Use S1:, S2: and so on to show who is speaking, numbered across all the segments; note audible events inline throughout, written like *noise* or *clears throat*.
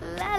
S1: la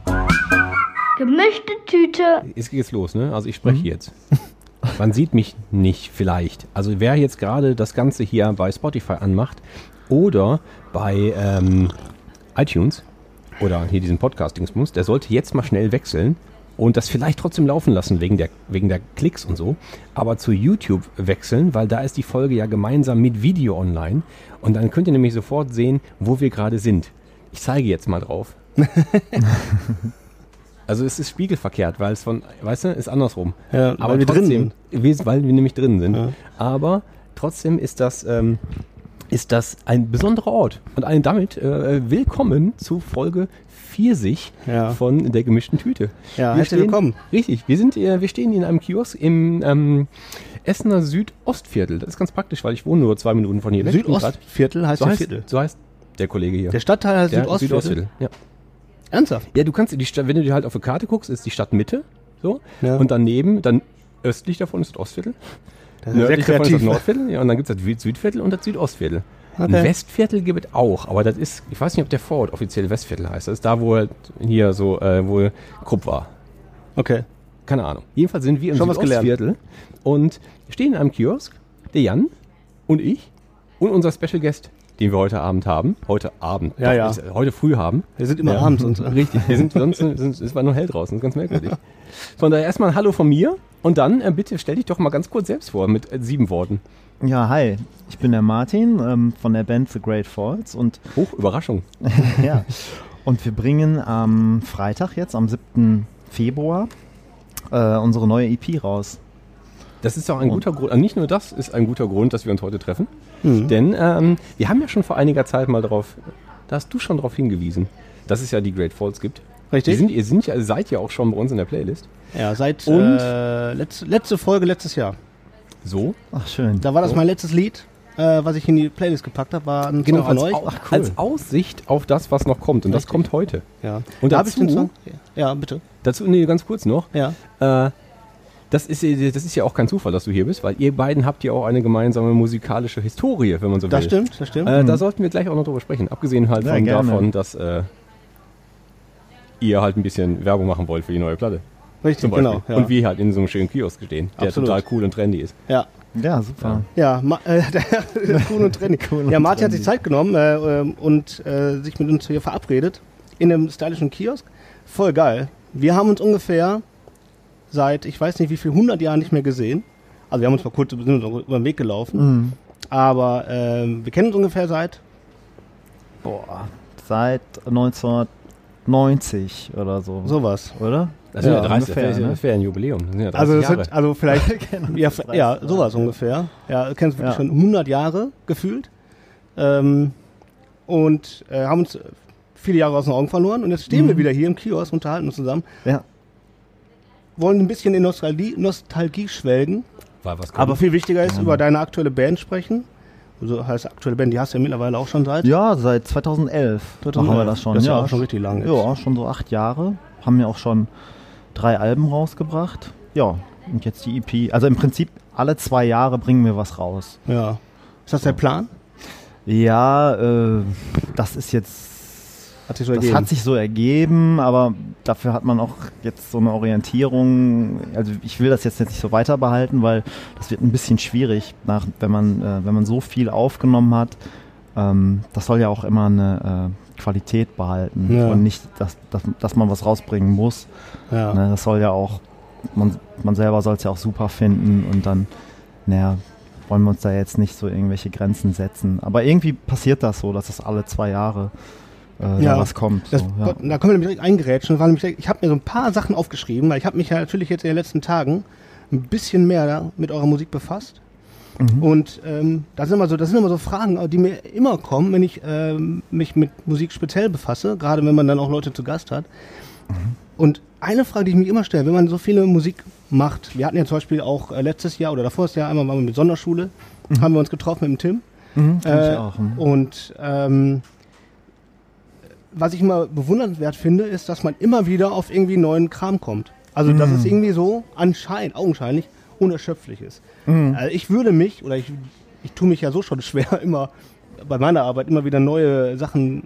S1: Gemischte Tüte.
S2: Jetzt geht's los, ne? Also ich spreche jetzt. Man sieht mich nicht vielleicht. Also wer jetzt gerade das Ganze hier bei Spotify anmacht oder bei ähm, iTunes oder hier diesen Podcast-Dingsbums, der sollte jetzt mal schnell wechseln und das vielleicht trotzdem laufen lassen wegen der, wegen der Klicks und so, aber zu YouTube wechseln, weil da ist die Folge ja gemeinsam mit Video online und dann könnt ihr nämlich sofort sehen, wo wir gerade sind. Ich zeige jetzt mal
S3: *laughs*
S2: drauf. Also es ist spiegelverkehrt, weil es von, weißt du, ist andersrum.
S3: Ja,
S2: aber
S3: weil wir drin
S2: trotzdem, wir- weil wir nämlich drin sind. Aber trotzdem ist das, ähm, ist das ein besonderer Ort. Und allen damit äh, willkommen zu Folge 40
S3: Ja.
S2: von der gemischten Tüte.
S3: Ja, herzlich willkommen.
S2: Richtig, wir sind äh, wir stehen in einem Kiosk im ähm, Essener Südostviertel. Das ist ganz praktisch, weil ich wohne nur zwei Minuten von hier. weg.
S3: Südostviertel heißt
S2: So
S3: der
S2: heißt,
S3: Viertel.
S2: so heißt der Kollege hier.
S3: Der Stadtteil heißt
S2: Der
S3: Südostviertel.
S2: Ja.
S3: Ernsthaft?
S2: Ja, du kannst die Stadt, wenn du dir halt auf eine Karte guckst, ist die Stadtmitte so
S3: Ja.
S2: und daneben dann östlich davon ist das Ostviertel,
S3: Das ist sehr
S2: nördlich davon ist das
S3: kreativ.
S2: Nordviertel, ja, und dann gibt es das Süd- Südviertel und das Südostviertel. Ein Westviertel gibt es auch, aber das ist, ich weiß nicht, ob der Vorort offiziell Westviertel heißt. Das ist da, wo er hier so, äh, wo Krupp war.
S3: Okay.
S2: Keine Ahnung. Jedenfalls sind wir im
S3: Schon was gelernt.
S2: Südostviertel und stehen in einem Kiosk, der Jan und ich und unser Special Guest, den wir heute Abend haben. Heute Abend.
S3: Ja, ja.
S2: Ist, heute früh haben.
S3: Wir sind immer abends und so.
S2: Richtig, wir sind sonst sind, es war nur hell draußen, das ist ganz merkwürdig. Von daher erstmal ein Hallo von mir und dann äh, bitte stell dich doch mal ganz kurz selbst vor mit äh, sieben Worten.
S4: Ja, hi, ich bin der Martin ähm, von der Band The Great Falls und *laughs*
S2: Hoch Überraschung.
S4: ja, und wir bringen am Freitag jetzt, am 7. Februar, äh, unsere neue EP raus.
S2: Das ist doch ein guter Grund, äh, nicht nur das ist ein guter Grund, dass wir uns heute treffen,
S3: Mhm.
S2: denn ähm, wir haben ja schon vor einiger Zeit mal drauf, da hast du schon drauf hingewiesen, dass es ja die Great Falls gibt. Die
S3: Richtig?
S2: sind, ihr sind ja, seid ja auch schon bei uns in der Playlist.
S3: ja, seit
S2: Und?
S3: äh, letzte, letzte Folge letztes Jahr.
S2: So,
S4: Ach, schön.
S3: Da war das mein letztes Lied, äh, was ich in die Playlist gepackt habe, war ein Song von
S2: als,
S3: euch.
S2: Au- als Aussicht auf das, was noch kommt. Und das
S3: Richtig.
S2: kommt heute.
S3: ja.
S2: Und
S3: da habe ich
S2: dazu-
S3: den Song. Ja, bitte.
S2: Dazu, nee, ganz kurz noch.
S3: Ja.
S2: Äh, das ist, äh, das ist ja auch kein Zufall, dass du hier bist, weil ihr beiden habt ja auch eine gemeinsame musikalische Historie, wenn man so will.
S3: Das stimmt, das stimmt.
S2: Äh, Da sollten wir gleich auch noch drüber sprechen. Abgesehen halt
S4: Ja,
S2: von
S4: gerne.
S2: davon, dass äh, ihr halt ein bisschen Werbung machen wollt für die neue Platte.
S3: Richtig,
S2: Zum Beispiel.
S3: genau. Ja.
S2: Und wir halt in so einem schönen Kiosk stehen, der
S3: Absolut.
S2: total cool und trendy ist.
S3: ja.
S4: ja, super.
S3: Ja, Ma äh, *laughs* cool und trendy.
S4: Kuhn und
S3: ja, Martin hat
S4: Trendy.
S3: sich Zeit genommen äh, ähm, und äh, sich mit uns hier verabredet in einem stylischen Kiosk. Voll geil. Wir haben uns ungefähr seit, ich weiß nicht wie viel, 100 Jahren nicht mehr gesehen. Also wir haben uns mal kurz sind uns über den Weg gelaufen.
S4: Mhm.
S3: Aber ähm, wir kennen uns ungefähr seit,
S4: Boah, seit 1990 oder so,
S3: sowas.
S4: oder? *laughs*
S2: Das sind ja, 30,
S4: ungefähr,
S2: das, wäre,
S4: ne?
S2: das wäre ein Jubiläum. Das sind ja 30
S3: Also, es
S2: Jahre.
S3: hat, also vielleicht, ja,
S4: das
S3: ja,
S4: weiß ich,
S3: sowas ungefähr. Ja, du kennst wirklich
S4: äh, Ja.
S3: schon 100 Jahre gefühlt. Ähm, und äh, haben uns viele Jahre aus den Augen verloren. Und jetzt stehen
S4: Mhm.
S3: wir wieder hier im Kiosk, unterhalten uns zusammen,
S4: Ja.
S3: wollen ein bisschen in Nostalgie, Nostalgie schwelgen.
S2: Weil was kommt.
S3: Aber viel wichtiger ist, über deine aktuelle Band sprechen. Also heißt aktuelle Band, die hast du ja mittlerweile auch schon seit.
S4: ja, seit 2011, machen wir das schon.
S3: Also Das ist ja, auch schon richtig lange.
S4: Ja, schon so acht Jahre. Haben ja auch schon drei Alben rausgebracht. Ja, und jetzt die EP. Also im Prinzip alle zwei Jahre bringen wir was raus.
S3: ja. Ist das der Plan?
S4: Ja, äh, das ist jetzt.
S3: Hat sich so
S4: Das
S3: ergeben.
S4: hat sich so ergeben, aber dafür hat man auch jetzt so eine Orientierung. Also ich will das jetzt nicht so weiter behalten, weil das wird ein bisschen schwierig, nach, wenn man äh, wenn man so viel aufgenommen hat. Ähm, das soll ja auch immer eine äh, Qualität behalten
S3: Ja.
S4: und nicht, dass, dass, dass man was rausbringen muss.
S3: ja.
S4: Ne, das soll ja auch, man, man selber soll es ja auch super finden und dann, naja, wollen wir uns da jetzt nicht so irgendwelche Grenzen setzen. Aber irgendwie passiert das so, dass das alle zwei Jahre äh, da
S3: Ja,
S4: was kommt.
S3: Das,
S4: so, ja.
S3: Da können wir nämlich direkt eingerätschen. Weil nämlich, direkt- ich habe mir so ein paar Sachen aufgeschrieben, weil ich habe mich ja natürlich jetzt in den letzten Tagen ein bisschen mehr da mit eurer Musik befasst.
S4: Mhm.
S3: Und ähm, das, sind immer so, das sind immer so Fragen, die mir immer kommen, wenn ich ähm, mich mit Musik speziell befasse, gerade wenn man dann auch Leute zu Gast hat.
S4: Mhm.
S3: Und eine Frage, die ich mich immer stelle, wenn man so viele Musik macht, wir hatten ja zum Beispiel auch äh, letztes Jahr oder davor das Jahr, einmal waren wir mit Sonderschule, haben wir uns getroffen mit dem Tim.
S4: Mhm, fand
S3: Äh,
S4: ich auch. mhm.
S3: Und ähm, was ich immer bewundernswert finde, ist, dass man immer wieder auf irgendwie neuen Kram kommt. Also, dass
S4: Mhm.
S3: es irgendwie so anscheinend, augenscheinlich, unerschöpflich ist.
S4: Mhm.
S3: Also ich würde mich, oder ich, ich tue mich ja so schon *laughs* schwer, immer bei meiner Arbeit immer wieder neue Sachen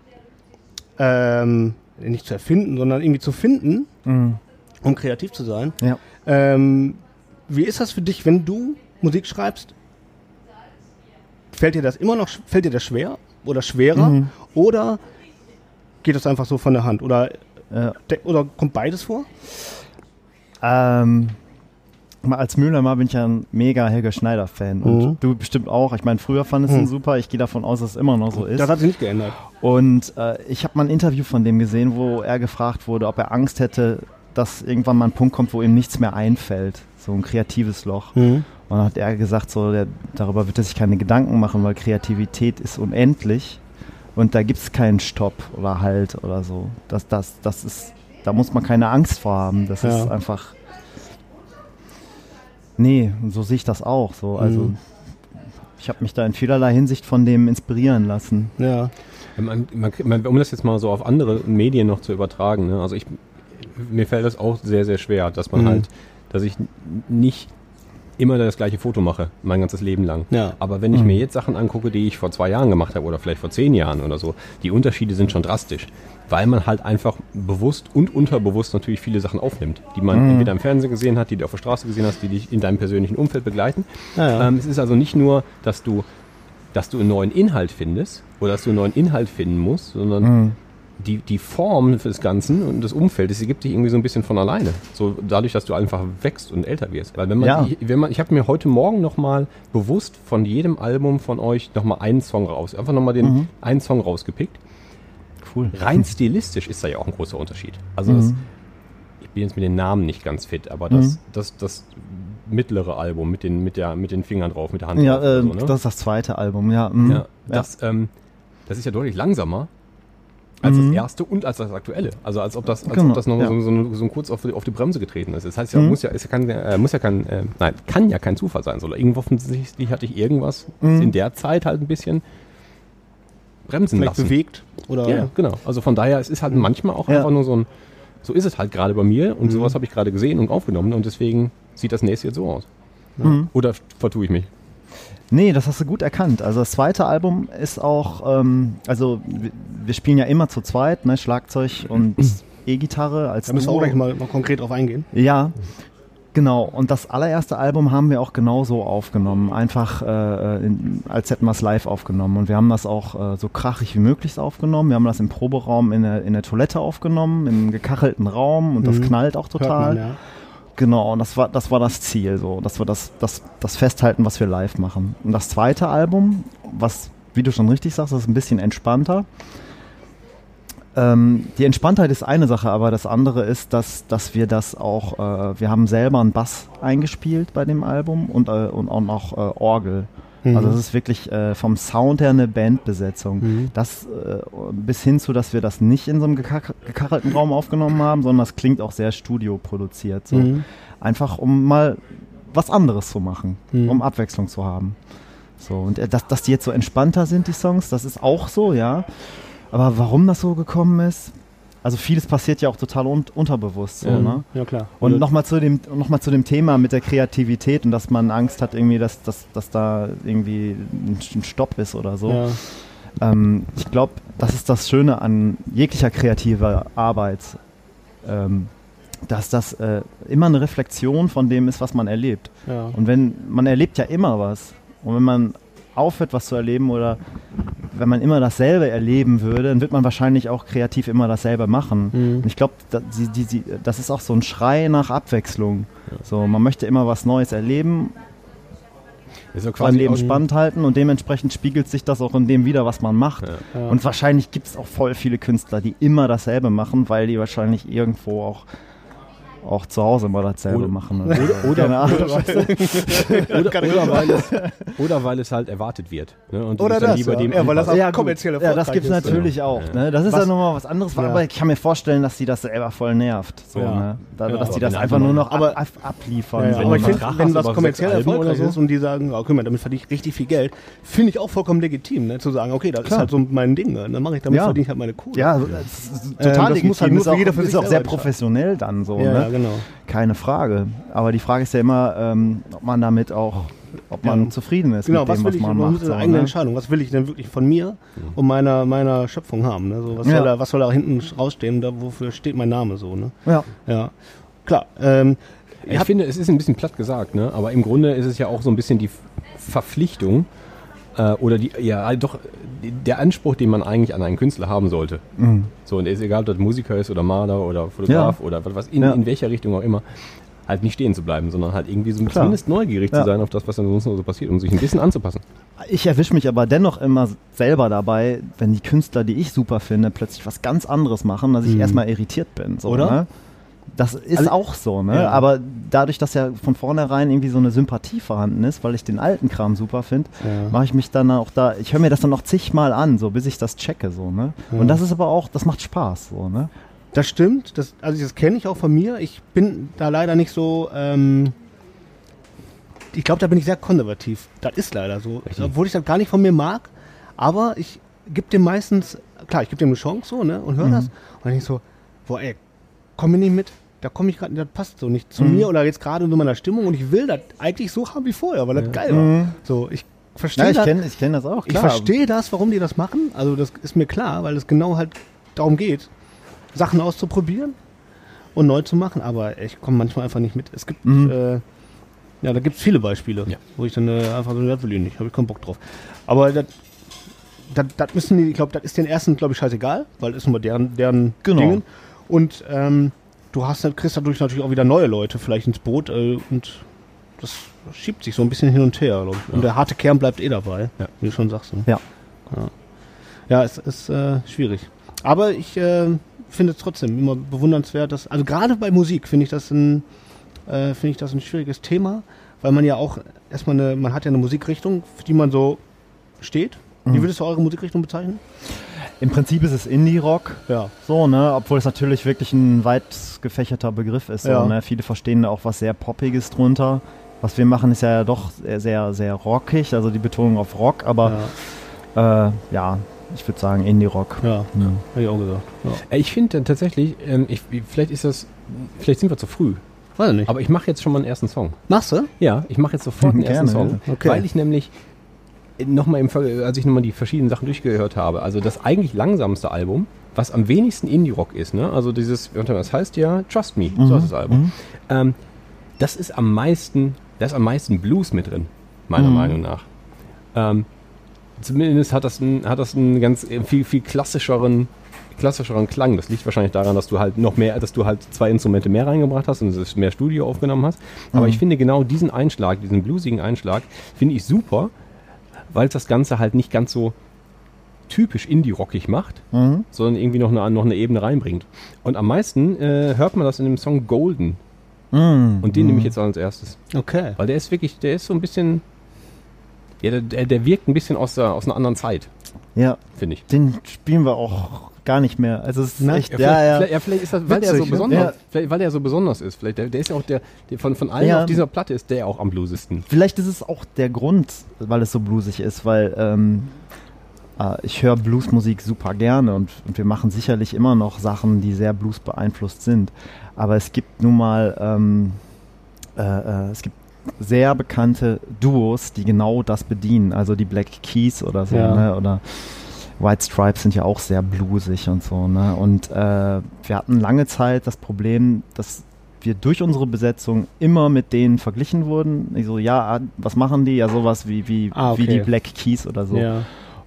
S3: ähm, nicht zu erfinden, sondern irgendwie zu finden,
S4: Mhm.
S3: um kreativ zu sein.
S4: Ja.
S3: Ähm, wie ist das für dich, wenn du Musik schreibst? Fällt dir das immer noch, sch- fällt dir das schwer oder schwerer?
S4: Mhm.
S3: Oder geht das einfach so von der Hand? Oder,
S4: Ja.
S3: de- oder kommt beides vor?
S4: Ähm, mal als Mühlheimer bin ich ja ein mega Helge Schneider-Fan.
S3: Mhm.
S4: Und du bestimmt auch. Ich meine, früher fandest du ihn super. Ich gehe davon aus, dass es immer noch so ist.
S3: Das hat sich nicht geändert.
S4: Und äh, ich habe mal ein Interview von dem gesehen, wo er gefragt wurde, ob er Angst hätte, dass irgendwann mal ein Punkt kommt, wo ihm nichts mehr einfällt. So ein kreatives Loch.
S3: Mhm.
S4: Und dann hat er gesagt, so, der, darüber wird er sich keine Gedanken machen, weil Kreativität ist unendlich und da gibt es keinen Stopp oder Halt oder so. Das, das, das ist, da muss man keine Angst vor haben. Das
S3: Ja.
S4: ist einfach. Nee, und so sehe ich das auch. So. Also,
S3: Mhm.
S4: ich habe mich da in vielerlei Hinsicht von dem inspirieren lassen.
S3: Ja.
S2: Man, man, man, um das jetzt mal so auf andere Medien noch zu übertragen, ne? also ich, mir fällt das auch sehr, sehr schwer, dass man
S3: Mhm.
S2: halt, dass ich n- nicht immer das gleiche Foto mache, mein ganzes Leben lang.
S3: Ja. Mhm.
S2: Aber wenn ich mir jetzt Sachen angucke, die ich vor zwei Jahren gemacht habe oder vielleicht vor zehn Jahren oder so, die Unterschiede sind schon drastisch, weil man halt einfach bewusst und unterbewusst natürlich viele Sachen aufnimmt, die man
S3: Mhm.
S2: entweder im Fernsehen gesehen hat, die du auf der Straße gesehen hast, die dich in deinem persönlichen Umfeld begleiten.
S3: Ja.
S2: Ähm, es ist also nicht nur, dass du dass du einen neuen Inhalt findest oder dass du einen neuen Inhalt finden musst, sondern
S4: Mhm.
S2: die, die Form des Ganzen und des Umfeldes, die gibt dich irgendwie so ein bisschen von alleine. So dadurch, dass du einfach wächst und älter wirst. Weil wenn man,
S4: Ja.
S2: ich, wenn man, ich habe mir heute Morgen nochmal bewusst von jedem Album von euch nochmal einen Song raus, einfach nochmal den
S4: Mhm.
S2: einen Song rausgepickt.
S4: Cool.
S2: Rein stilistisch ist da ja auch ein großer Unterschied. Also das,
S4: Mhm.
S2: ich bin jetzt mit den Namen nicht ganz fit, aber das, das, das mittlere Album mit den, mit, der, mit den Fingern drauf, mit der Hand
S4: Ja,
S2: drauf. oder
S4: äh,
S2: so, ne?
S4: das ist das zweite Album, ja. mhm.
S2: Ja, das, ähm, das ist ja deutlich langsamer als das erste und als das aktuelle. Also als ob das, als
S4: Genau,
S2: ob das noch
S4: ja.
S2: so, so, ein- so ein kurz auf, die- auf die Bremse getreten ist. Das heißt ja, muss ja, ist ja kein, äh, muss ja kein, äh, nein, kann ja kein Zufall sein. So, irgendwo offensichtlich hatte ich irgendwas in der Zeit halt ein bisschen bremsen
S3: Vielleicht
S2: lassen.
S3: bewegt. Oder
S2: Ja, genau. Also von daher, es ist halt manchmal auch
S4: Ja.
S2: einfach nur so ein, so ist es halt gerade bei mir und sowas habe ich gerade gesehen und aufgenommen und deswegen sieht das nächste jetzt so aus. Oder vertue ich mich?
S4: Nee, das hast du gut erkannt. Also das zweite Album ist auch, ähm, also wir, wir spielen ja immer zu zweit, ne? Schlagzeug
S2: *clears throat*
S4: und E-Gitarre als
S3: da müssen wir auch
S4: Duo.
S3: gleich mal, mal konkret drauf eingehen.
S4: Ja, genau. Und das allererste Album haben wir auch genauso aufgenommen. Einfach, äh, in, als hätten wir es live aufgenommen. Und wir haben das auch äh, so krachig wie möglich aufgenommen. Wir haben das im Proberaum in der, in der Toilette aufgenommen, im gekachelten Raum. Und das knallt auch
S3: Mhm. Hört
S4: total.
S3: Man, ja.
S4: Genau, und das war, das war das Ziel, so, dass wir das, das, das festhalten, was wir live machen. Und das zweite Album, was, wie du schon richtig sagst, ist ein bisschen entspannter. Ähm, die Entspanntheit ist eine Sache, aber das andere ist, dass, dass wir das auch, äh, wir haben selber einen Bass eingespielt bei dem Album und, äh, und auch noch äh, Orgel. Also es ist wirklich äh, vom Sound her eine Bandbesetzung. Das äh, bis hin zu, dass wir das nicht in so einem gekach gekachelten Raum aufgenommen haben, sondern das klingt auch sehr studioproduziert. So. Einfach um mal was anderes zu machen,
S3: Mhm.
S4: um Abwechslung zu haben. So, und äh, dass, dass die jetzt so entspannter sind, die Songs, das ist auch so, ja. Aber warum das so gekommen ist, also vieles passiert ja auch total un unterbewusst. So,
S2: Ja.
S4: ne?
S3: ja, klar.
S4: Und nochmal zu, dem- noch mal zu dem Thema mit der Kreativität und dass man Angst hat, irgendwie, dass, dass, dass da irgendwie ein ein Stopp ist oder so.
S3: Ja.
S4: Ähm, ich glaube, das ist das Schöne an jeglicher kreativer Arbeit, ähm, dass das äh, immer eine Reflexion von dem ist, was man erlebt.
S3: Ja.
S4: *laughs* Und wenn man erlebt ja immer was. Und wenn man aufhört, was zu erleben oder wenn man immer dasselbe erleben würde, dann wird man wahrscheinlich auch kreativ immer dasselbe machen. Und ich glaube, da, die, die, die, das ist auch so ein Schrei nach Abwechslung. So, man möchte immer was Neues erleben,
S2: Ist ja
S4: sein Leben
S2: auch-
S4: spannend halten und dementsprechend spiegelt sich das auch in dem wieder, was man macht.
S3: Mhm. Ja.
S4: Und wahrscheinlich gibt es auch voll viele Künstler, die immer dasselbe machen, weil die wahrscheinlich irgendwo auch auch zu Hause mal dasselbe
S2: Oder-
S4: machen.
S2: oder- oder-
S4: keine Ahnung.
S3: *laughs*
S2: Oder, oder, weil es, oder weil es halt erwartet wird. Ne? Und du
S3: Oder
S2: bist dann
S3: das,
S2: lieber
S3: ja.
S2: dem
S3: Ja, weil das
S2: anpasst.
S3: auch kommerziell
S4: Ja, das gibt es
S3: erfolgreich ist.
S4: natürlich auch. Ne? Das ist
S3: Was-
S4: ja nochmal was anderes,
S3: Ja.
S4: aber ich kann mir vorstellen, dass die das selber voll nervt. So,
S2: Ja.
S4: ne? da,
S2: Ja,
S3: Genau.
S4: dass
S2: aber
S4: die das
S2: wenn
S4: einfach
S2: einfach
S4: nur
S2: mal-
S4: noch ab, ab, abliefern.
S3: Ja, ja.
S4: so,
S3: Aber ich
S4: ne?
S2: Krach
S3: finde,
S2: hast,
S3: wenn was
S2: aber sechs
S3: kommerziell
S2: Alben oder
S3: erfolgreich
S2: so?
S3: ist und die sagen, oh, guck mal, damit verdiene ich richtig viel Geld, finde ich auch vollkommen legitim, ne? zu sagen, okay, das ist
S4: Klar.
S3: halt so mein Ding, ne? dann mache ich damit,
S4: Ja.
S3: verdiene ich halt meine Kohle.
S4: ja, so- das ist
S3: Ähm, das
S4: total legitim.
S3: muss halt nur
S4: ist
S3: für
S4: auch,
S3: jeder für
S4: ist
S3: sich
S4: auch sehr
S3: selber
S4: professionell dann so.
S3: Ja,
S4: ne?
S3: ja, genau.
S4: Keine Frage. Aber die Frage ist ja immer, ähm, ob man damit auch, ob man
S3: Ja.
S4: zufrieden ist
S3: Genau,
S4: mit
S3: was
S4: dem,
S3: will
S4: was
S3: ich,
S4: man
S3: man
S4: macht.
S3: muss eine
S4: so,
S3: eigene
S4: ne?
S3: Entscheidung, was will ich denn wirklich von mir und meiner, meiner Schöpfung haben, ne? so, was,
S4: Ja.
S3: soll da, was soll da hinten rausstehen, da, wofür steht mein Name so, ne?
S4: Ja.
S3: Ja, klar, ähm,
S2: Ich finde, es ist ein bisschen platt gesagt, ne? aber im Grunde ist es ja auch so ein bisschen die Verpflichtung äh, oder die, ja, doch die- der Anspruch, den man eigentlich an einen Künstler haben sollte.
S3: Mhm.
S2: So, und es ist egal, ob das Musiker ist oder Maler oder Fotograf oder was, was in,
S4: Ja.
S2: in welcher Richtung auch immer, halt nicht stehen zu bleiben, sondern halt irgendwie so
S4: Klar.
S2: zumindest neugierig
S4: Ja.
S2: zu sein auf das, was ansonsten so passiert, um sich ein bisschen anzupassen.
S4: Ich erwische mich aber dennoch immer selber dabei, wenn die Künstler, die ich super finde, plötzlich was ganz anderes machen, dass ich erstmal irritiert bin. So,
S3: Mhm. Oder? Also-
S4: Ne? Das ist auch so, ne?
S3: Ja.
S4: Aber dadurch, dass ja von vornherein irgendwie so eine Sympathie vorhanden ist, weil ich den alten Kram super finde,
S3: Ja.
S4: mache ich mich dann auch da, ich höre mir das dann noch zigmal an, so bis ich das checke, so, ne? Und das ist aber auch, das macht Spaß, so, ne?
S3: Das stimmt. Das, also das kenne ich auch von mir. Ich bin da leider nicht so. Ähm, ich glaube, da bin ich sehr konservativ. Das ist leider so. Obwohl ich das gar nicht von mir mag. Aber ich gebe dem meistens, klar, ich gebe dem eine Chance so, ne?
S4: Mhm.
S3: Und höre das. Und dann denk ich so, boah, ey, komm mir nicht mit. Da komme ich gerade, das passt so nicht zu
S4: Mhm.
S3: mir oder jetzt gerade so meiner Stimmung und ich will das eigentlich so haben wie vorher, weil das geil war. So, ich verstehe
S4: Ja, Mhm. ich
S3: das.
S4: kenne ich kenn das auch,
S3: Ich
S4: klar.
S3: verstehe das, warum die das machen. Also das ist mir klar, weil es genau halt darum geht, Sachen auszuprobieren und neu zu machen. Aber ich komme manchmal einfach nicht mit. Es gibt,
S4: Mhm.
S3: äh, ja, da gibt es viele Beispiele,
S2: Ja.
S3: wo ich dann äh, einfach so, das will ich nicht, habe ich keinen Bock drauf. Aber das, das, das müssen die, ich glaube, das ist den ersten, glaube ich, scheißegal, weil das ist nur deren, deren
S4: Genau.
S3: Dingen. Und ähm, du hast, dann- kriegst dadurch natürlich auch wieder neue Leute vielleicht ins Boot äh, und das schiebt sich so ein bisschen hin und her, glaube ich. Und der harte Kern bleibt eh dabei,
S2: Ja.
S3: wie du schon sagst. Ne?
S4: Ja.
S3: Ja, ja es ist äh, schwierig. Aber ich äh, finde es trotzdem immer bewundernswert, dass, also gerade bei Musik finde ich das ein, äh, finde ich das ein schwieriges Thema, weil man ja auch erstmal eine, man hat ja eine Musikrichtung, für die man so steht. Wie würdest du eure Musikrichtung bezeichnen?
S4: Im Prinzip ist es Indie-Rock.
S3: Ja.
S4: So, ne, obwohl es natürlich wirklich ein weit gefächerter Begriff ist.
S3: Ja.
S4: So, ne? Viele verstehen da auch was sehr Poppiges drunter. Was wir machen, ist ja doch sehr, sehr, sehr rockig, also die Betonung auf Rock, aber
S3: Ja,
S4: ja, äh, ja ich würde sagen Indie-Rock.
S3: ja
S4: ne. Ja.
S3: habe ich auch gesagt. Ja.
S2: Äh, Ich finde dann tatsächlich, ähm, ich, vielleicht ist das, vielleicht sind wir zu früh,
S3: Weiß ich nicht.
S2: aber ich mache jetzt schon mal einen ersten Song.
S3: Machst du?
S2: Ja, ich mache jetzt sofort
S3: *laughs*
S2: den
S4: Gerne,
S2: ersten Song,
S3: ja. Okay.
S2: weil ich nämlich nochmal im Ver- als ich nochmal die verschiedenen Sachen durchgehört habe, also das eigentlich langsamste Album, was am wenigsten Indie-Rock ist, ne? Also dieses, warte mal, das heißt ja Trust Me,
S3: Mhm.
S2: so heißt das Album. Ähm, das ist am meisten, da ist am meisten Blues mit drin, meiner
S3: Mhm.
S2: Meinung nach. Ähm, zumindest hat das, einen, hat das einen ganz äh, viel, viel klassischeren, klassischeren Klang. Das liegt wahrscheinlich daran, dass du halt noch mehr, dass du halt zwei Instrumente mehr reingebracht hast und es ist mehr Studio aufgenommen hast. Aber ich finde genau diesen Einschlag, diesen bluesigen Einschlag, finde ich super, weil es das Ganze halt nicht ganz so typisch indie-rockig macht, sondern irgendwie noch eine, noch eine Ebene reinbringt. Und am meisten äh, hört man das in dem Song Golden. Und den nehme ich jetzt als erstes.
S3: Okay.
S2: Weil der ist wirklich, der ist so ein bisschen. Ja, der- der, der wirkt ein bisschen aus, der, aus einer anderen Zeit,
S4: Ja,
S2: finde ich.
S4: den spielen wir auch gar nicht mehr. Also es ist
S3: Na,
S4: echt,
S2: Ja,
S4: ja,
S2: vielleicht,
S4: ja.
S2: Vielleicht, ja, vielleicht ist das, weil der so
S4: Witzig, ne?
S2: besonders,
S4: Ja.
S2: vielleicht, weil der so besonders ist. Vielleicht, der, der ist ja auch der, der von, von allen
S4: Ja.
S2: auf dieser Platte ist der auch am bluesigsten.
S4: Vielleicht ist es auch der Grund, weil es so bluesig ist, weil ähm, äh, ich höre Bluesmusik super gerne und, und wir machen sicherlich immer noch Sachen, die sehr blues beeinflusst sind. Aber es gibt nun mal, ähm, äh, äh, es gibt sehr bekannte Duos, die genau das bedienen. Also die Black Keys oder so,
S3: Ja.
S4: ne? oder White Stripes sind ja auch sehr bluesig und so. Ne? Und äh, wir hatten lange Zeit das Problem, dass wir durch unsere Besetzung immer mit denen verglichen wurden. Ich so, ja, ah, was machen die? Ja, sowas wie, wie,
S3: Ah, okay.
S4: wie die Black Keys oder so.
S3: Ja.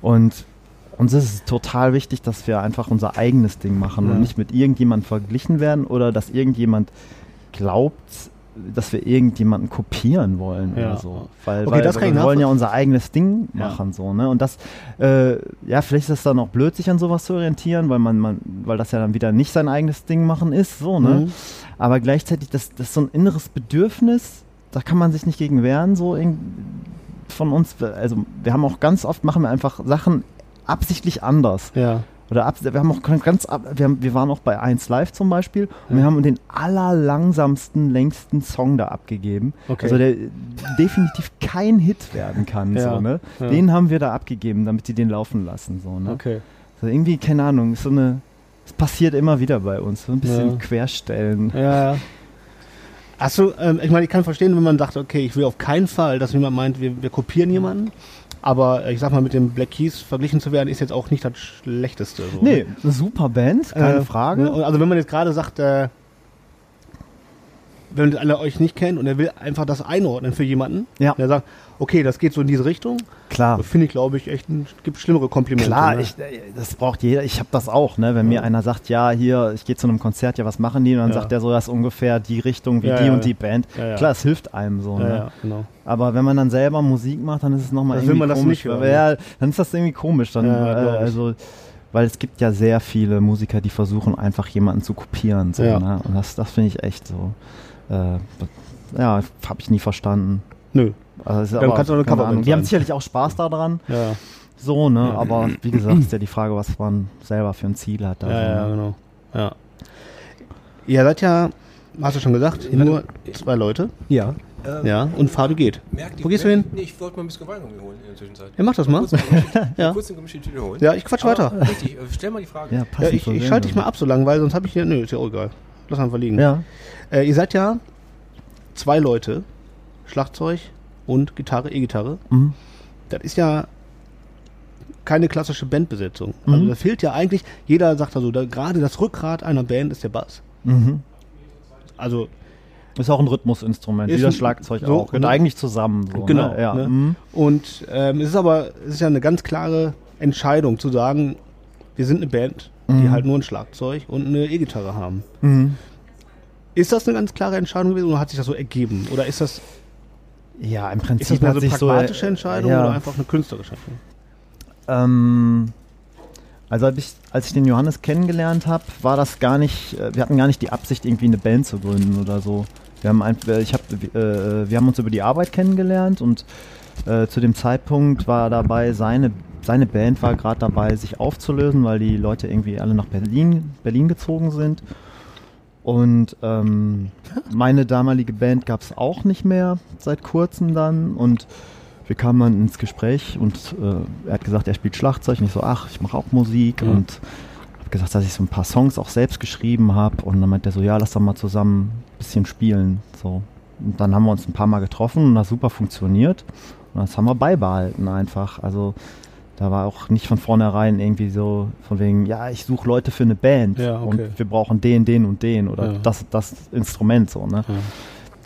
S4: Und uns ist es total wichtig, dass wir einfach unser eigenes Ding machen
S3: Ja.
S4: und nicht mit irgendjemandem verglichen werden oder dass irgendjemand glaubt, dass wir irgendjemanden kopieren wollen
S3: Ja.
S4: oder so. Weil,
S3: Okay,
S4: weil,
S3: das kann
S4: weil
S3: ich
S4: wir wollen ja
S3: nachvollziehen.
S4: unser eigenes Ding
S3: Ja.
S4: machen. So, ne? Und das, äh, ja, vielleicht ist das dann auch blöd, sich an sowas zu orientieren, weil man, man, weil das ja dann wieder nicht sein eigenes Ding machen ist, so, ne?
S3: Mhm.
S4: Aber gleichzeitig, das, das ist so ein inneres Bedürfnis, da kann man sich nicht gegen wehren, so irgend- von uns. Also wir haben auch ganz oft machen wir einfach Sachen absichtlich anders.
S3: Ja.
S4: Oder abs- wir haben auch ganz ab, wir, haben, wir waren auch bei 1 Live zum Beispiel und wir haben den allerlangsamsten, längsten Song da abgegeben.
S3: Okay.
S4: Also der definitiv kein Hit werden kann.
S3: Ja,
S4: So, ne?
S3: ja.
S4: Den haben wir da abgegeben, damit die den laufen lassen. So, ne?
S3: Okay.
S4: also irgendwie, keine Ahnung, ist so eine. Es passiert immer wieder bei uns. So ein bisschen
S3: Ja.
S4: Querstellen.
S3: Ja, ja. Achso, ähm, ich meine, ich kann verstehen, wenn man sagt, okay, ich will auf keinen Fall, dass jemand meint, wir, wir kopieren jemanden. Aber äh, ich sag mal, mit den Black Keys verglichen zu werden, ist jetzt auch nicht das Schlechteste. So,
S4: Nee, eine super Band, keine
S3: Äh,
S4: Frage.
S3: ne, und Also wenn man jetzt gerade sagt, äh, wenn einer euch nicht kennt und er will einfach das einordnen für jemanden,
S4: Ja.
S3: und er sagt, okay, das geht so in diese Richtung,
S4: Klar.
S3: finde ich, glaube ich, echt, ein, gibt schlimmere Komplimente.
S4: Klar,
S3: ne?
S4: ich, äh, das braucht jeder. Ich habe das auch, ne? Wenn mir einer sagt, ja, hier, ich gehe zu einem Konzert, ja, was machen die? Und dann
S3: Ja.
S4: sagt er so, das ist ungefähr die Richtung wie
S3: Ja,
S4: die
S3: ja,
S4: und
S3: ja.
S4: die Band.
S3: Ja, ja.
S4: Klar, es hilft einem so.
S3: ja,
S4: ne?
S3: ja, genau.
S4: Aber wenn man dann selber Musik macht, dann ist es nochmal
S3: Dann
S4: irgendwie
S3: will man das
S4: komisch.
S3: nicht hören,
S4: weil- ja, dann ist das irgendwie komisch. Dann,
S3: Ja,
S4: äh,
S3: glaub ich.
S4: also, weil es gibt ja sehr viele Musiker, die versuchen, einfach jemanden zu kopieren. So,
S3: Ja.
S4: ne? Und das, das finde ich echt so. Äh, ja, habe ich nie verstanden.
S3: Nö.
S4: Also, es ist
S3: Dann kannst du auch eine
S4: keine
S3: Coverband
S4: Ahnung. Die haben
S3: sein.
S4: sicherlich auch Spaß daran.
S3: Ja,
S4: So, ne? Aber wie gesagt, ist ja die Frage, was man selber für ein Ziel hat.
S3: ja,
S4: Also,
S3: ja,
S4: ne?
S3: genau. Ja. Ihr seid ja, hast du schon gesagt, nur zwei Leute.
S2: Ja.
S3: Ja, und Fabio geht.
S5: Merkt
S3: Wo gehst du hin?
S5: Nee, ich wollte mal ein bisschen Wein irgendwie holen in der Zwischenzeit.
S3: Ja, mach das mal.
S5: Kurz eine gemischte-
S3: *laughs* Ja.
S5: Kurz eine gemischte Tüte holen.
S3: Ja, ich quatsch
S5: Aber
S4: *laughs*
S3: weiter.
S5: Richtig, äh, stell mal die Frage.
S4: Ja,
S3: Ja,
S4: passend
S3: ich
S4: zur
S3: ich schalte dich mal
S4: Sendung.
S3: ab so lange, weil sonst habe ich hier. Nö, ist ja auch egal. Lass einfach liegen.
S4: Ja,
S3: Äh, ihr seid ja zwei Leute. Schlagzeug und Gitarre, E-Gitarre.
S4: Mhm.
S3: Das ist ja keine klassische Bandbesetzung. Also
S4: Mhm.
S3: da fehlt ja eigentlich, jeder sagt also, da, gerade das Rückgrat einer Band ist der Bass.
S4: Mhm.
S3: Also,
S4: ist auch ein Rhythmusinstrument,
S3: Ist
S4: wie das
S3: ein-
S4: Schlagzeug
S3: so,
S4: auch. Und
S3: ne?
S4: eigentlich zusammen. So,
S3: genau.
S4: Ne? Ja.
S3: ne?
S4: mhm.
S3: Und ähm, es ist aber, es ist ja eine ganz klare Entscheidung zu sagen, wir sind eine Band,
S4: Mhm.
S3: die halt nur ein Schlagzeug und eine E-Gitarre haben. Ist das eine ganz klare Entscheidung gewesen oder hat sich das so ergeben? Oder ist das
S4: Ja, im
S3: Ist
S4: Prinzip
S3: das mehr
S4: hat
S3: so
S4: sich
S3: eine pragmatische
S4: so, äh,
S3: Entscheidung
S4: ja,
S3: oder einfach eine künstlerische Entscheidung?
S4: Ähm, also hab ich, als ich den Johannes kennengelernt habe, war das gar nicht, äh, wir hatten gar nicht die Absicht, irgendwie eine Band zu gründen oder so. Wir haben, ein, äh, ich hab, äh, wir haben uns über die Arbeit kennengelernt und äh, zu dem Zeitpunkt war dabei, seine, seine Band war gerade dabei, sich aufzulösen, weil die Leute irgendwie alle nach Berlin, Berlin gezogen sind. Und ähm, meine damalige Band gab es auch nicht mehr seit kurzem dann. Und wir kamen dann ins Gespräch und äh, er hat gesagt, er spielt Schlagzeug. Und ich so, ach, ich mache auch Musik. Und habe gesagt, dass ich so ein paar Songs auch selbst geschrieben habe. Und dann meinte er so, ja, lass doch mal zusammen ein bisschen spielen. So. Und dann haben wir uns ein paar Mal getroffen und das hat super funktioniert. Und das haben wir beibehalten einfach. Also da war auch nicht von vornherein irgendwie so von wegen, ja, ich suche Leute für eine Band
S3: Ja, okay.
S4: und wir brauchen den, den und den oder
S3: Ja.
S4: das, das Instrument so, ne?
S3: Ja.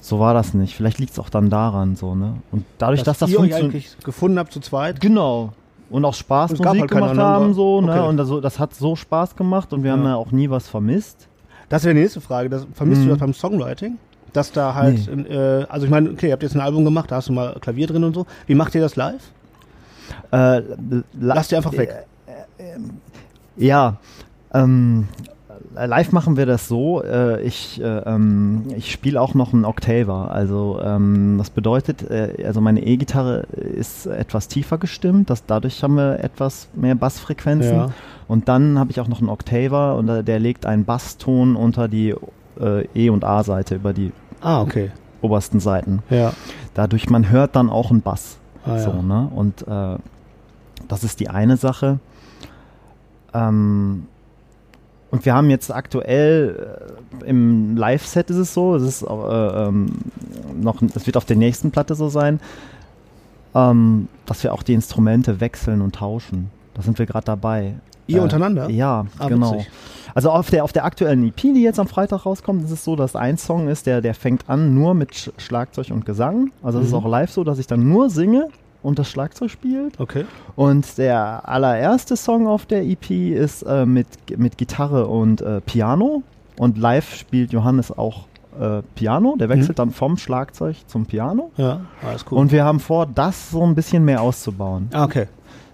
S4: So war das nicht. Vielleicht liegt es auch dann daran so, ne? Und dadurch, dass, das
S3: ihr euch
S4: funktioniert.
S3: eigentlich gefunden habt zu zweit?
S4: Genau. Und auch Spaß
S3: Es
S4: Musik
S3: gab halt keine
S4: gemacht
S3: anderen,
S4: haben, so, ne?
S3: okay.
S4: Und das, das hat so Spaß gemacht und wir haben ja auch nie was vermisst.
S3: Das wäre die nächste Frage. Das, vermisst
S4: Mhm.
S3: du das beim Songwriting? Dass da halt, äh, also ich meine, okay, ihr habt jetzt ein Album gemacht, da hast du mal Klavier drin und so. Wie macht ihr das live?
S4: Äh, la- Äh, ähm,
S3: Lasst ihr einfach weg.
S4: Ja, ähm, live machen wir das so. Äh, ich äh, ähm, ich spiele auch noch einen Octaver. Also ähm, das bedeutet, äh, also meine E-Gitarre ist etwas tiefer gestimmt. Das, dadurch haben wir etwas mehr Bassfrequenzen.
S3: Ja.
S4: Und dann habe ich auch noch einen Octaver und äh, der legt einen Basston unter die äh, E- und A-Seite über die
S3: Ah, okay.
S4: obersten Seiten.
S3: Ja.
S4: Dadurch, man hört dann auch einen Bass.
S3: Ah,
S4: so,
S3: ja.
S4: ne? Und äh, das ist die eine Sache. Ähm, und wir haben jetzt aktuell äh, im Live-Set ist es so, es ist äh, ähm, noch, es wird auf der nächsten Platte so sein, ähm, dass wir auch die Instrumente wechseln und tauschen. Da sind wir gerade dabei.
S3: Ihr
S4: Äh,
S3: untereinander?
S4: Ja,
S3: Ah,
S4: genau.
S3: witzig.
S4: Also auf der, auf der aktuellen EP, die jetzt am Freitag rauskommt, ist es so, dass ein Song ist, der, der fängt an nur mit Sch Schlagzeug und Gesang. Also es ist auch live so, dass ich dann nur singe und das Schlagzeug spielt.
S3: Okay.
S4: Und der allererste Song auf der E EP ist äh, mit, mit Gitarre und äh, Piano. Und live spielt Johannes auch äh, Piano. Der wechselt dann vom Schlagzeug zum Piano.
S3: Ja, alles cool.
S4: Und wir haben vor, das so ein bisschen mehr auszubauen.
S3: ah, okay.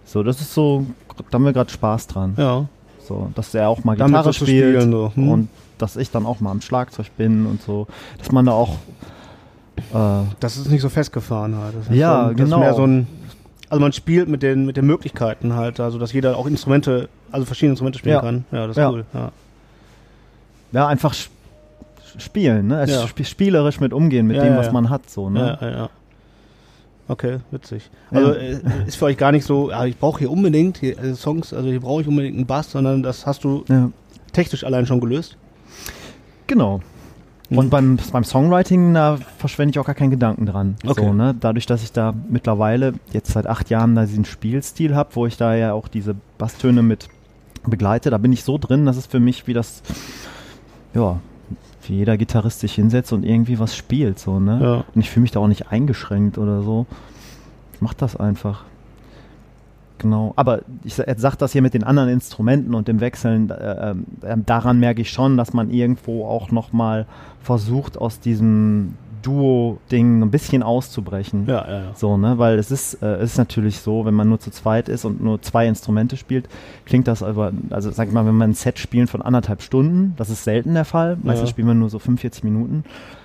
S4: So, das ist so, da haben wir gerade Spaß dran.
S3: Ja.
S4: So, dass er auch mal
S3: Damit
S4: Gitarre
S3: so zu
S4: spielt
S3: spielen, so. Hm.
S4: und dass ich dann auch mal am Schlagzeug bin und so, dass man da auch äh,
S3: Das ist nicht so festgefahren halt. Das ist
S4: Ja,
S3: schon, das
S4: genau.
S3: Ist mehr so ein, also man spielt mit den, mit den Möglichkeiten halt, also dass jeder auch Instrumente, also verschiedene Instrumente spielen
S4: Ja.
S3: kann. Ja, das ist
S4: Ja.
S3: cool. Ja.
S4: ja einfach sch- spielen, ne? Also
S3: Ja.
S4: sp- spielerisch mit umgehen mit
S3: Ja,
S4: dem,
S3: ja,
S4: was
S3: ja.
S4: man hat, so, ne?
S3: Ja, ja, ja. Okay, witzig.
S4: Ja.
S3: Also äh, ist für euch gar nicht so, ja, ich brauche hier unbedingt hier, äh, Songs, also hier brauche ich unbedingt einen Bass, sondern das hast du
S4: Ja.
S3: technisch allein schon gelöst.
S4: Genau.
S3: Mhm.
S4: Und beim, beim Songwriting, da verschwende ich auch gar keinen Gedanken dran.
S3: Okay.
S4: So, ne? Dadurch, dass ich da mittlerweile jetzt seit acht Jahren da diesen Spielstil habe, wo ich da ja auch diese Basstöne mit begleite, da bin ich so drin, dass es für mich wie das, ja, wie jeder Gitarrist sich hinsetzt und irgendwie was spielt. So, ne?
S3: Ja.
S4: Und ich fühle mich da auch nicht eingeschränkt oder so. Ich mach das einfach. Genau, aber ich sa- sag das hier mit den anderen Instrumenten und dem Wechseln, äh, ähm, ähm, daran merke ich schon, dass man irgendwo auch nochmal versucht, aus diesem Duo-Ding ein bisschen auszubrechen.
S3: Ja, ja, ja.
S4: So, ne, weil es ist, äh, es ist natürlich so, wenn man nur zu zweit ist und nur zwei Instrumente spielt, klingt das aber, also sag ich mal, wenn man ein Set spielen von anderthalb Stunden, das ist selten der Fall. Meistens
S3: Ja.
S4: spielen wir nur so 45 Minuten.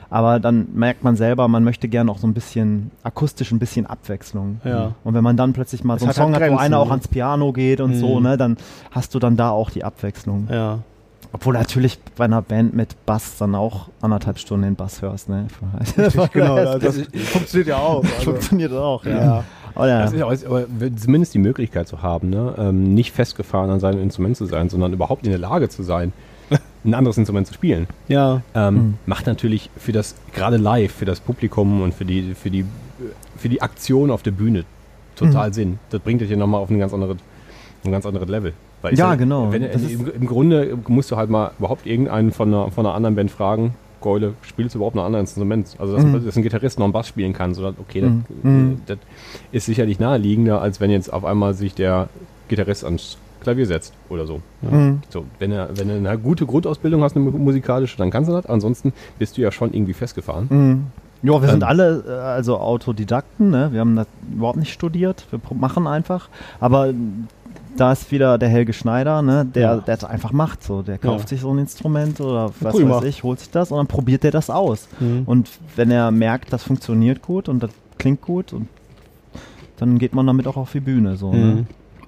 S4: Aber dann merkt man selber, man möchte gerne auch so ein bisschen akustisch ein bisschen Abwechslung.
S3: Ja.
S4: Und wenn man dann plötzlich mal
S3: Es
S4: so einen
S3: hat halt
S4: Song hat, wo
S3: Grenzen,
S4: einer auch
S3: ne?
S4: ans Piano geht und so,
S3: Mhm.
S4: ne, dann hast du dann da auch die Abwechslung.
S3: Ja,
S4: Obwohl natürlich bei einer Band mit Bass dann auch anderthalb Stunden den Bass
S3: *laughs*
S4: hörst, ne?
S3: richtig, *laughs* genau. Das, funktioniert ja auch. Also.
S4: Funktioniert das auch, ja.
S3: Ja. Also
S4: Aber ja.
S2: Das ist ja auch- aber zumindest die Möglichkeit zu haben, ne? ähm, nicht festgefahren an seinem Instrument zu sein, sondern überhaupt in der Lage zu sein,
S4: *laughs*
S2: ein anderes Instrument zu spielen.
S3: *laughs* ja,
S2: Ähm,
S4: Mhm.
S2: Macht natürlich für das, gerade live, für das Publikum und für die, für die, für die Aktion auf der Bühne total
S4: Mhm.
S2: Sinn. Das bringt dich ja nochmal auf ein ganz anderes, ein ganz anderes Level. Weil ich
S4: Ja,
S2: sag,
S4: genau.
S2: Wenn,
S4: Das
S2: im, Im Grunde musst du halt mal überhaupt irgendeinen von einer, von einer anderen Band fragen, Keule, spielst du überhaupt noch ein anderes Instrument? Also, dass,
S4: Mhm.
S2: dass ein Gitarrist noch einen Bass spielen kann. So, okay, das, das ist sicherlich naheliegender, als wenn jetzt auf einmal sich der Gitarrist ans Klavier setzt oder so. ne?
S4: Mhm.
S2: So, wenn, er, wenn du eine gute Grundausbildung hast, eine mu- musikalische, dann kannst du das. Ansonsten bist du ja schon irgendwie festgefahren.
S4: Ja, wir sind
S2: Ähm.
S4: alle äh, also Autodidakten, ne? Wir haben das überhaupt nicht studiert, wir pro- machen einfach. Aber ähm, da ist wieder der Helge Schneider, ne? der, der das einfach macht. So. Der kauft
S3: Ja.
S4: sich so ein Instrument oder was
S3: Cool
S4: weiß
S3: macht.
S4: ich, holt sich das und dann probiert der das aus.
S3: Mhm.
S4: Und wenn er merkt, das funktioniert gut und das klingt gut, und dann geht man damit auch auf die Bühne. So,
S3: Mhm.
S4: ne?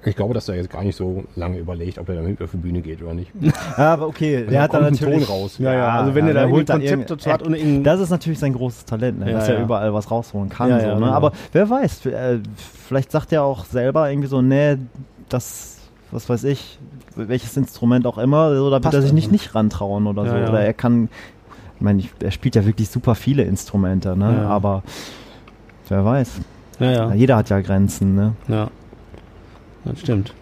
S2: Ich glaube, dass er jetzt gar nicht so lange überlegt, ob er damit auf die Bühne geht oder nicht.
S4: Ja, aber okay, der hat dann
S2: kommt ein
S4: natürlich...
S2: Ton raus.
S3: ja, ja. Also wenn
S4: ja,
S3: ihr da
S4: der
S3: irgendwie
S4: holt da
S3: Konzept
S4: irgend-
S3: dazu hat und irgendein
S4: Das ist natürlich sein großes Talent, ne?
S3: Ja,
S4: dass er
S3: ja.
S4: überall was rausholen kann.
S3: Ja,
S4: so,
S3: ja,
S4: ne?
S3: genau.
S4: Aber wer weiß, v- äh, vielleicht sagt er auch selber irgendwie so, nee, das, was weiß ich, welches Instrument auch immer, so, da wird
S3: Passt
S4: er sich nicht,
S3: einfach.
S4: nicht rantrauen oder
S3: Ja,
S4: so.
S3: ja.
S4: Oder er kann, ich meine, ich- er spielt ja wirklich super viele Instrumente, ne?
S3: Ja, ja.
S4: aber wer weiß.
S3: Ja,
S4: Ja,
S3: ja.
S4: jeder hat ja Grenzen, ne?
S3: ja. Das stimmt.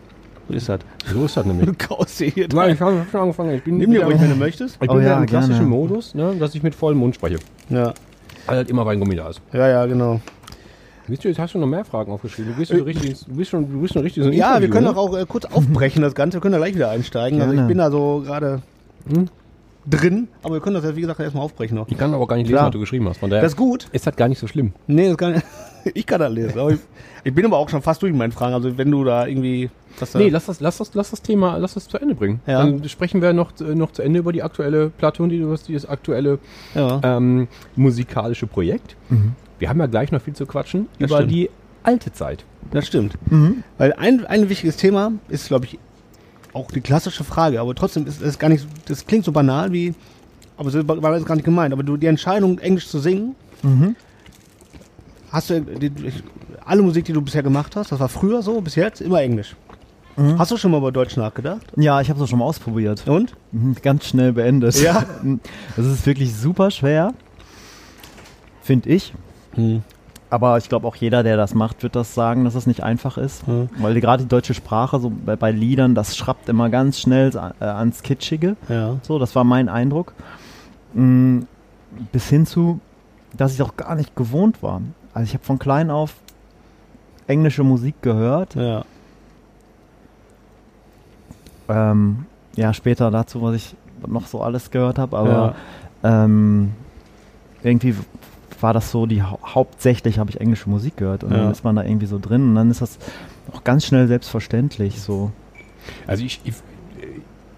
S3: So ist das.
S2: So ist das nämlich.
S3: *laughs* Du kaust dir hier
S2: Nein,
S3: dran.
S2: ich habe schon angefangen. Ich bin,
S3: Nimm dir
S2: wieder,
S3: ruhig,
S2: ich
S3: wenn du möchtest.
S2: bin
S4: Oh
S2: wieder
S4: ja,
S2: im
S4: gerne.
S2: klassischen Modus, ne, dass ich mit vollem Mund spreche.
S3: Ja,
S2: Weil halt immer Weingummi da ist.
S3: ja, ja genau.
S2: Siehst du, jetzt hast du noch mehr Fragen aufgeschrieben. Du bist schon richtig, ins- du bist schon, du bist schon richtig so ein
S3: Ja, wir
S2: Interview,
S3: können
S2: ne?
S3: doch auch äh, kurz aufbrechen, das Ganze. Wir können da gleich wieder einsteigen. Also ich
S4: Gerne.
S3: bin da so gerade drin, aber wir können das, jetzt, wie gesagt, erstmal aufbrechen noch.
S2: Hm? Ich kann aber gar nicht
S4: Klar.
S2: lesen, was du geschrieben hast. Von daher
S3: Das ist gut.
S2: ist das gar nicht so schlimm.
S3: Nee, das kann *laughs* ich kann das lesen. Aber ich, ich bin aber auch schon fast durch mit meinen Fragen. Also wenn du da irgendwie... dass da-
S2: Nee, lass das, lass das, lass das Thema, lass das zu Ende bringen.
S3: Ja.
S2: Dann sprechen wir noch, zu- noch zu Ende über die aktuelle Platon, die du hast, dieses aktuelle
S3: ja.
S2: ähm, musikalische Projekt. Wir haben ja gleich noch viel zu quatschen
S3: Das
S2: über
S3: stimmt.
S2: die alte Zeit.
S3: Das stimmt. Weil ein, ein wichtiges Thema ist, glaube ich, auch die klassische Frage, aber trotzdem ist es gar nicht, so- das klingt so banal wie, aber so ba- war das gar nicht gemeint, aber du, die Entscheidung, Englisch zu singen, hast du, die, ich- alle Musik, die du bisher gemacht hast, das war früher so, bis jetzt immer Englisch. Hast du schon mal über Deutsch nachgedacht?
S4: Ja, ich habe es schon mal ausprobiert.
S3: Und?
S4: Mhm, Ganz schnell beendet. *laughs*
S3: Ja.
S4: Das ist wirklich super schwer, finde ich.
S2: Hm.
S4: Aber ich glaube, auch jeder, der das macht, wird das sagen, dass es nicht einfach ist. Weil die- gerade die deutsche Sprache, so bei, bei Liedern, das schrappt immer ganz schnell a- äh, ans Kitschige.
S3: Ja.
S4: So, das war mein Eindruck. Mm, Bis hin zu, dass ich auch gar nicht gewohnt war. Also ich habe von klein auf englische Musik gehört.
S3: Ja.
S4: Ähm, ja, später dazu, was ich noch so alles gehört habe, aber
S3: Ja.
S4: ähm, irgendwie war das so, die hau hauptsächlich habe ich englische Musik gehört und
S3: Ja.
S4: dann ist man da irgendwie so drin und dann ist das auch ganz schnell selbstverständlich so.
S2: Also ich, ich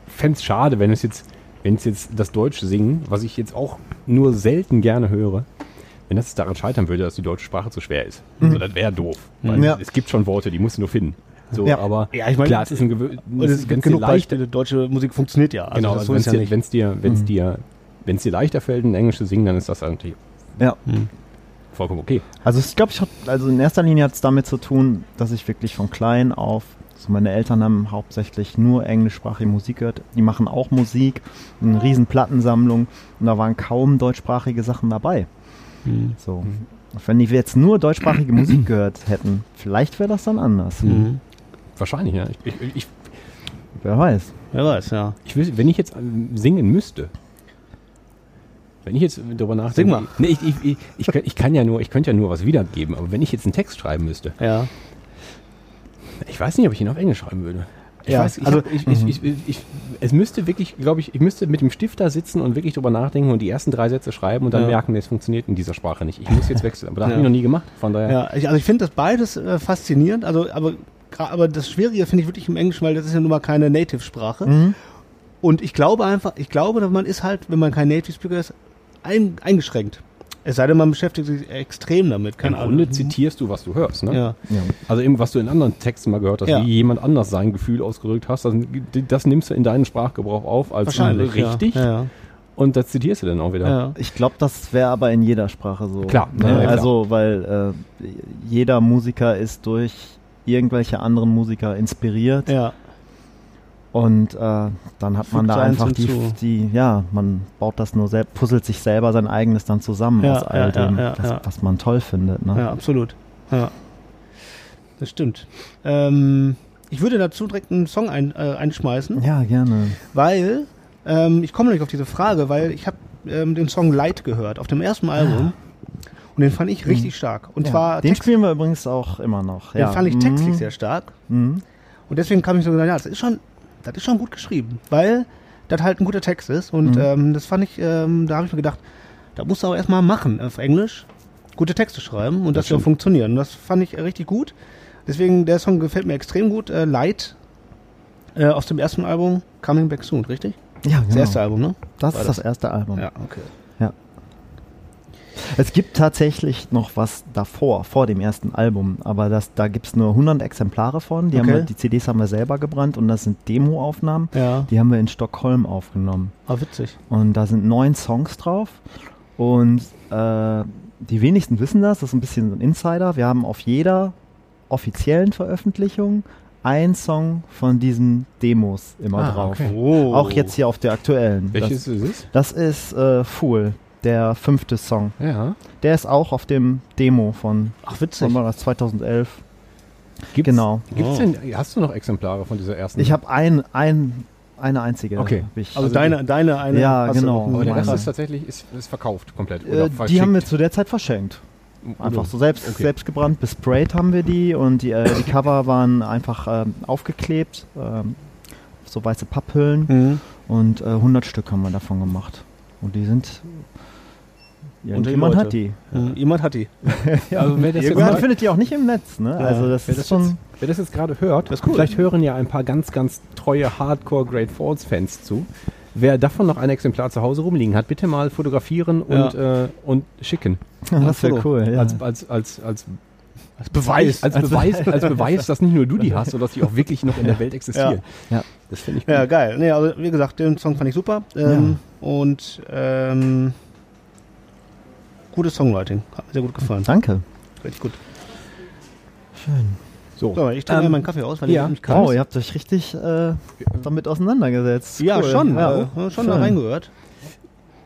S2: fände es schade, wenn es jetzt, wenn es jetzt das Deutsche singen, was ich jetzt auch nur selten gerne höre, wenn das daran scheitern würde, dass die deutsche Sprache zu schwer ist. Also das wäre doof. Weil
S4: Mhm. Ja.
S2: Es gibt schon Worte, die musst du nur finden. So,
S4: Ja.
S2: aber
S3: Ja, ich meine,
S2: klar, es ist ein Gewö
S3: Und es gibt genug Beispiele, deutsche Musik funktioniert ja. Also
S2: Genau,
S3: das
S2: also
S3: so
S2: wenn
S3: ist
S2: es
S3: ja
S2: dir,
S3: nicht. Mhm.
S2: wenn's dir, wenn's dir, wenn's dir leichter fällt, ein Englisch zu singen, dann ist das natürlich
S4: Ja.
S2: vollkommen okay.
S4: Also ich glaube, ich hab, also in erster Linie hat es damit zu tun, dass ich wirklich von klein auf, also meine Eltern haben hauptsächlich nur englischsprachige Musik gehört. Die machen auch Musik, eine riesen Plattensammlung und da waren kaum deutschsprachige Sachen dabei.
S2: Mhm.
S4: So. Wenn die jetzt nur deutschsprachige Musik gehört hätten, vielleicht wäre das dann anders.
S2: Mhm. Wahrscheinlich, ja. Ich, ich, ich,
S4: Wer weiß.
S3: Wer weiß, ja.
S2: ich wüsste- wenn ich jetzt ähm, singen müsste, wenn ich jetzt darüber nachdenke.
S3: Sing mal.
S2: Nee, ich, ich, ich, ich, kann, ich kann ja nur, ich könnte ja nur was wiedergeben, aber wenn ich jetzt einen Text schreiben müsste,
S3: Ja.
S2: ich weiß nicht, ob ich ihn auf Englisch schreiben würde. Ich
S3: Ja,
S2: weiß, ich,
S3: also-
S2: hab- ich, ich, ich, ich, ich, es müsste wirklich, glaube ich, ich müsste mit dem Stift da sitzen und wirklich drüber nachdenken und die ersten drei Sätze schreiben und dann
S3: Ja.
S2: merken, nee, es funktioniert in dieser Sprache nicht. Ich muss
S3: *laughs*
S2: jetzt wechseln. Aber das habe
S3: Ja.
S2: ich noch nie gemacht. Von daher.
S3: ja ich, also ich finde das beides äh, faszinierend. Also, aber, gra- aber das Schwierige finde ich wirklich im Englischen, weil das ist ja nun mal keine Native-Sprache.
S2: Mhm.
S3: Und ich glaube einfach, ich glaube, dass man ist halt, wenn man kein Native-Speaker ist, ein, eingeschränkt. Es sei denn, man beschäftigt sich extrem damit.
S2: Im
S3: Keine Ahnung.
S2: Grunde zitierst du, was du hörst. Ne?
S3: Ja.
S2: Also eben, was du in anderen Texten mal gehört hast,
S3: Ja.
S2: wie jemand anders sein Gefühl ausgedrückt hast, das, das nimmst du in deinen Sprachgebrauch auf als
S3: Wahrscheinlich.
S2: richtig
S3: Ja. Ja,
S2: und das zitierst du dann auch wieder.
S3: ja. ja.
S4: Ich glaube, das wäre aber in jeder Sprache so.
S2: Klar,
S4: Ne?
S2: ja, ja, klar.
S4: Also, weil äh, jeder Musiker ist durch irgendwelche anderen Musiker inspiriert.
S3: ja.
S4: Und äh, dann hat man
S3: Fügt
S4: da
S3: eins
S4: einfach die,
S3: hinzu.
S4: die, ja, man baut das nur selbst, puzzelt sich selber sein eigenes dann zusammen
S3: Ja,
S4: aus all
S3: ja, ja,
S4: dem,
S3: ja,
S4: das,
S3: ja.
S4: was man toll findet. Ne?
S3: Ja, absolut. Ja. Das stimmt. Ähm, ich würde dazu direkt einen Song ein, äh, einschmeißen,
S4: Ja, gerne.
S3: weil ähm, ich komme nicht auf diese Frage, weil ich habe ähm, den Song Light gehört auf dem ersten Album und den fand ich richtig stark. Und
S4: Ah. Mhm. ja.
S3: zwar
S4: den
S3: Text,
S4: spielen wir übrigens auch immer noch.
S3: den
S4: ja.
S3: fand ich
S4: Mhm.
S3: textlich sehr stark
S4: Mhm.
S3: und deswegen kam ich so gedacht, ja, das ist schon, das ist schon gut geschrieben, weil das halt ein guter Text ist und
S4: Mhm.
S3: ähm, das fand ich, ähm, da habe ich mir gedacht, da musst du auch erstmal machen auf Englisch, gute Texte schreiben und das, soll funktionieren. Und das fand ich äh, richtig gut. Deswegen, der Song gefällt mir extrem gut. Äh, Light äh, aus dem ersten Album, Coming Back Soon, richtig?
S4: Ja, genau.
S3: Das erste Album, ne?
S4: Das
S3: war
S4: ist das erste Album.
S3: Ja, okay.
S4: Es gibt tatsächlich noch was davor, vor dem ersten Album, aber das, da gibt es nur 100 Exemplare von. Die, haben
S3: Okay.
S4: wir, die CDs haben wir selber gebrannt und das sind Demoaufnahmen.
S3: Ja,
S4: Die haben wir in Stockholm aufgenommen.
S3: war witzig.
S4: Und da sind neun Songs drauf. Und äh, die wenigsten wissen das, das ist ein bisschen so ein Insider. Wir haben auf jeder offiziellen Veröffentlichung einen Song von diesen Demos immer
S2: Ah,
S4: drauf.
S2: okay.
S3: Oh.
S4: Auch jetzt hier auf der aktuellen.
S2: Welches ist es?
S4: Das, das ist äh, Fool, der fünfte Song.
S2: Ja.
S4: Der ist auch auf dem Demo von
S3: Ach, witzig.
S4: wann war das, 2011.
S2: Gibt's,
S4: Genau.
S2: Gibt's
S3: Oh.
S2: denn, hast du noch Exemplare von dieser ersten?
S4: Ich habe ein, ein, eine einzige.
S2: Okay.
S4: hab Ich,
S3: Also, deine, deine eine.
S4: Ja,
S3: hast du
S4: genau.
S3: auf dem
S2: Aber der Rest
S4: meine-
S2: ist tatsächlich ist, ist verkauft komplett.
S4: äh, die
S2: verschickt.
S4: haben wir zu der Zeit verschenkt. Einfach
S2: Oder-
S4: so selbst,
S2: Genau. Okay.
S4: selbst gebrannt, besprayt haben wir die und die, äh, die Cover waren einfach ähm, aufgeklebt, ähm, auf so weiße Papphüllen
S3: Mhm.
S4: und äh, 100 Stück haben wir davon gemacht. Und die sind. Irgendjemand
S3: Leute.
S4: hat die.
S3: Mhm. Jemand hat die.
S2: Also wer das jetzt
S4: Irgendjemand
S2: mal-
S4: findet die auch nicht im Netz, ne? also das
S2: Wer
S4: ist
S2: das,
S4: schon.
S2: jetzt, wer das jetzt gerade hört, vielleicht hören ja ein paar ganz, ganz treue Hardcore Great Falls Fans zu. Wer davon noch ein Exemplar zu Hause rumliegen hat, bitte mal fotografieren und, äh, und schicken.
S4: *laughs* das wäre
S3: Foto.
S4: cool. Ja.
S2: Als, als, als, als,
S3: Als Beweis.
S2: als, Beweis, als Beweis, dass nicht nur du die hast, sondern dass die auch wirklich noch in der Welt existieren.
S4: Ja.
S2: Das finde ich gut.
S3: Ja, geil. Nee, also wie gesagt, den Song fand ich super. Ähm, Und ähm, gutes Songwriting. Hat mir sehr gut gefallen.
S4: Danke.
S3: Richtig gut.
S2: So.
S3: So, ich trinke mal meinen Kaffee aus, weil
S2: ja.
S3: ich mich kann.
S4: Wow, Oh, ihr habt euch richtig äh, damit auseinandergesetzt.
S3: ja,
S4: Cool.
S3: schon.
S4: Ja.
S3: äh, schon da
S4: schön.
S3: reingehört.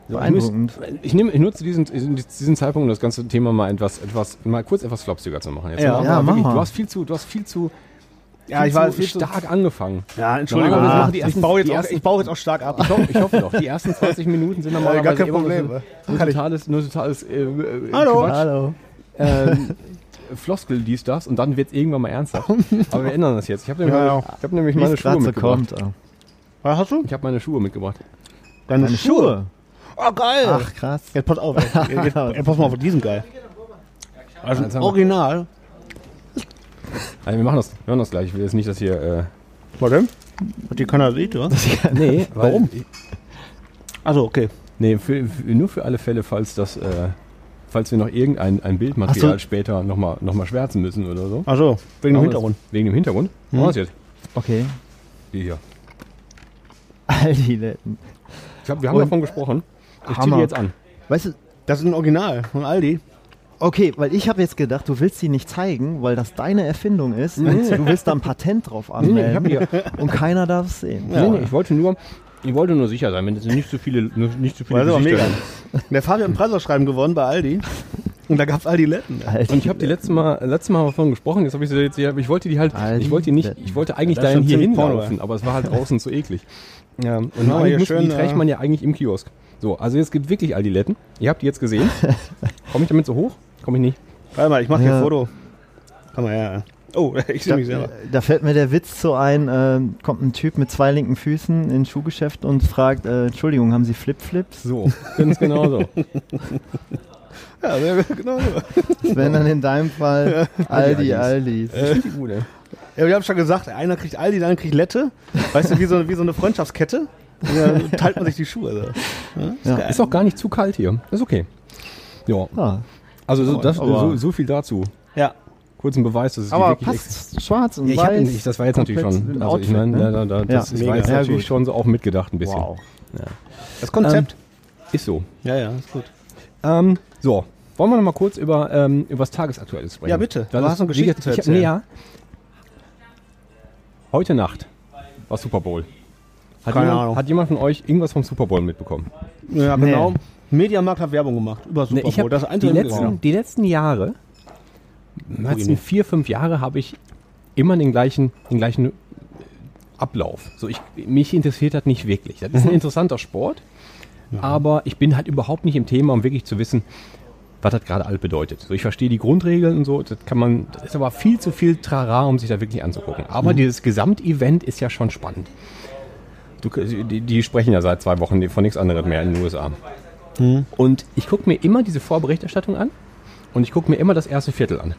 S4: Beeindruckend.
S2: Ich, nehme, ich nutze diesen, diesen Zeitpunkt, um das ganze Thema mal etwas, etwas, mal kurz etwas flopsiger zu machen. Jetzt
S3: Ja.
S2: mal-
S4: Ja,
S2: mal
S4: mach
S2: wirklich,
S4: mal.
S2: du hast viel zu, du hast viel zu,
S3: Ja,
S2: viel
S3: ich war
S2: zu stark angefangen.
S3: Ja, Entschuldigung.
S2: Normalerweise
S3: Ah,
S2: machen die
S3: ich,
S2: ersten-
S3: baue jetzt
S2: die
S3: auch,
S2: ersten-
S3: ich baue jetzt auch stark ab.
S2: Ich hoffe, ich hoffe doch. Die ersten 20 Minuten sind normalerweise
S3: gar kein
S2: immer
S3: Problem. ne?
S2: Nur, so- nur totales, nur totales äh, äh,
S3: Hallo.
S2: Quatsch,
S4: Hallo.
S2: ähm, Floskel, dies, das und dann wird es irgendwann mal ernsthaft. Aber wir ändern das jetzt. Ich habe nämlich,
S3: Ja, ja.
S2: ich hab nämlich
S4: Wie
S2: meine
S4: es
S2: Schuhe
S4: gerade so
S2: mitgebracht.
S4: kommt. ah.
S3: Was hast du?
S2: Ich habe meine Schuhe mitgebracht.
S3: Deine,
S4: Deine Schuhe.
S3: Oh, geil!
S4: Ach, krass.
S3: Jetzt pass auf, *laughs* ey. Jetzt- ey, pass mal auf diesen geil. Also
S2: Eins haben wir.
S3: Original.
S2: Also wir, machen das, wir machen das gleich. Ich will jetzt nicht, dass hier. Äh,
S3: Warte. Hat die keiner sieht, oder?
S2: nee,
S3: warum? *laughs* Also okay.
S2: Nee, für, für, nur für alle Fälle, falls das. Äh, falls wir noch irgendein ein Bildmaterial
S4: Ach so.
S2: später nochmal noch mal schwärzen müssen oder so.
S3: Also wegen dem
S2: Machen wir das-
S3: Hintergrund. Hm.
S2: Wegen dem Hintergrund? Machen wir das jetzt?
S4: Okay.
S2: Die hier.
S4: *laughs* All die netten.
S2: Ich glaub, wir haben
S4: Und-
S2: davon gesprochen. Ich zieh
S4: Hammer.
S2: die jetzt an.
S4: Weißt du,
S3: Das ist ein Original von Aldi.
S4: okay, weil ich habe jetzt gedacht, du willst sie nicht zeigen, weil das deine Erfindung ist. Und du willst da ein Patent drauf anmelden.
S2: ich hab
S4: und keiner darf es sehen.
S2: Nee, nee, ich wollte nur. Ich wollte nur sicher sein, wenn es nicht zu viele, nur- nicht zu viele
S3: War aber
S2: Gesichter
S3: mega.
S2: sind.
S3: Der Fabian hat ein Preisausschreiben gewonnen bei Aldi. Und da gab's Aldi Letten.
S4: Aldi
S2: Und ich habe die letzte Mal, letztes Mal davon gesprochen, jetzt habe ich sie jetzt hier, ich wollte die halt,
S4: Aldi
S2: ich wollte die nicht,
S4: Letten.
S2: ich wollte eigentlich
S3: Ja, das
S2: dahin
S3: ist
S2: hier
S3: ziemlich Porno,
S2: hinlaufen, aber es
S3: *laughs*
S2: war halt draußen zu eklig. Ja, und
S3: wir
S2: eigentlich
S3: hier
S2: muss, die
S3: schön,
S2: trägt
S3: äh,
S2: man ja eigentlich im Kiosk. So, also jetzt gibt wirklich all die Letten. Ihr habt die jetzt
S3: *laughs*
S2: gesehen. Komme ich damit so hoch? Komme ich nicht.
S3: Warte mal, ich mache hier
S4: Ja.
S3: ein Foto. Komm mal her. Oh, ich sehe mich
S4: da,
S3: selber.
S4: da fällt mir der Witz so ein, ähm, kommt ein Typ mit zwei linken Füßen ins Schuhgeschäft und fragt, äh, Entschuldigung, haben Sie Flipflips?
S2: So, ganz genau
S3: *laughs*
S2: so.
S3: Ja, sehr gut, genau. so.
S4: Das wären dann in deinem Fall
S2: *laughs*
S4: Aldi, Aldis.
S2: Die Bude.
S3: Ja, wir haben schon gesagt, einer kriegt Aldi, der andere kriegt Lette. Weißt du, wie so, wie so eine Freundschaftskette. Und dann teilt man sich die Schuhe. also. So.
S2: Ist auch gar nicht zu kalt hier. Ist okay. Ja,
S4: Ah,
S2: also so, das,
S4: Aber-
S2: so, so viel dazu.
S3: Ja.
S2: Kurzen Beweis, dass es die
S4: aber
S2: wirklich
S4: passt schwarz und
S2: Ja, ich hab,
S4: weiß.
S2: ich, das war jetzt natürlich
S4: komplett
S2: schon,
S4: im
S2: also ich
S4: Outfit,
S2: meine,
S4: ne?
S2: da, da, das
S4: Ja,
S2: ist-
S3: mega.
S2: war jetzt
S3: Sehr
S2: natürlich
S4: gut.
S2: schon so auch mitgedacht ein bisschen.
S4: Wow.
S3: Das Konzept.
S2: Ist so.
S3: ja, ja, ist gut.
S2: Ähm, so, wollen wir noch mal kurz über, ähm, über das Tagesaktuelle sprechen?
S3: Ja, bitte.
S2: Weil
S3: Du
S2: das-
S3: hast noch
S2: wie gesagt,
S3: Geschichten zu
S2: ich hab-
S3: erzählen.
S2: Nee, ja. Heute Nacht war Super Bowl. Hat
S3: Keine
S2: jemand,
S3: Ahnung.
S2: Hat jemand von euch irgendwas vom Super Bowl mitbekommen?
S3: Ja, genau. Mediamarkt hat Werbung gemacht über Super Bowl.
S2: hab
S3: das
S2: die,
S3: einzige Mittel-
S2: letzten, die letzten Jahre, die letzten
S3: nicht.
S2: vier, fünf Jahre habe ich immer den gleichen, den gleichen Ablauf. So, ich, mich interessiert das nicht wirklich. Das ist
S3: Mhm.
S2: ein interessanter Sport, aber ich bin halt überhaupt nicht im Thema, um wirklich zu wissen, was das gerade alt bedeutet. So, ich verstehe die Grundregeln und so, das kann man, das ist aber viel zu viel Trara, um sich da wirklich anzugucken.
S3: Mhm.
S2: Aber dieses Gesamtevent ist ja schon spannend. Du, die, die sprechen ja seit zwei Wochen von nichts anderem mehr in den USA. Und ich gucke mir immer diese Vorberichterstattung an und ich gucke mir immer das erste Viertel an.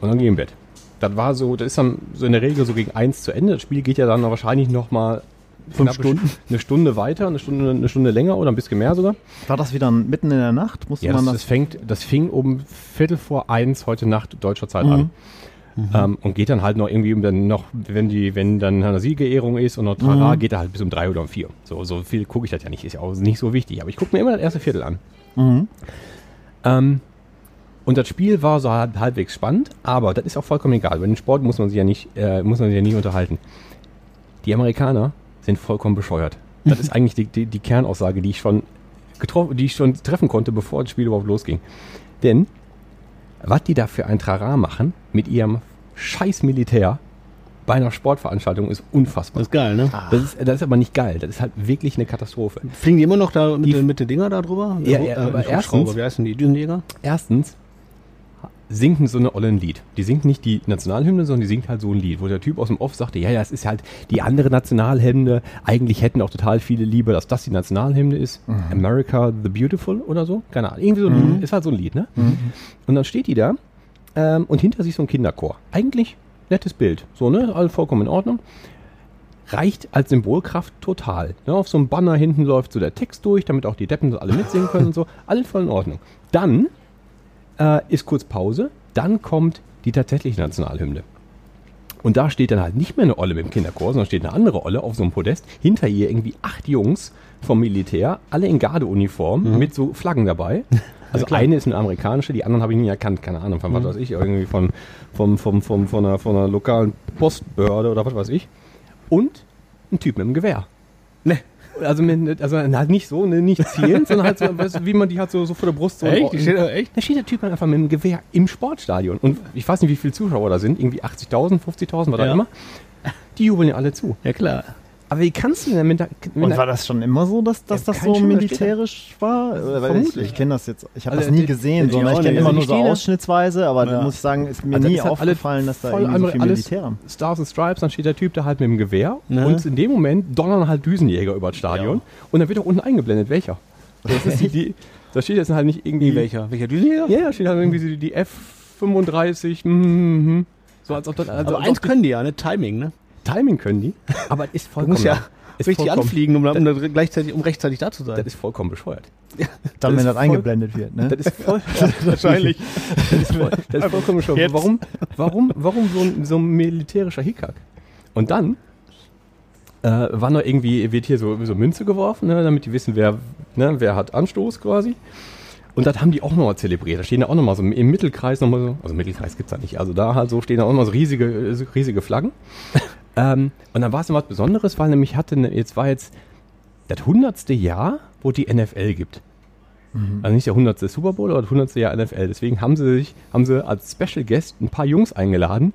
S2: Und dann gehe ich im Bett. Das war so, das ist dann so in der Regel so gegen eins zu Ende. Das Spiel geht ja dann wahrscheinlich nochmal fünf Stunden, eine Stunde weiter, eine Stunde, eine Stunde länger oder ein bisschen mehr sogar.
S4: War das wieder mitten in der Nacht? Musste
S2: Ja, das,
S4: man
S2: das,
S4: das?
S2: fängt, das fing um Viertel vor eins heute Nacht deutscher Zeit an. Ähm, und geht dann halt noch irgendwie, dann noch, wenn die, wenn dann eine Siegerehrung ist und noch trara, geht er halt bis um drei oder um vier. So, so viel gucke ich das ja nicht, ist ja auch nicht so wichtig. Aber ich gucke mir immer das erste Viertel an. Ähm, und das Spiel war so halb, halbwegs spannend, aber das ist auch vollkommen egal. Über den Sport muss man sich ja nicht, äh, muss man sich ja nicht unterhalten. Die Amerikaner sind vollkommen bescheuert. Das ist eigentlich die, die, die Kernaussage, die ich schon getroffen, die ich schon treffen konnte, bevor das Spiel überhaupt losging. Denn was die da für ein Trara machen mit ihrem scheiß Militär bei einer Sportveranstaltung ist unfassbar.
S3: Das ist geil, ne?
S2: Das ist, das ist aber nicht geil. Das ist halt wirklich eine Katastrophe.
S3: Fliegen die immer noch da mit,
S2: Die-
S3: den, mit den Dinger da drüber?
S2: Ja,
S3: Ru-
S2: ja,
S3: äh,
S2: aber
S3: nicht
S2: erstens-
S3: Hubschrauber, Wie heißen die? Düsenjäger?
S2: Erstens singt so eine Ollen Lied. Die singt nicht die Nationalhymne, sondern die singt halt so ein Lied, wo der Typ aus dem Off sagte, ja, ja, es ist halt die andere Nationalhymne. Eigentlich hätten auch total viele lieber, dass das die Nationalhymne ist. America the Beautiful oder so. Keine Ahnung. Irgendwie so ein Lied. Ist halt so ein Lied, ne? Und dann steht die da ähm, und hinter sich so ein Kinderchor. Eigentlich nettes Bild. So, ne? Alles vollkommen in Ordnung. Reicht als Symbolkraft total. Ne? Auf so einem Banner hinten läuft so der Text durch, damit auch die Deppen alle mitsingen können und so. Alles voll in Ordnung. Dann äh, ist kurz Pause, dann kommt die tatsächliche Nationalhymne. Und da steht dann halt nicht mehr eine Olle mit dem Kinderchor, sondern steht eine andere Olle auf so einem Podest, hinter ihr irgendwie acht Jungs vom Militär, alle in
S3: Mhm.
S2: Gardeuniform, mit so Flaggen
S3: *laughs*
S2: dabei. Also eine ist eine amerikanische, die anderen habe ich nie erkannt, keine Ahnung,
S3: Mhm.
S2: von was weiß ich, irgendwie von, vom, vom, vom, von, einer, von einer lokalen Postbehörde oder was weiß ich. Und ein Typ mit einem Gewehr. Ne. Also, mit, also halt nicht so, ne, nicht zielend, sondern halt so, weißt du, wie man die halt so, so vor der Brust so
S3: Echt? Die steht da-
S2: da steht der Typ dann einfach mit dem Gewehr im Sportstadion. Und ich weiß nicht, wie viele Zuschauer da sind. Irgendwie 80.000, 50.000, was auch
S3: Ja.
S2: immer. Die jubeln ja alle zu.
S3: Ja, klar.
S2: Aber wie kannst du denn mit der, mit
S4: Und
S2: der
S4: war das schon immer so, dass, dass
S2: Ja,
S4: das
S2: kein
S4: so
S2: Schimmer, steht da.
S4: militärisch war? Äh, Weil ich
S2: Vermutlich.
S4: ich kenne das jetzt. Ich habe
S2: Also,
S4: das nie
S2: die-
S4: gesehen,
S2: die
S4: sondern
S2: auch
S4: ich kenne
S2: nicht.
S4: immer
S2: Also
S4: nur
S2: die
S4: so
S2: stehen da-
S4: ausschnittsweise, aber da
S3: Ja.
S4: muss ich sagen, ist mir
S2: Also das
S4: nie
S2: ist halt alles
S4: aufgefallen, dass da
S2: voll
S4: irgendwie so
S2: einmal
S4: viel
S2: alles
S4: Militär haben.
S2: Stars and Stripes, dann steht der Typ da halt mit dem Gewehr
S3: Ne?
S2: und in dem Moment donnern halt Düsenjäger über das Stadion und dann wird auch unten eingeblendet, welcher. Das ist die, die, da steht jetzt halt nicht irgendwie.
S5: Wie welcher? Welcher Düsenjäger?
S2: Ja, da steht halt irgendwie so die, die F35. Mm, mm, so als ob das. Also
S3: Aber
S2: als
S3: eins
S2: ob die
S3: können die ja, ne? Timing, ne?
S2: Timing können die. Aber es ist
S3: Du
S2: vollkommen.
S3: musst ja
S2: ist
S3: richtig
S2: vollkommen-
S3: anfliegen, um, um, da gleichzeitig, um rechtzeitig da zu
S2: Das
S3: sein.
S2: ist vollkommen bescheuert.
S4: Dann,
S2: Das
S4: wenn
S2: ist
S4: das
S2: voll-
S4: eingeblendet wird. Ne?
S2: *laughs* Das ist voll.
S3: Wahrscheinlich.
S2: voll das ist vollkommen bescheuert.
S3: Jetzt.
S2: Warum, warum, warum so ein, so ein militärischer Hickhack? Und dann äh, war noch irgendwie, wird hier so, so Münze geworfen, ne, damit die wissen, wer, ne, wer hat Anstoß quasi. Und das haben die auch nochmal zelebriert. Da stehen da auch nochmal so im Mittelkreis nochmal so, also Mittelkreis gibt's da nicht, also da halt so stehen da auch nochmal so riesige, äh, so riesige Flaggen. ähm, und dann war es noch was Besonderes, weil nämlich hatte, ne- jetzt war jetzt das hundertste Jahr, wo die NFL gibt.
S3: Mhm.
S2: Also nicht der 100. Super Bowl, aber das 100. Jahr NFL. Deswegen haben sie sich, haben sie als Special Guest ein paar Jungs eingeladen,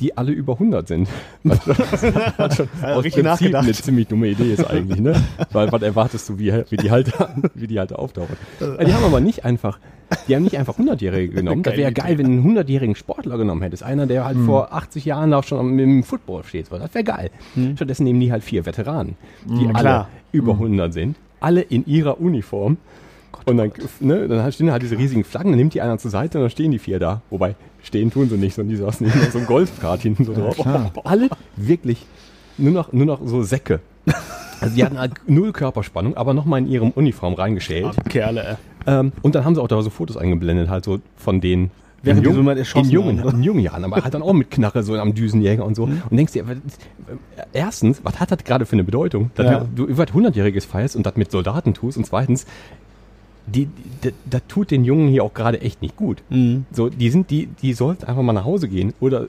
S2: die alle über 100
S3: *laughs*
S2: sind. Was schon, was schon aus Prinzip eine
S3: richtig nachgedacht.
S2: ziemlich dumme Idee ist eigentlich, ne? Weil was erwartest du, wie, wie die halt, wie die halt auftauchen? Die haben aber nicht einfach, die haben nicht einfach 100-Jährige genommen. Das wäre geil, wenn du einen 100-jährigen Sportler genommen hättest. Einer, der halt vor 80 Jahren auch schon am- im Football steht. So, Das wäre geil. Stattdessen nehmen die halt vier Veteranen, die alle
S3: klar.
S2: über 100 sind, alle in ihrer Uniform. Und dann, ne, dann stehen halt diese riesigen Flaggen, dann nimmt die einer zur Seite und dann stehen die vier da. Wobei, stehen tun sie nicht, sondern die saßen hinten auf so einem Golfkart hinten so drauf. *laughs* Alle wirklich nur noch, nur noch so Säcke. Also die hatten halt null Körperspannung, aber nochmal in ihrem Uniform reingeschält.
S3: Kerle, ey.
S2: Ähm, und dann haben sie auch da so Fotos eingeblendet, halt so von denen.
S3: Während
S2: in,
S3: die
S2: jung-
S3: so Mhm. mal erschossen
S2: in, jungen,
S3: haben, oder?
S2: in jungen Jahren, aber halt dann auch mit Knarre so am Düsenjäger und so. Und denkst dir, was- äh, erstens, was hat das gerade für eine Bedeutung, dass
S3: Ja.
S2: du, du über 100-jähriges feierst und das mit Soldaten tust und zweitens, die, die, das tut den Jungen hier auch gerade echt nicht gut.
S3: Mhm.
S2: So, die sind, die, die sollten einfach mal nach Hause gehen oder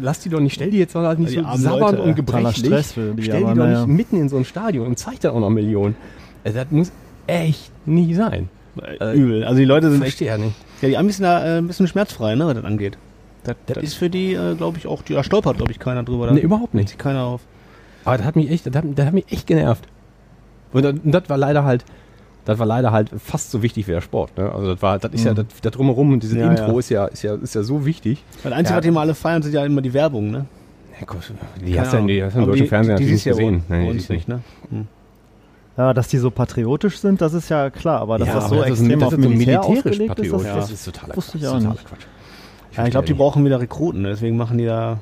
S2: lass die doch nicht, stell die jetzt doch halt nicht
S3: Mhm. Die
S2: so
S3: armen
S2: sabbernd
S3: Leute,
S2: und
S3: ey.
S4: Totaler
S2: gebrechlich.
S4: Stress für die,
S2: stell die
S4: aber
S2: doch
S4: naja.
S2: nicht mitten in so ein Stadion und zeig dann auch noch Millionen. Also, das muss echt nie sein.
S3: Äh, Übel. Also die Leute sind echt.
S2: Verstehe ja nicht.
S3: Ja, die Amis sind da äh, ein bisschen schmerzfrei, ne, was das angeht. Das, das
S2: das-
S3: ist für die, äh, glaube ich, auch, die, da stolpert, glaube ich, keiner drüber. Da
S2: Nee, überhaupt nicht.
S3: sich keiner auf.
S2: Aber das hat mich echt, das hat, das hat mich echt genervt. Und das, und das war leider halt, das war leider halt fast so wichtig wie der Sport. Ne? Also das war, das ist ja, das, das drumherum und dieses
S3: Ja,
S2: Intro
S3: ja.
S2: ist ja, ist ja, ist ja so wichtig.
S3: Weil einzige,
S2: Ja.
S3: was die mal alle feiern, sind ja immer die Werbung, ne?
S2: Die hast du
S3: Keine
S2: ja- die
S3: Ahnung.
S2: hast du im
S3: Aber
S2: deutschen Fernsehen
S3: die, die
S2: natürlich nicht
S3: siehst ja
S2: gesehen.
S3: Bei
S2: Nee, die
S3: uns
S2: siehst du
S3: nicht, ne?
S4: Ja, dass die so patriotisch sind, das ist ja klar, aber dass
S2: Ja,
S4: das
S2: aber
S4: so
S2: das ist ein-
S4: extrem
S2: das
S4: auf
S2: ist so
S4: Militär
S2: militärisch
S4: ausgelegt ist, das,
S2: patriotisch. Das
S4: das
S2: ist totaler
S4: wusste ich
S2: Quatsch.
S4: auch
S2: Totaler
S4: nicht.
S2: Quatsch.
S3: Ja, ich glaube, die
S2: nicht.
S3: brauchen wieder Rekruten, ne? deswegen machen die da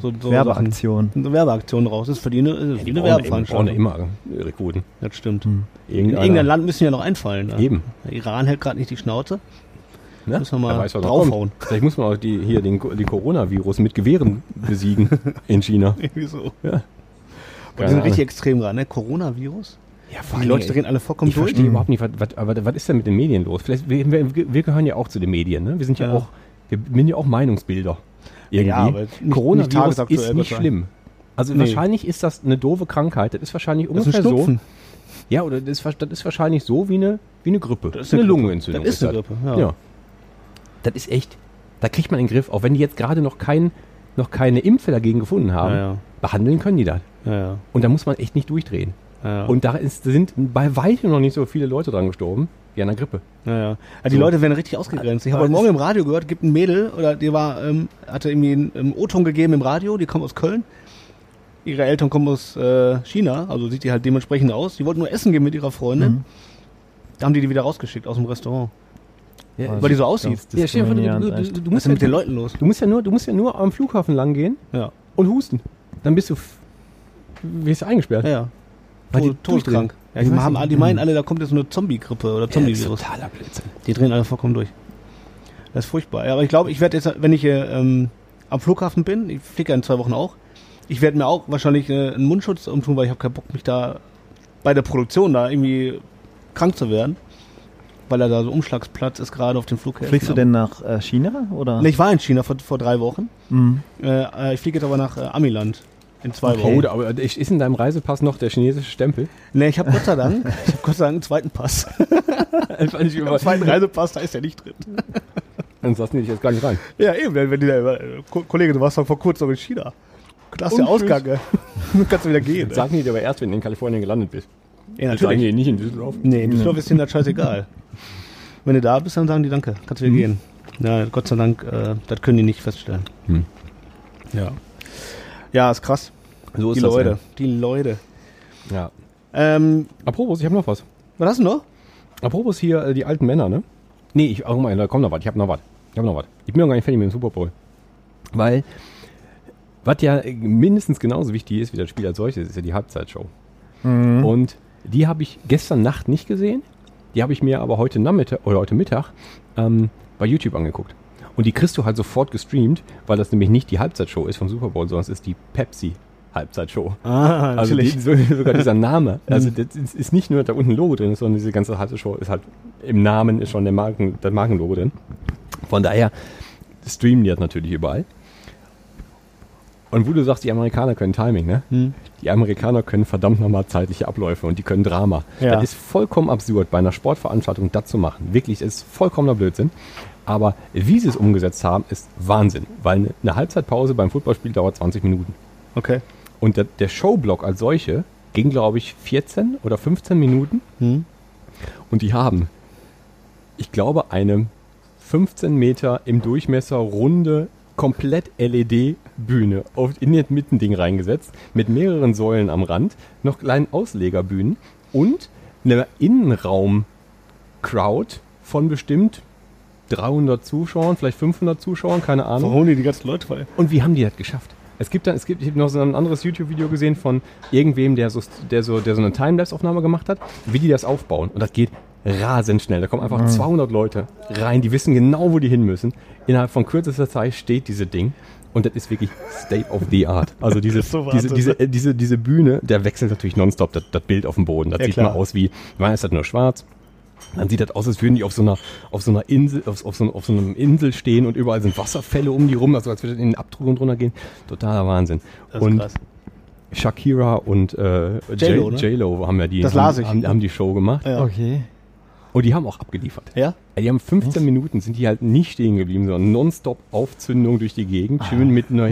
S3: so, so
S4: Werbeaktion.
S3: Sachen. So Werbeaktionen raus. Das ist für die eine, ist wie eine
S2: Brauchen ja
S3: Werbeveranstaltung.
S2: immer äh, Hm. Rekruten.
S3: Das stimmt. In
S2: Irgendeiner-
S3: irgendein Land müssen ja noch einfallen. Ne?
S2: Eben.
S3: Der Iran hält gerade nicht die Schnauze.
S2: Ne?
S3: Müssen wir mal
S2: Wer weiß, was noch
S3: draufhauen.
S2: kommt. Vielleicht muss man auch die, hier den, den Coronavirus mit Gewehren besiegen in China.
S3: Irgendwie so.
S2: Ja.
S3: Und die sind richtig extrem gerade, ne? Coronavirus?
S2: Ja,
S3: Die Leute drehen alle vollkommen
S2: Ich
S3: durch.
S2: verstehe überhaupt nicht, hm. was, was, aber was ist denn mit den Medien los? Vielleicht, wir, wir, wir gehören ja auch zu den Medien, ne? Wir sind ja,
S3: Ja.
S2: auch, wir sind ja auch Meinungsbilder. Irgendwie.
S3: Ja, aber nicht- nicht
S2: Coronavirus
S3: tagesaktuell,
S2: ist
S3: Gott
S2: nicht
S3: sei Dank.
S2: schlimm. Also
S3: Nee.
S2: wahrscheinlich ist das eine doofe Krankheit. Das ist wahrscheinlich
S3: Das ist
S2: ungefähr
S3: ein
S2: so.
S3: Schnupfen.
S2: Ja, oder das ist, wa- das ist wahrscheinlich so wie eine, wie eine Grippe.
S3: Das ist eine Grippe.
S2: Lungenentzündung.
S3: Das ist eine Grippe, ja.
S2: Das ist echt, da kriegt man den Griff, auch wenn die jetzt gerade noch, kein, noch keine Impfe dagegen gefunden haben.
S3: Ja, ja.
S2: Behandeln können die das.
S3: Ja, ja.
S2: Und da muss man echt nicht durchdrehen.
S3: ja, ja.
S2: Und da ist, sind bei weitem noch nicht so viele Leute dran gestorben, wie an der Grippe.
S3: Ja, ja. Also die Leute werden richtig ausgegrenzt. Ich habe
S2: Aber
S3: heute
S2: es-
S3: Morgen im Radio gehört, gibt ein Mädel, oder die war, ähm, hatte irgendwie einen ähm, O-Ton gegeben im Radio, die kommt aus Köln. Ihre Eltern kommen aus äh, China, also sieht die halt dementsprechend aus. Die wollten nur essen gehen mit ihrer Freundin.
S2: Mhm.
S3: Da haben die die wieder rausgeschickt aus dem Restaurant.
S2: Ja,
S3: Weil die so aussieht.
S4: Ja,
S2: Ja, stell dir vor, du,
S4: diskriminierend,
S2: du, du,
S4: echt.
S2: du,
S3: Was ist
S2: musst
S3: denn
S2: ja,
S3: mit den Leuten los?
S2: du musst ja nur, du musst ja nur am Flughafen lang gehen
S3: Ja,
S2: und husten. Dann bist du, f- wirst du eingesperrt.
S3: ja, ja.
S2: Weil die
S3: Tod- Todkrank.
S2: durchdrehen.
S3: Ja, die,
S2: Ich weiß
S3: haben,
S2: nicht.
S3: die meinen alle, da kommt jetzt eine Zombie-Grippe oder
S2: Ja, das ist
S3: Zombie-Virus.
S2: totaler Blödsinn.
S3: Die drehen alle vollkommen durch. Das ist furchtbar. Ja, aber ich glaube, ich werde jetzt, wenn ich äh, ähm, am Flughafen bin, ich fliege ja in zwei Wochen auch, ich werde mir auch wahrscheinlich äh, einen Mundschutz umtun, weil ich habe keinen Bock, mich da bei der Produktion da irgendwie krank zu werden. Weil er da so Umschlagsplatz ist gerade auf dem Flughäfen.
S4: Fliegst du
S3: Aber-
S4: denn nach äh, China? Oder?
S3: Nee, ich war in China vor, vor drei Wochen.
S4: Mhm.
S3: Äh, äh, ich fliege jetzt aber nach äh, Amiland in zwei
S2: Oh,
S3: Wochen.
S2: da- aber ich- ist in deinem Reisepass noch der chinesische Stempel?
S3: Nee, ich habe Gott sei Dank, *laughs* ich habe Gott sei Dank einen zweiten
S2: *laughs*
S3: Pass.
S2: Fand ich
S3: Einen
S2: über-
S3: *laughs* zweiten Reisepass, da ist der nicht drin.
S2: Ansonsten nicht jetzt gar nicht rein.
S3: Ja, eben, wenn, wenn die da über, Ko- Kollege, du warst doch vor kurzem noch in China. Klasse
S2: Und tschüss.
S3: Ausgang, gell? Nun *laughs* kannst du wieder gehen. ne?
S2: Das sagen die dir aber erst, wenn du in Kalifornien gelandet bist.
S3: Ja,
S2: Das sagen die dir nicht in Düsseldorf.
S3: Nee, in Düsseldorf ist denen das scheißegal. Wenn du da bist, dann sagen die Danke, kannst wieder gehen. Ja, Gott sei Dank, äh, das können die nicht feststellen.
S2: Hm.
S3: Ja. Ja, ist krass.
S2: So
S3: die
S2: das,
S3: Leute, die Leute.
S2: Ja. Ja.
S3: Ähm,
S2: Apropos, ich habe noch was.
S3: was hast du noch?
S2: Apropos hier äh, die alten Männer, ne? Nee, ich, oh mein, da kommt noch was. Ich habe noch was. Ich habe noch was. Ich bin noch gar nicht fertig mit dem Super Bowl. Weil, was ja äh, mindestens genauso wichtig ist wie das Spiel als solches, ist ja die Halbzeitshow. Und die habe ich gestern Nacht nicht gesehen. Die habe ich mir aber heute Nachmittag oder heute Mittag ähm, bei YouTube angeguckt. Und die kriegst du halt sofort gestreamt, weil das nämlich nicht die Halbzeitshow ist vom Super Bowl, sondern es ist die Pepsi Halbzeitshow.
S3: Ah,
S2: Also die, so- *laughs* sogar dieser Name. Also das ist ist nicht nur, dass da unten ein Logo drin ist, sondern diese ganze harte Show ist halt im Namen ist schon der Marken, das Markenlogo drin. Von daher streamen die das natürlich überall. Und wo du sagst, die Amerikaner können Timing, ne? Die Amerikaner können verdammt nochmal zeitliche Abläufe und die können Drama.
S3: Ja.
S2: Das ist vollkommen absurd, bei einer Sportveranstaltung das zu machen. Wirklich, es ist vollkommener Blödsinn. Aber wie sie es umgesetzt haben, ist Wahnsinn. Weil eine- eine Halbzeitpause beim Footballspiel dauert 20 Minuten.
S3: okay.
S2: Und der, der Showblock als solche ging, glaube ich, 14 oder 15 Minuten. Und die haben, ich glaube, eine 15 Meter im Durchmesser runde, komplett LED-Bühne auf- in das Mittending reingesetzt, mit mehreren Säulen am Rand, noch kleinen Auslegerbühnen und eine Innenraum-Crowd von bestimmt 300 Zuschauern, vielleicht 500 Zuschauern, keine Ahnung.
S3: Warum die die ganzen Leute voll?
S2: *laughs* Und wie haben die das geschafft? Es gibt dann, es gibt, ich habe noch so ein anderes YouTube-Video gesehen von irgendwem, der so, der so, der so eine Timelapse-Aufnahme gemacht hat, wie die das aufbauen. Und das geht rasend schnell. Da kommen einfach
S3: Mhm.
S2: 200 Leute rein, die wissen genau, wo die hin müssen. Innerhalb von kürzester Zeit steht diese Ding. Und das ist wirklich State of the Art. Also diese,
S3: ist *laughs* so
S2: diese,
S3: Wahnsinn.
S2: diese, äh, diese, diese Bühne, der wechselt natürlich nonstop das, das Bild auf dem Boden. Das
S3: Ja,
S2: sieht
S3: klar.
S2: mal aus wie, wann ist das nur schwarz? Dann sieht das aus, als würden die auf so einer, auf so einer Insel, auf, auf, so, einem- auf so einem Insel stehen und überall sind Wasserfälle um die rum, also als würde das in den Abtrug und runter gehen. Totaler Wahnsinn.
S3: Das ist
S2: und
S3: krass.
S2: Shakira und äh, J-
S3: J-Lo, ne?
S2: J-Lo haben ja die,
S3: Das las
S2: haben,
S3: ich.
S2: haben, haben die Show gemacht.
S3: Ja.
S4: Okay.
S2: Und die haben auch abgeliefert.
S3: Ja?
S2: Die haben 15 Minuten, sind die halt nicht stehen geblieben, sondern nonstop Aufzündung durch die Gegend, schön mit einer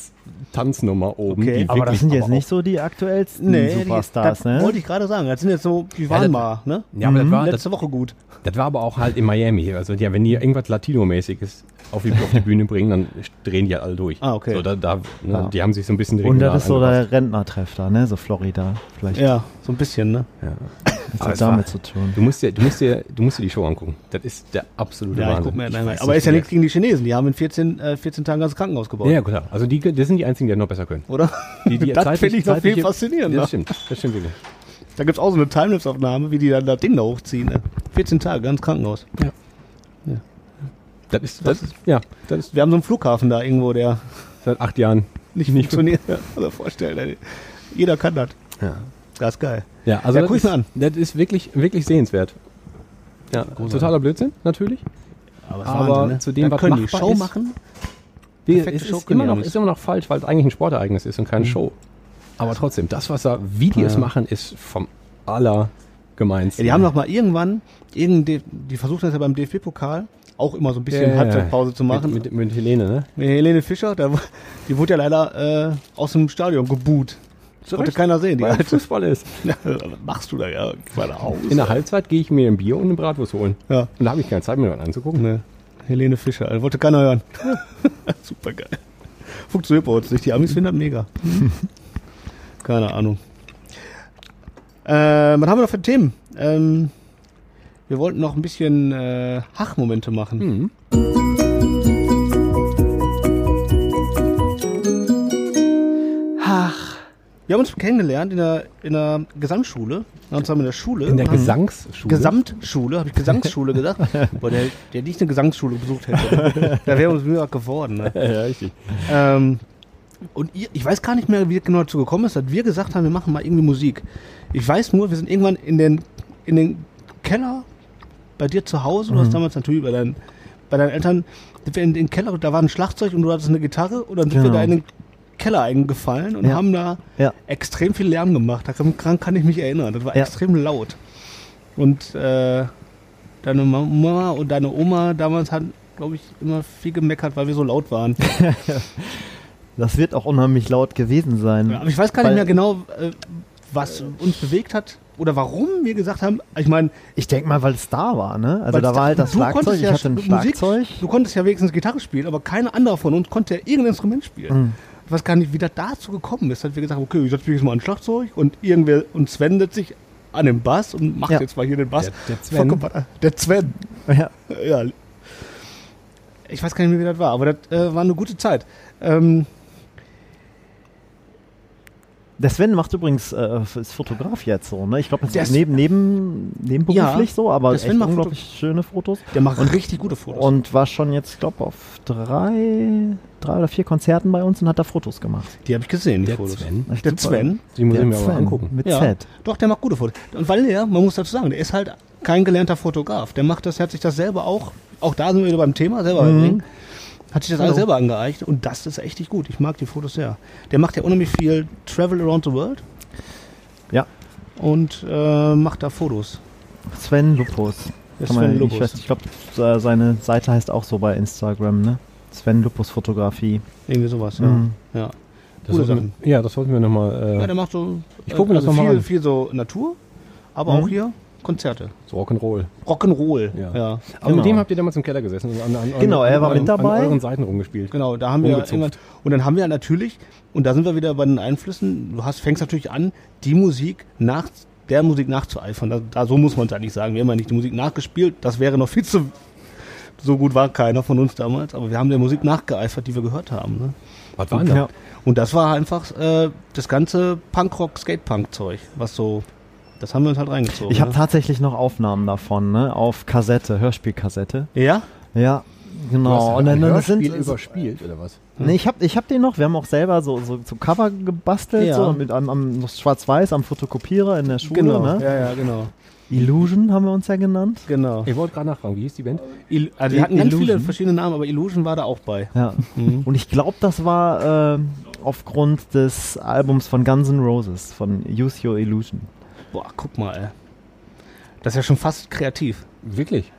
S2: Pole-Dance-Tanznummer oben.
S3: Ah. Okay,
S2: die
S4: Aber das
S2: wirklich-
S4: sind jetzt
S2: aber
S4: nicht so die aktuellsten
S3: die-
S4: Superstars,
S3: das
S4: ne?
S3: wollte ich gerade sagen. Das sind jetzt so, die waren
S2: das-
S3: mal, ne?
S2: auch- Ja, aber das war, das,
S3: Letzte Woche gut.
S2: Das war aber auch halt in Miami. Also ja, wenn die irgendwas Latino-mäßiges auf die, auf die Bühne bringen, dann drehen die halt alle durch.
S3: Ah, okay.
S2: So, da, da, ne,
S4: Ja.
S2: Die haben sich so ein bisschen
S4: Und das ist so
S2: angepasst.
S4: der Rentnertreff da, ne? So Florida. Vielleicht
S3: Ja, so ein bisschen, ne?
S4: hat
S2: Aber
S4: das
S2: es war-
S4: damit zu tun.
S2: Du musst, dir, du, musst dir, du musst dir die Show angucken. Das ist der absolute
S3: Ja, ich
S2: Wahnsinn.
S3: guck mir nein, nein.
S2: weiß
S3: Aber
S2: nicht,
S3: ist ja
S2: wie
S3: nichts gegen die Chinesen. Die haben in 14, äh, 14 Tagen das Krankenhaus
S2: der-
S3: gebaut,
S2: Ja, ja, klar. Also die, das sind die einzigen, die das noch besser können.
S3: oder?
S2: Die, die
S3: *laughs* das
S2: zeitlich-
S3: finde ich noch viel
S2: zeitliche-
S3: faszinierender.
S2: Das stimmt, das stimmt wirklich.
S3: Da gibt es auch so eine Timelapse-Aufnahme, wie die dann das Ding da hochziehen. Ne? 14 Tage, ganz Krankenhaus.
S2: Das ist, das ist, ja, das ist
S3: Wir haben so einen Flughafen da irgendwo, der *laughs*
S2: seit acht Jahren.
S3: nicht, funktioniert. Ja, also vorstellen, ey. jeder kann das.
S2: Ja.
S3: Das ist geil.
S2: Ja, also
S3: Ja,
S2: das,
S3: guck ich
S2: ist,
S3: mir an.
S2: das ist wirklich, wirklich sehenswert. Ja, totaler Blödsinn, natürlich.
S3: Aber,
S2: Aber zu dem,
S3: Dann
S2: was
S3: ne? können die
S2: machbar
S3: Show
S2: ist-
S3: machen.
S2: Wie,
S3: Perfekte
S2: es
S3: Show
S2: ist
S3: können
S2: immer,
S3: die
S2: noch,
S3: auch nicht. Mhm.
S2: ist immer noch falsch, weil es eigentlich ein Sportereignis ist und keine Show. Aber trotzdem, das, was da, wie die es machen, ist vom
S3: Ja,
S2: allergemeinsten.
S3: die haben doch mal irgendwann, irgendein, D- die versuchen das ja beim DFB-Pokal auch immer so ein bisschen
S2: Ja, ja, ja.
S3: Halbzeitpause zu machen.
S2: Mit, mit, mit Helene, ne?
S3: Mit Helene Fischer, da, *laughs* war- die wurde ja leider äh, aus dem Stadion geboot.
S2: Zu
S3: Konnte
S2: Recht.
S3: keiner sehen, die
S2: Weil *laughs*
S3: alte.
S2: Fußball ist.
S3: Was *laughs* machst du da ja? Geh mal da aus.
S2: In der Halbzeit gehe ich mir ein Bier und eine Bratwurst holen.
S3: Ja.
S2: Und da habe ich keine Zeit, mir das anzugucken.
S3: Ne, Helene Fischer, das wollte keiner *laughs* hören. Super geil. Funktioniert bei uns nicht. Die Amis finden das *laughs* mega. Keine Ahnung. Äh, was haben wir noch für Themen? Ähm, wir wollten noch ein bisschen äh, Hach-Momente machen.
S4: Ach,
S3: Wir haben uns kennengelernt in der, in der Gesamtschule. Wir haben uns zusammen in der Schule.
S2: In der
S3: haben-
S2: Gesangsschule.
S3: Gesamtschule, habe ich Gesangsschule gesagt? Boah, der, der nicht eine Gesangsschule besucht hätte, da wäre uns Mühe geworden. Ne?
S2: ja, richtig.
S3: Ähm, und ihr, ich weiß gar nicht mehr, wie es genau dazu gekommen ist, dass wir gesagt haben, wir machen mal irgendwie Musik. Ich weiß nur, wir sind irgendwann in den, in den Keller bei dir zu Hause. Du hast damals natürlich bei deinen, bei deinen Eltern, sind wir in den Keller, da war ein Schlagzeug und du hattest eine Gitarre und dann sind wir
S4: Genau.
S3: da in den Keller eingefallen und
S4: Ja.
S3: haben da
S4: ja.
S3: extrem viel Lärm gemacht. Daran daran kann ich mich erinnern. Das war
S4: Ja.
S3: extrem laut. Und äh, deine Mama und deine Oma damals haben, glaube ich, immer viel gemeckert, weil wir so laut waren.
S4: Das wird auch unheimlich laut gewesen sein.
S3: Ja, Aber ich weiß gar nicht
S4: Mhm.
S3: mehr
S4: Weil-
S3: genau, äh, was uns bewegt hat oder warum wir gesagt haben. Ich meine,
S4: Ich denke mal, weil es da war, ne? Also
S3: weil
S4: da
S3: es
S4: war halt das
S3: du konntest
S4: Schlagzeug, ich hatte ein
S3: Musik-
S4: Schlagzeug.
S3: Du konntest ja wenigstens Gitarre spielen, aber keiner anderer von uns konnte ja irgendein Instrument spielen.
S4: Mhm.
S3: Ich weiß gar nicht, wie das dazu gekommen ist, dass wir gesagt haben, okay, ich setze mich jetzt mal an Schlagzeug und irgendwer und Sven setzt sich an den Bass und macht
S4: Ja.
S3: jetzt mal hier den Bass.
S2: Der, der Sven.
S3: Vollkommen ver- äh, Der Sven. *laughs*
S4: Ja.
S3: Ja. Ich weiß gar nicht mehr, wie das war, aber das äh, war eine gute Zeit. Ähm,
S4: Der Sven macht übrigens, äh, ist Fotograf jetzt so, ne? Ich glaube, das
S3: Der
S4: ist neben, neben, nebenberuflich
S3: Ja,
S4: so, aber
S3: der
S4: echt
S3: Sven macht
S4: unglaublich schöne Fotos.
S3: der macht richtig gute Fotos.
S4: Und war schon jetzt, glaube auf drei, drei oder vier Konzerten bei uns und hat da Fotos gemacht.
S3: die habe ich gesehen, die
S2: Der
S3: Fotos.
S2: Sven.
S4: Echt
S3: Der
S4: super.
S3: Sven,
S2: Die muss
S4: Der
S2: ich mir aber
S4: Sven
S2: angucken.
S4: Mit
S3: Ja.
S4: Z.
S3: doch, der macht gute Fotos. Und weil der, man muss dazu sagen, der ist halt kein gelernter Fotograf. Der macht das, der hat sich das selber auch, auch da sind wir wieder beim Thema, selber
S2: Mhm.
S3: beibringen. Hat sich das alles
S4: Hallo.
S3: selber angeeignet und das ist echt nicht gut. Ich mag die Fotos sehr. Der macht ja unheimlich viel Travel Around the World
S4: Ja.
S3: und äh, macht da Fotos.
S4: Sven Lupus.
S3: Der
S4: Kann
S3: Sven
S4: man,
S3: Lupus.
S4: Ich, weiß nicht, ich glaube, seine Seite heißt auch so bei Instagram, ne? Sven Lupus Fotografie.
S3: Irgendwie sowas, ja.
S4: Mhm.
S3: ja.
S2: Das
S3: Gute
S2: sollten- ja, das sollten wir
S3: Ja,
S2: nochmal. Äh,
S3: der macht so. also
S2: Ich guck mir das noch mal
S3: viel,
S2: an.
S3: viel so Natur, aber
S4: Mhm.
S3: auch hier Konzerte.
S2: so Rock'n'Roll.
S3: Rock'n'Roll.
S2: Ja.
S3: Ja.
S2: Aber mit dem habt ihr damals im Keller gesessen und an, an,
S4: Genau,
S2: an,
S4: er war
S2: an,
S4: mit dabei.
S2: an euren Seiten rumgespielt.
S3: Genau, da haben wir
S2: Umgezupft.
S3: irgendwann, und dann haben wir natürlich, und da sind wir wieder bei den Einflüssen, du hast, fängst natürlich an, die Musik nach der Musik nachzueifern. Da, da so muss man es eigentlich sagen. Wir haben ja nicht die Musik nachgespielt, das wäre noch viel zu so gut war keiner von uns damals, aber wir haben der Musik nachgeeifert, die wir gehört haben. Ne?
S2: Was war denn da?
S4: Genau. Ja.
S3: Und das war einfach äh, das ganze Punkrock, Skatepunk-Zeug, was so, das haben wir uns halt reingezogen.
S4: Ich habe
S3: ne?
S4: tatsächlich noch Aufnahmen davon, ne? Auf Kassette, Hörspielkassette.
S3: ja?
S4: Ja,
S2: Du hast
S4: genau. Und dann,
S2: ein
S4: das sind,
S2: Hörspiel überspielt, oder was?
S4: Nee, ich hab, ich hab den noch. Wir haben auch selber so, so, so Cover gebastelt,
S3: Ja.
S4: so mit einem, am, noch Schwarz-Weiß am Fotokopierer in der Schule. Ne?
S3: ja, ja, genau.
S4: Illusion haben wir uns ja genannt.
S3: Genau.
S2: Ich wollte gerade nachfragen, wie hieß die Band?
S3: Il also wir hatten ganz
S4: Illusion.
S3: viele verschiedene Namen, aber Illusion war da auch bei.
S4: Ja.
S3: Mhm.
S4: Und ich glaube, das war ähm, aufgrund des Albums von Guns N' Roses, von Use Your Illusion.
S3: Boah, guck mal, ey. Das ist ja schon fast kreativ.
S2: Wirklich?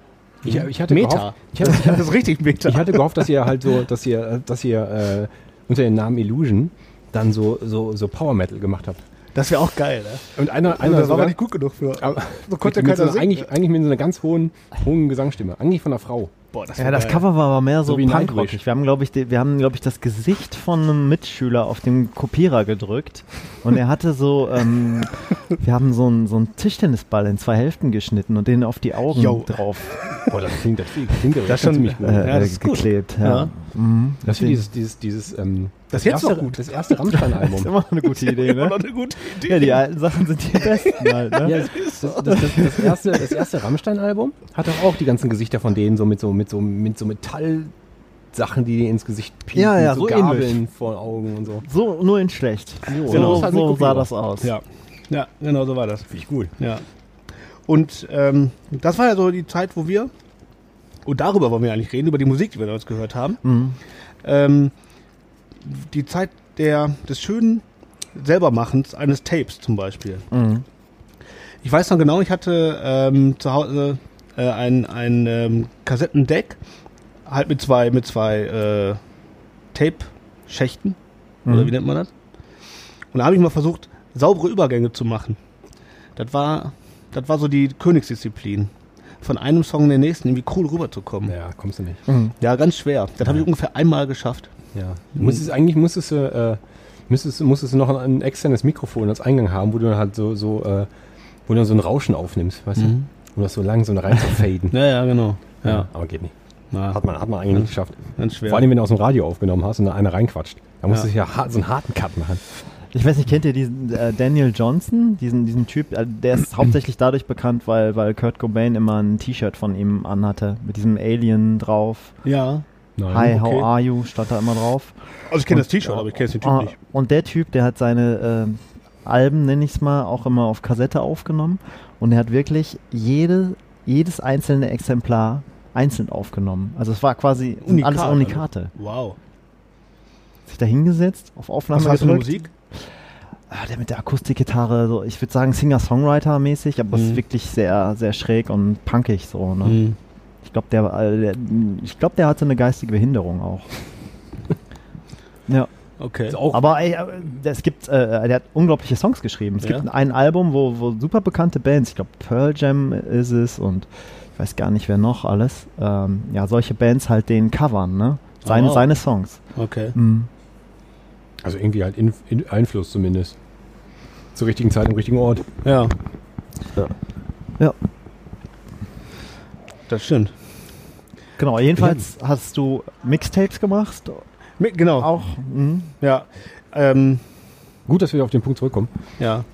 S2: Ich, ich hatte
S3: Meta.
S2: Gehofft, ich, hatte, ich,
S3: Das
S2: hatte,
S3: ist richtig Meta.
S2: ich hatte gehofft, dass ihr halt so, dass ihr, dass ihr äh, unter dem Namen Illusion dann so, so, so Power Metal gemacht habt.
S3: das wäre auch geil, ne?
S2: Und einer, einer sogar-
S3: gut genug für.
S2: aber,
S3: So konnte
S2: mit, mit so
S3: keiner
S2: einer,
S3: singen.
S2: eigentlich, eigentlich mit so einer ganz hohen, hohen Gesangsstimme. Eigentlich von einer Frau.
S3: Boah, das
S4: Ja,
S3: wär
S4: das
S3: geil.
S4: Cover war aber mehr so,
S2: So wie
S4: punkrockig.
S2: Nightwish.
S4: Wir haben, glaube ich, die- wir haben, glaub ich, das Gesicht von einem Mitschüler auf den Kopierer gedrückt. Und er hatte so, ähm, wir haben so einen so einen Tischtennisball in zwei Hälften geschnitten und den auf die Augen äh,
S3: Jo.
S4: drauf
S2: Boah, das klingt, das klingt, klingt aber
S3: Das
S2: echt schon
S3: schon-
S2: ziemlich gut.
S4: äh,
S3: oh, Ja, das ist gut.
S4: geklebt. Ja.
S3: Ja.
S4: Mhm.
S2: Das ist dieses, dieses, dieses, ähm,
S3: Das ist jetzt
S2: erste,
S3: noch gut.
S2: das erste Rammstein-Album.
S4: Ist immer noch eine *laughs* gute Idee,
S3: War
S4: ne?
S3: doch eine gute Idee.
S4: Ja, die alten Sachen sind die besten halt, ne?
S2: Ja, das, das, das, das, das erste, das erste Rammstein-Album hat doch auch die ganzen Gesichter von denen so mit so, mit so, mit so Metall-Sachen, die dir ins Gesicht piepen,
S4: Ja, ja,
S2: so,
S4: so ähnlich.
S2: Gabeln vor Augen und so.
S4: So, nur in schlecht.
S2: Jo,
S4: So,
S2: das hat
S4: so
S2: mich
S4: sah
S2: gut
S4: das aus.
S3: Ja. ja, genau so war das.
S2: Finde ich gut.
S3: Ja. Und ähm, das war ja so die Zeit, wo wir, und darüber wollen wir eigentlich reden, über die Musik, die wir damals gehört haben.
S4: Mhm.
S3: Ähm, die Zeit der, des schönen Selbermachens eines Tapes zum Beispiel.
S4: Mhm.
S3: Ich weiß noch genau, ich hatte ähm, zu Hause äh, ein, ein ähm, Kassettendeck, halt mit zwei, mit zwei äh, Tape-Schächten,
S2: Mhm.
S3: oder wie nennt man das? Und da habe ich mal versucht, saubere Übergänge zu machen. Das war, das war so die Königsdisziplin. Von einem Song in den nächsten irgendwie cool rüberzukommen. Ja,
S2: Ja, kommst du nicht.
S3: ganz schwer. Das habe ich ungefähr einmal geschafft.
S2: Ja. Du musstest, eigentlich musstest du, äh, müsstest, musstest du noch ein, ein externes Mikrofon als Eingang haben, wo du dann halt so, so, äh, wo du dann so ein Rauschen aufnimmst, weißt du? Um das so langsam da rein zu faden.
S3: Ja, ja, genau. *laughs* Ja,
S2: Aber geht nicht.
S3: Na,
S2: Hat man, hat man eigentlich nicht geschafft.
S3: ganz schwer.
S2: Vor allem, wenn du aus dem Radio aufgenommen hast und da einer reinquatscht. Da musst du ja har- so einen harten Cut machen.
S4: Ich weiß nicht, kennt ihr diesen äh, Daniel Johnson, diesen, diesen Typ? Äh, der ist hauptsächlich dadurch bekannt, weil, weil Kurt Cobain immer ein T-Shirt von ihm anhatte. Mit diesem Alien drauf.
S3: ja.
S2: Nein.
S4: Hi,
S3: okay.
S4: how are you? stand da immer drauf.
S3: Also ich kenne das T-Shirt, aber ich kenne den Typ
S4: Ah,
S3: nicht.
S4: Und der Typ, der hat seine äh, Alben, nenne ich es mal, auch immer auf Kassette aufgenommen. Und er hat wirklich jede, jedes einzelne Exemplar einzeln aufgenommen. Also es war quasi sind
S3: Unikat,
S4: alles Unikate.
S3: Wow.
S4: Sich da hingesetzt, auf Aufnahme
S3: Was war das für eine
S4: gedrückt.
S3: Musik?
S4: Ah, der mit der Akustikgitarre, so, ich würde sagen Singer-Songwriter-mäßig, aber es ist
S3: Mhm.
S4: wirklich sehr, sehr schräg und punkig so. Ne?
S3: Mhm.
S4: Ich glaube, der, äh, der, ich glaub, der hatte eine geistige Behinderung auch. ja.
S3: Okay.
S2: Ist auch
S4: Aber ey, äh, es gibt, äh, der hat unglaubliche Songs geschrieben. Es
S3: Ja.
S4: gibt ein Album, wo, wo super bekannte Bands, ich glaube Pearl Jam ist es und ich weiß gar nicht wer noch alles, ähm, ja solche Bands halt den covern, ne? Seine,
S3: Oh, wow.
S4: seine Songs.
S3: Okay.
S4: Mhm.
S2: Also irgendwie halt in, in Einfluss zumindest. Zur richtigen Zeit am richtigen Ort.
S3: Ja. Das stimmt.
S4: Genau, jedenfalls hast du Mixtapes gemacht.
S3: Mit, genau.
S4: Auch. Mhm.
S3: Ja. Ähm,
S2: Gut, dass wir auf den Punkt zurückkommen.
S3: ja.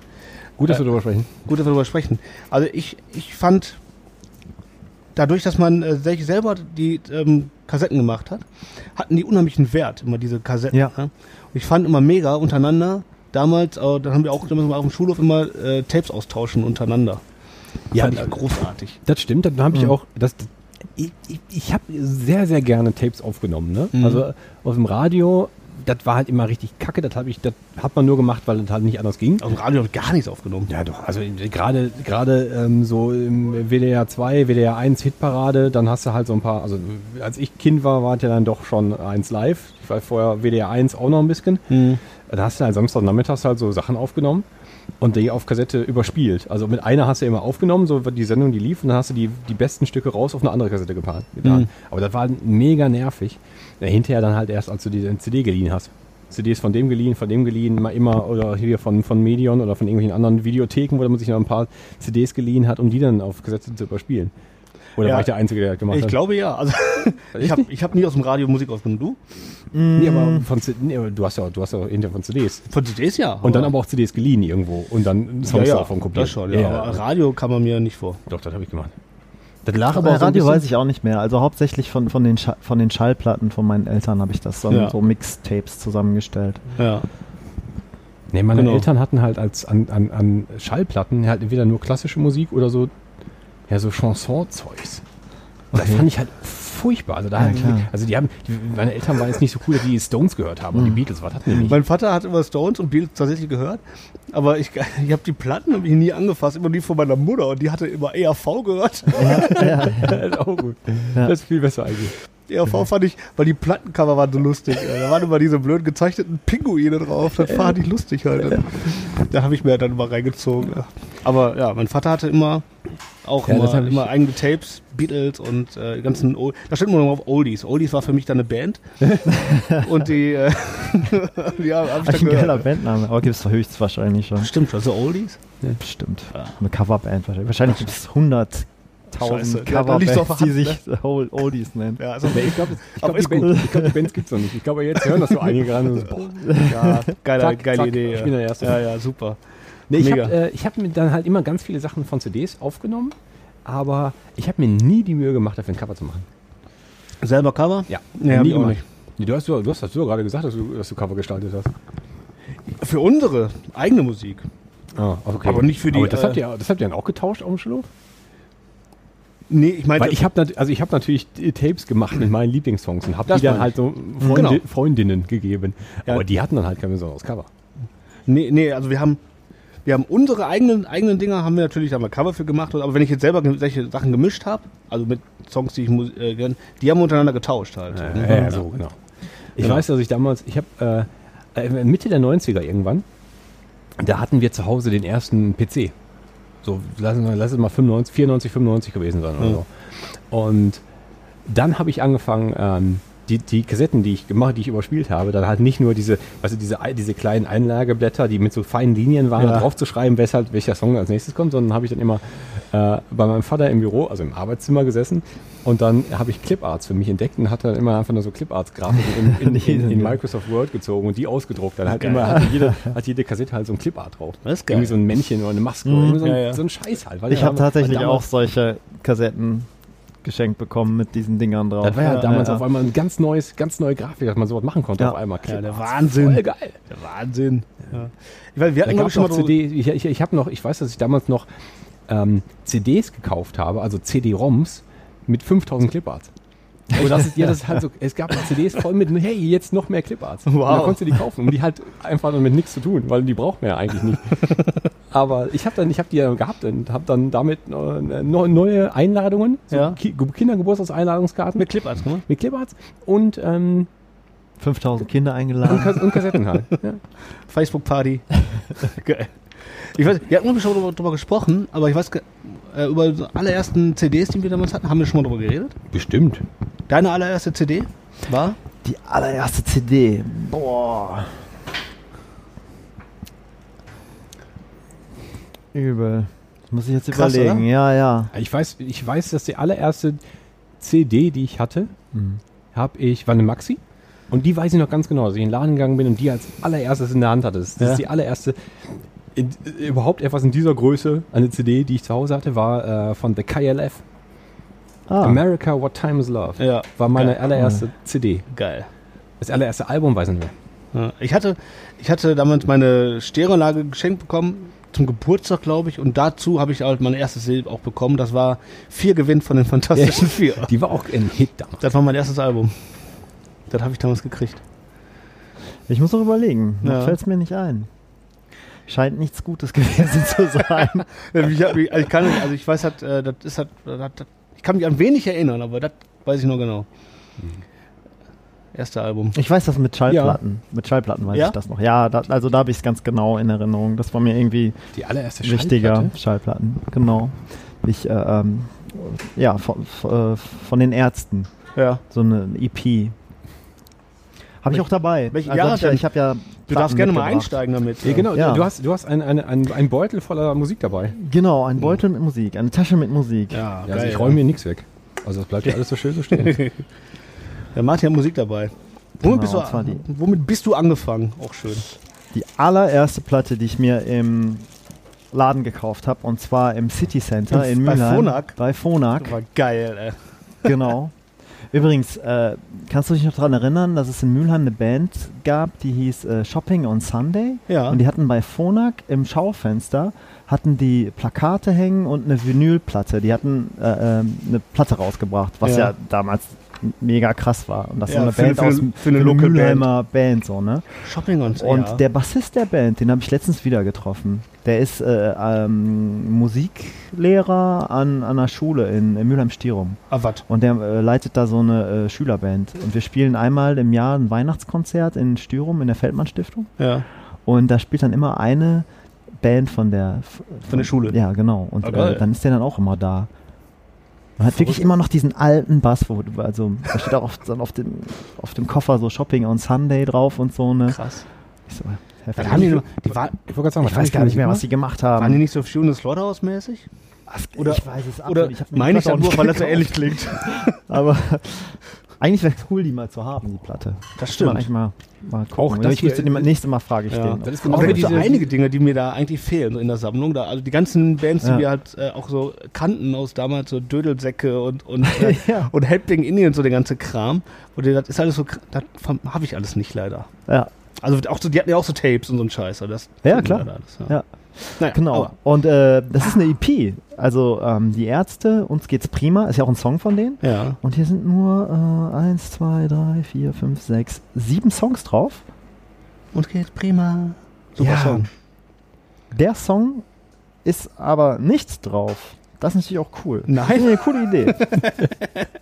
S2: Gut, dass wir darüber sprechen.
S3: Gut, dass wir darüber sprechen. Also ich, ich fand, dadurch, dass man äh, sich selber die ähm, Kassetten gemacht hat, hatten die unheimlichen Wert, immer diese Kassetten.
S4: Ja.
S3: ne? Und ich fand immer mega untereinander, damals, äh, da haben wir auch damals mal auf dem Schulhof immer äh, Tapes austauschen untereinander.
S2: Ja,
S3: fand
S2: da-
S3: ich großartig.
S2: Das stimmt, dann habe ich auch. Das, ich ich, ich habe sehr, sehr gerne Tapes aufgenommen. Ne? Also auf dem Radio, das war halt immer richtig kacke. Das habe ich, das hat man nur gemacht, weil das halt nicht anders ging.
S3: Auf dem Radio habe ich gar nichts aufgenommen.
S2: Ja, doch. Also in- gerade gerade ähm, so im WDR 2, WDR 1 Hitparade, dann hast du halt so ein paar. Also als ich Kind war, war es ja dann doch schon eins live. Ich war vorher WDR 1 auch noch ein bisschen. Da hast du halt Samstagnachmittags halt so Sachen aufgenommen und die auf Kassette überspielt. Also mit einer hast du immer aufgenommen, so die Sendung, die lief, und dann hast du die, die besten Stücke raus auf eine andere Kassette gepa-
S3: Mhm.
S2: getan. Aber das war mega nervig. Ja, hinterher dann halt erst, als du dir eine CD geliehen hast. CDs von dem geliehen, von dem geliehen, mal immer oder hier von, von Medion oder von irgendwelchen anderen Videotheken, wo man sich noch ein paar CDs geliehen hat, um die dann auf Kassette zu überspielen. Oder
S3: Ja.
S2: war ich der Einzige, der das gemacht
S3: Ich
S2: hat?
S3: glaube
S2: *laughs*
S3: ja. Also, ich habe ich hab nie aus dem Radio Musik aufgenommen. Du?
S2: Nee, aber von C nee, aber du hast ja, du hast ja hinterher von CDs.
S3: Von CDs ja.
S2: Und dann aber auch CDs geliehen irgendwo und dann
S3: Oh. ja,
S2: Songs
S3: ja,
S2: davon kopiert.
S3: das schon, ja, Aber Radio kam man mir nicht vor.
S2: Doch, das habe ich gemacht. Das lag
S4: Aber
S2: aber auch so ein
S4: Radio
S2: bisschen-
S4: weiß ich auch nicht mehr. Also hauptsächlich von, von, den, Scha- von den Schallplatten von meinen Eltern habe ich das dann
S3: Ja.
S4: so Mixtapes zusammengestellt.
S3: Ja.
S2: Nee, meine
S3: Genau.
S2: Eltern hatten halt als an, an, an Schallplatten halt entweder nur klassische Musik oder so, ja, so Chanson-Zeugs. Und das fand ich halt furchtbar. Also, da haben die-
S4: klar.
S2: also die haben, die, meine Eltern waren jetzt nicht so cool, dass die Stones gehört haben und
S3: Mhm.
S2: die Beatles, was hatten die nicht?
S3: Mein Vater hat immer Stones und Beatles tatsächlich gehört, aber ich, *laughs* ich habe die Platten hab ich nie angefasst, immer die von meiner Mutter und die hatte immer ERV gehört.
S2: *laughs* Das ist auch gut. Das ist viel besser eigentlich. *laughs*
S3: ERV fand ich, weil die Plattencover waren so lustig. äh, Da waren immer diese blöd gezeichneten Pinguine drauf, das fand ich lustig halt. Da habe ich mir dann mal reingezogen. ja. Aber ja, mein Vater hatte immer auch
S2: Ja, das
S3: immer,
S2: hab ich-
S3: immer eigene Tapes, Beatles und äh, die ganzen, Old da stand immer noch auf Oldies. Oldies war für mich dann
S2: *laughs*
S3: eine Band und die, äh, *laughs* die haben hab ich
S4: Eigentlich
S3: dann
S4: ein geiler
S3: gehört.
S4: Bandname, aber gibt es höchstwahrscheinlich schon.
S3: Stimmt, also Oldies?
S4: Bestimmt. Eine Coverband wahrscheinlich. Wahrscheinlich gibt es 100.000
S3: Scheiße, ja, da liegt's
S4: Coverbands,
S3: auf der
S4: die
S3: Hand,
S4: sich
S2: ne?
S4: *laughs* Old Oldies nennen.
S3: Ja, also
S2: Ich
S3: *laughs*
S2: glaube,
S3: glaub, die
S2: die,
S3: Band-
S2: Bands gibt es noch nicht. Ich glaube, jetzt hören das
S3: *laughs*
S2: so einige gerade. und so, boah,
S3: Ja, geile,
S2: Zack,
S3: geile
S2: zack,
S3: Idee.
S2: ich bin der
S3: ja.
S2: Erste.
S3: Ja, ja, super.
S2: Nee, ich
S3: Mega.
S2: habe äh, ich hab mir dann halt immer ganz viele Sachen von CDs aufgenommen, aber ich habe mir nie die Mühe gemacht, dafür ein Cover zu machen.
S3: Selber Cover? Nee, hab
S2: nie
S3: ich auch
S2: gemacht.
S3: nicht.
S2: Nee, du, hast, du hast das so gerade gesagt, dass du, dass du Cover gestaltet hast.
S3: Für unsere eigene Musik.
S2: Ah, okay.
S3: Aber nicht für die,
S2: Aber das,
S3: äh,
S2: habt ihr, das habt ihr dann auch getauscht auf dem Schulhof?
S3: Nee, ich meinte,
S2: Weil ich habe also ich hab natürlich äh, Tapes gemacht mit meinen Lieblingssongs und habe
S3: Das
S2: die dann
S3: meine
S2: halt
S3: ich.
S2: so Freunde,
S3: Genau.
S2: Freundinnen gegeben.
S3: Ja.
S2: Aber die hatten dann halt kein besonderes Cover.
S3: nee, nee, also wir haben, wir haben unsere eigenen, eigenen Dinger, haben wir natürlich da mal Cover für gemacht. Aber wenn ich jetzt selber ge- solche Sachen gemischt habe, also mit Songs, die ich mu- äh, gern, die haben wir untereinander getauscht halt.
S2: *laughs* Ja, ja, ja, so, genau. Ich weiß, dass ich damals, ich habe äh, äh, Mitte der 90er irgendwann, da hatten wir zu Hause den ersten PC. So, lass, es mal- lass es mal 95, 94, 95 gewesen sein oder
S3: Mhm.
S2: so. Und dann habe ich angefangen, ähm, die, die Kassetten, die ich gemacht, die ich überspielt habe, dann halt nicht nur diese, weißt du, diese, ei- diese kleinen Einlageblätter, die mit so feinen Linien waren,
S3: Ja.
S2: da drauf zu schreiben, weshalb welcher Song als nächstes kommt, sondern habe ich dann immer äh, bei meinem Vater im Büro, also im Arbeitszimmer gesessen und dann habe ich Cliparts für mich entdeckt und hatte dann immer einfach nur so Cliparts-Grafiken in, in, in, in Microsoft Word gezogen und die ausgedruckt. Dann halt immer hatte jede, hat jede Kassette halt so ein Clipart drauf.
S3: Das ist geil.
S2: Irgendwie so ein Männchen oder eine Maske oder irgendwie so, ein,
S3: ja, ja.
S2: so ein Scheiß halt. weil
S4: Ich
S2: ja,
S4: habe tatsächlich
S2: weil
S4: auch
S2: damals-
S4: solche Kassetten geschenkt bekommen mit diesen Dingern drauf.
S2: Das war ja, damals
S4: ja.
S2: auf einmal ein ganz neues, ganz neue Grafik, dass man sowas machen konnte
S4: Ja.
S2: auf einmal.
S3: Ja, der
S2: Cliparts.
S3: Wahnsinn.
S2: Voll geil.
S3: Der Wahnsinn. Ja. Ich weiß, wir
S2: Da
S3: hatten, glaub
S2: gab
S3: ich,
S2: es
S3: schon
S2: noch
S3: mal so,
S2: CD, ich, ich, ich habe noch, ich weiß, dass ich damals noch ähm, CDs gekauft habe, also CD-ROMs mit 5000 Cliparts. Und das ist, ja, das ist halt so, es gab CDs voll mit, hey, jetzt noch mehr Cliparts. Und da
S3: Wow.
S2: konntest du die kaufen, um die halt einfach damit nichts zu tun, weil die braucht man ja eigentlich
S3: *laughs*
S2: nicht. Aber ich habe dann, ich habe die ja gehabt und habe dann damit äh, neu- neue Einladungen, so
S3: Ja.
S2: Ki Kindergeburtstagseinladungskarten
S3: mit
S2: mit,
S3: Cliparts, ne?
S2: mit Cliparts und, ähm,
S4: 5000 Kinder
S2: und,
S4: eingeladen.
S2: Kas und Kassetten halt. Ja.
S3: Facebook-Party. *laughs* Geil. Ich weiß, wir hatten glaube ich, schon drüber, drüber gesprochen, aber ich weiß, ge- äh, über unsere allerersten CDs, die wir damals hatten, haben wir schon mal drüber geredet.
S2: Bestimmt.
S3: Deine allererste CD war?
S4: Die allererste CD. Boah. Übel. Muss ich jetzt
S5: Krass,
S4: überlegen.
S5: oder?
S4: Ja, ja.
S2: Ich weiß, ich weiß, dass die allererste CD, die ich hatte,
S4: Mhm.
S2: habe ich, war eine Maxi. Und die weiß ich noch ganz genau, dass ich in den Laden gegangen bin und die als allererstes in der Hand hatte. Das ist
S4: Ja.
S2: die allererste, in, überhaupt etwas in dieser Größe, eine CD, die ich zu Hause hatte, war äh, von The KLF.
S4: Ah, Mhm.
S2: America, What Time is Love.
S3: Ja,
S2: War meine allererste CD.
S3: geil.
S2: Das allererste Album weiß ich nicht mehr.
S3: Ja, Ich hatte, ich hatte damals meine Stereoanlage geschenkt bekommen, zum Geburtstag, glaube ich, und dazu habe ich halt mein erstes Silb auch bekommen. Das war vier Gewinn von
S2: *laughs*
S3: den Fantastischen Vier.
S2: Die war auch ein Hit damals.
S3: Das war mein erstes Album. Das habe ich damals gekriegt.
S4: ich muss noch überlegen.
S3: Ja.
S4: Fällt es mir nicht ein. Scheint nichts Gutes *laughs* gewesen zu sein.
S3: Ich, hab, mich- also ich kann, nicht- also ich weiß halt, äh, das ist halt, das, das, ich kann mich an wenig erinnern, aber das weiß ich noch genau. Erste Album.
S4: Ich weiß das mit Schallplatten. Mit Schallplatten weiß
S3: Ja?
S4: ich das noch. Ja, da, also da habe ich es ganz genau in Erinnerung. Das war mir irgendwie
S2: Die allererste
S4: wichtiger.
S2: Schallplatte.
S4: Schallplatten, genau. Ich, äh, ähm, ja, von, von, äh, von den Ärzten.
S3: Ja.
S4: So eine EP. Habe ich auch dabei.
S3: welche
S4: also
S3: Jahre
S4: ich, ja-
S3: denn?
S4: ich habe ja.
S3: Du darfst
S4: Platten
S3: gerne mal
S4: mitgebracht.
S3: einsteigen damit.
S2: Ja, genau,
S4: Ja.
S2: du hast, du hast einen ein, ein einen Beutel voller Musik dabei.
S4: Genau, ein Beutel mit Musik, eine Tasche mit Musik.
S3: Hm. Ja,
S2: Ja,
S3: geil,
S2: also ich räume mir nichts weg. Also es bleibt ja alles so schön so stehen.
S3: Der Martin hat Musik dabei. Womit,
S4: Genau,
S3: bist du,
S4: das war die-
S3: womit bist du angefangen? Auch schön.
S4: Die allererste Platte, die ich mir im Laden gekauft habe, und zwar im City Center
S3: Im-
S4: in
S3: bei
S4: Mülheim.
S3: Phonak?
S4: Bei Phonak.
S3: Das war geil, ey.
S4: *laughs* genau. Übrigens, äh, kannst du dich noch daran erinnern, dass es in Mülheim eine Band gab, die hieß äh, Shopping on Sunday?
S3: Ja.
S4: Und die hatten bei Phonak im Schaufenster, hatten die Plakate hängen und eine Vinylplatte. Die hatten äh, ähm, eine Platte rausgebracht, was
S3: Ja.
S4: ja, damals m- mega krass war. Und das
S3: Ja,
S4: war eine
S3: für-
S4: Band
S3: für-
S4: aus
S3: für eine
S4: für eine
S3: Local Band.
S4: Mülheimer Band. so, ne?
S3: Shopping und
S4: Und
S3: ja.
S4: der Bassist der Band, den habe ich letztens wieder getroffen. Der ist äh, ähm, Musiklehrer an, an einer Schule in, in Mülheim-Stirum.
S3: Ah, wat?
S4: Und der äh, leitet da so eine äh, Schülerband. Und wir spielen einmal im Jahr ein Weihnachtskonzert in Stürum in der Feldmann Stiftung.
S3: Ja.
S4: Und da spielt dann immer eine Band von der f-
S3: der Schule.
S4: Ja, genau. Und
S3: Ah, geil.
S4: äh, dann ist der dann auch immer da. Man hat wirklich immer noch diesen alten Bass, wo du- also da steht auch oft dann auf dem auf dem Koffer so Shopping on Sunday drauf und so ne.
S3: Krass.
S4: Ich so, heftig.
S3: Dann haben die, noch- die war,
S2: Ich wollte gerade sagen,
S4: ich weiß gar nicht mehr, was
S2: sie.
S4: die gemacht
S3: waren die
S4: haben.
S3: nicht so Funeral Slaughterhouse mäßig? oder-
S4: ich weiß es
S3: Oder
S4: absolut. hab mir die
S3: meine ich
S4: Platte
S3: dann
S4: auch
S3: nur,
S4: nicht
S3: weil das so
S4: gekauft.
S3: ähnlich klingt?
S4: Aber *laughs* eigentlich wäre es cool, die mal zu haben, die Platte.
S3: Das
S4: Kann man eigentlich mal, mal gucken.
S2: Auch
S4: Wenn
S2: das
S4: ich müsste
S2: wär-
S4: dem nächste Mal frage ich
S3: Ja.
S4: den.
S2: Das ist
S3: Auch
S2: genau
S3: da
S2: wie
S3: gibt es
S2: diese,
S3: so einige Dinge, die mir da eigentlich fehlen so in der Sammlung. Da, also die ganzen Bands, die
S4: Ja.
S3: wir halt äh, auch so kannten aus damals, so Dödelsäcke und, und, *laughs* äh,
S4: Ja.
S3: und Helping Indie und so der ganze Kram. Und das ist alles so, kr- das habe ich alles nicht leider.
S4: Ja,
S3: Also auch so, die hatten ja auch so Tapes und so ein Scheiß. aber Das
S4: Ja,
S3: fehlt
S4: klar.
S3: leider Alles, ja.
S4: Ja.
S3: Naja,
S4: genau.
S3: aber-
S4: Und äh, das ist eine EP. Also ähm, die Ärzte, uns geht's prima, ist ja auch ein Song von denen.
S3: Ja.
S4: Und hier sind nur äh, 1, 2, 3, 4, 5, 6, 7 Songs drauf.
S3: Und geht prima. Super
S4: Ja.
S3: Song.
S4: Der Song ist aber nichts drauf. Das ist natürlich auch cool.
S3: Nein.
S4: Das ist eine coole
S3: *laughs*
S4: Idee.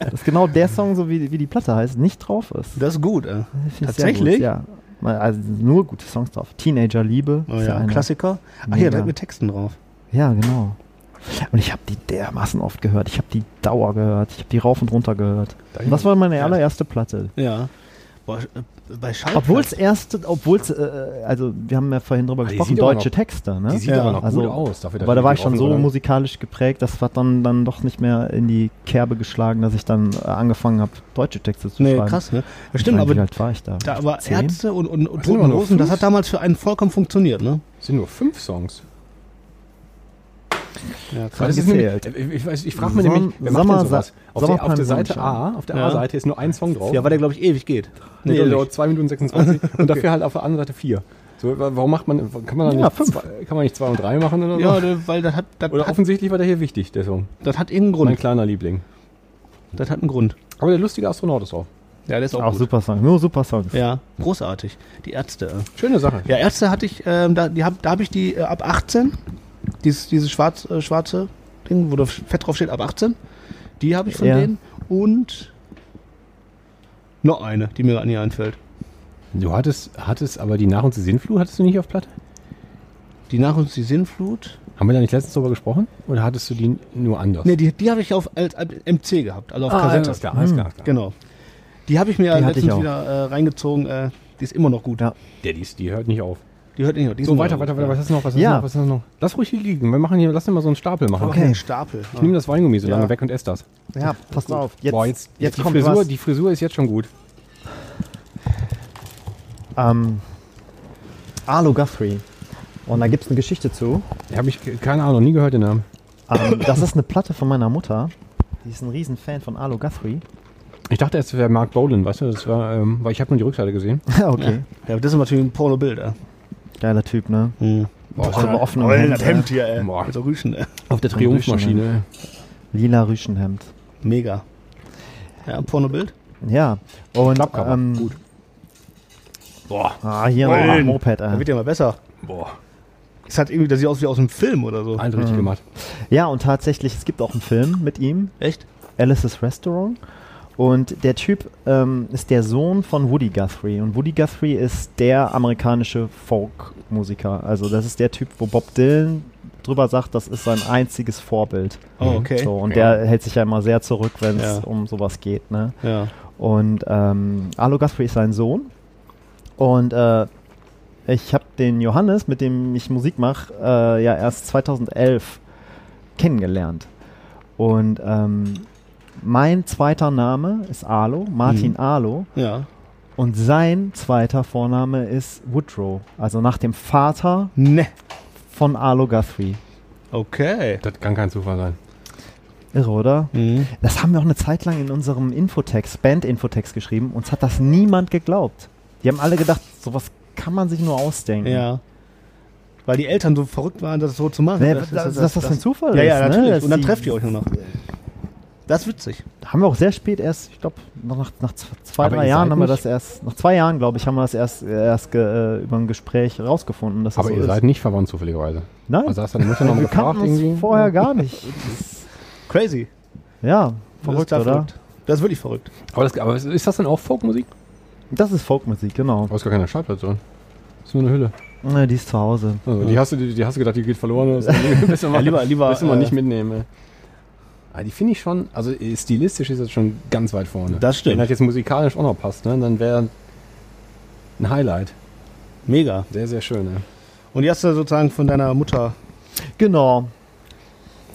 S4: Dass genau der Song, so wie, wie die Platte heißt, nicht drauf ist.
S3: Das ist gut, äh. ey.
S4: Finde ich sehr
S3: Tatsächlich?
S4: Gut, ja. Mal- Also nur gute Songs drauf. Teenager Liebe.
S3: Oh
S4: ist
S3: ja,
S4: einer.
S3: Klassiker. Ach ja,
S4: Mega.
S3: direkt mit Texten drauf.
S4: Ja, genau. Und ich habe die dermaßen oft gehört. Ich habe die Dauer gehört. Ich habe die rauf und runter gehört. Und das war meine allererste Platte.
S3: Ja. Boah, äh, bei Schallplatten.
S4: Obwohl es erste, obwohl es, äh, also wir haben ja vorhin drüber
S2: Ah, die
S4: gesprochen,
S2: sieht aber
S4: deutsche
S2: noch-
S4: Texte, ne?
S2: die sieht
S3: Ja,
S2: aber noch
S4: also-
S2: gut aus. Dafür, dass
S4: Aber da
S2: die
S4: war ich schon so
S2: rauf-
S4: musikalisch geprägt, das hat dann, dann doch nicht mehr in die Kerbe geschlagen, dass ich dann äh, angefangen habe, deutsche Texte zu
S3: Nee,
S4: schreiben.
S3: krass, ne? Ja,
S4: Ich
S3: stimmt,
S4: meine,
S3: aber,
S4: wie alt war ich da?
S3: da, aber
S4: Zehn?
S3: Ärzte und, und, und
S5: sind immer
S3: Toten
S5: noch
S3: Hosen, das hat
S5: fünf?
S3: damals für einen vollkommen funktioniert, ne?
S2: sind nur fünf Songs.
S3: Ja,
S2: Weil
S3: krass.
S2: das ist
S4: gezählt.
S2: nämlich, ich, ich, weiß- ich frage mich
S4: Son-
S2: nämlich, wer macht
S4: Sommer-
S2: denn sowas? Auf der, auf der
S4: Sommerpalmen-
S2: Seite A, auf der
S3: Ja.
S2: A-Seite ist nur ein Song drauf.
S3: Ja, weil der, glaube ich, ewig geht.
S2: nee,
S3: doch
S2: dauert
S3: nicht.
S2: 2 Minuten *laughs* 26 und dafür halt auf der anderen Seite 4. So, wa- warum macht man, kann man, dann
S4: Ja,
S2: nicht,
S4: fünf.
S2: zwei, kann man nicht 2 und 3 machen oder so?
S3: ja ne, weil das hat, das,
S2: oder
S3: hat,
S2: offensichtlich war der hier wichtig, der Song.
S3: das hat irgendeinen
S2: Mein
S3: Grund.
S2: kleiner Liebling.
S3: Das hat einen Grund.
S2: Aber der lustige Astronaut ist auch.
S3: Ja, der ist auch,
S4: Auch
S3: gut.
S4: super Songs, nur super Songs.
S3: Ja, großartig. Die Ärzte. äh.
S2: Schöne Sache.
S3: Ja, Ärzte hatte ich, ähm, da, die hab, da habe ich die äh, ab 18, dieses, dieses schwarz, äh, schwarze Ding, wo da fett drauf steht, ab 18. Die habe ich von
S4: Ja.
S3: denen. Und noch eine, die mir gerade nie einfällt.
S2: Du hattest, hattest aber die Nach- und die Sinnflut hattest du nicht auf Platte?
S3: Die Nach uns die Sinnflut.
S2: Haben wir da nicht letztens drüber gesprochen? Oder hattest du die nur anders?
S3: Ne, die, die habe ich auf als, als MC gehabt, also auf
S2: Ah,
S3: Kassette.
S2: alles klar, alles
S4: Hm.
S2: klar, alles klar.
S3: Genau. Die habe ich mir
S4: Die hatte ich
S3: letztens
S4: auch.
S3: wieder äh, reingezogen. Äh, die ist immer noch gut.
S4: Ja.
S2: Der, die, ist- die hört nicht auf.
S3: Die hört nicht noch. Die
S2: So,
S3: sind
S2: weiter,
S3: noch
S2: weiter,
S3: gut,
S2: weiter. Was
S3: ja.
S2: hast du noch? Was hast
S4: Ja.
S2: du noch? Was hast du noch? Lass ruhig hier liegen. Wir machen hier, lass dir mal so einen Stapel machen.
S3: Okay, Stapel.
S2: Ich nehme das Weingummi so lange
S4: Ja.
S2: weg und esse das.
S4: Ja, passt auf. Jetzt,
S2: Boah,
S4: jetzt,
S2: die
S4: kommt
S2: Frisur,
S4: was.
S2: Die Frisur ist jetzt schon gut.
S4: Ähm, Arlo Guthrie. Und da gibt es eine Geschichte zu.
S2: Die habe ich, ke- keine Ahnung, noch nie gehört den Namen.
S4: Ähm, das ist eine Platte von meiner Mutter. Die ist ein Riesenfan von Arlo Guthrie. *laughs*
S2: Ich dachte, es wäre Mark Bolan, weißt du? Das war, ähm, weil ich habe nur die Rückseite gesehen.
S4: Ja, okay.
S3: Ja, aber das ist natürlich ein Porno-Bild, äh. ey.
S4: Geiler Typ, ne?
S2: Boah,
S4: Auch über offene
S3: Rollen
S4: Hemd. ne?
S3: das Hemd hier, ey.
S2: Boah.
S3: Mit so Rüschen, äh. ey.
S2: auf der Triumphmaschine.
S4: Lila Rüschenhemd.
S3: Mega. Ja, Porno-Bild.
S4: Ja. Und
S2: Klappcover,
S4: ähm,
S2: gut. Boah,
S4: ah, hier noch ein
S3: Rollen.
S4: Moped.
S3: Da
S4: Äh.
S3: wird ja mal besser.
S2: boah.
S3: Das hat irgendwie, das sieht aus wie aus einem Film oder so.
S2: Alles
S4: Mhm.
S2: richtig gemacht.
S4: Ja, und tatsächlich, es gibt auch einen Film mit ihm.
S3: Echt?
S4: Alice's Restaurant. Und der Typ ähm, ist der Sohn von Woody Guthrie. Und Woody Guthrie ist der amerikanische Folk-Musiker. Also das ist der Typ, wo Bob Dylan drüber sagt, das ist sein einziges Vorbild.
S3: Oh, okay.
S4: So, und der hält sich ja immer sehr zurück, wenn es
S3: Ja.
S4: um sowas geht. Ne?
S3: Ja.
S4: Und ähm, Arlo Guthrie ist sein Sohn. Und äh, ich habe den Johannes, mit dem ich Musik mache, äh, ja erst 2011 kennengelernt. Und ähm, mein zweiter Name ist Arlo, Martin Arlo.
S3: Ja.
S4: Und sein zweiter Vorname ist Woodrow. Also nach dem Vater
S3: Ne.
S4: von Arlo Guthrie.
S3: Okay.
S2: Das kann kein Zufall sein.
S4: Irre, oder?
S3: Mhm.
S4: Das haben wir auch eine Zeit lang in unserem Infotext, Band-Infotext geschrieben. Uns hat das niemand geglaubt. Die haben alle gedacht, sowas kann man sich nur ausdenken.
S3: Ja. Weil die Eltern so verrückt waren, das so zu machen.
S4: Nee,
S3: Das
S4: dass
S3: ist-
S4: Ne, das, das, ein Zufall
S3: Ja,
S4: ist.
S3: ja,
S4: Ne?
S3: natürlich.
S4: Dass
S3: Und dann
S4: die-
S3: trefft ihr euch nur noch. Das ist witzig.
S4: Haben wir auch sehr spät erst, ich glaube, nach, nach z- zwei,
S2: Aber
S4: drei
S2: ihr
S4: Jahren
S2: seid
S4: haben wir
S2: nicht-
S4: das erst, nach zwei Jahren, glaube ich, haben wir das erst, erst ge, äh, über ein Gespräch rausgefunden, dass das
S2: Aber
S4: so
S2: ihr
S4: ist.
S2: seid nicht verwandt zufälligerweise.
S4: Nein,
S2: Also hast du deine Mutter nochmal
S4: wir
S2: gefragt
S4: kannten uns
S2: irgendwie?
S4: vorher gar nicht.
S3: Crazy.
S4: Ja,
S3: Das ist
S4: verrückt,
S3: total
S4: oder?
S3: verrückt. Das ist wirklich verrückt.
S2: Aber, das, aber ist das dann auch Folkmusik?
S4: Das ist Folkmusik, genau.
S2: Aber ist gar keine Schallplatte drin. Ist nur eine Hülle.
S4: Ne, die ist zu Hause.
S2: Also, die, hast du, die, die hast du gedacht, die geht verloren.
S3: *laughs*
S2: Oder so. Bist du mal,
S3: lieber- *laughs* lieber,
S2: bist du mal
S3: äh,
S2: nicht mitnehmen. Ey. Ah, die finde ich schon, also äh, stilistisch ist das schon ganz weit vorne.
S3: Das stimmt.
S2: Wenn das jetzt musikalisch auch noch passt, ne, dann wäre ein Highlight.
S3: Mega.
S2: Sehr, sehr schön. Ne?
S3: Und die hast du sozusagen von deiner Mutter.
S4: Genau.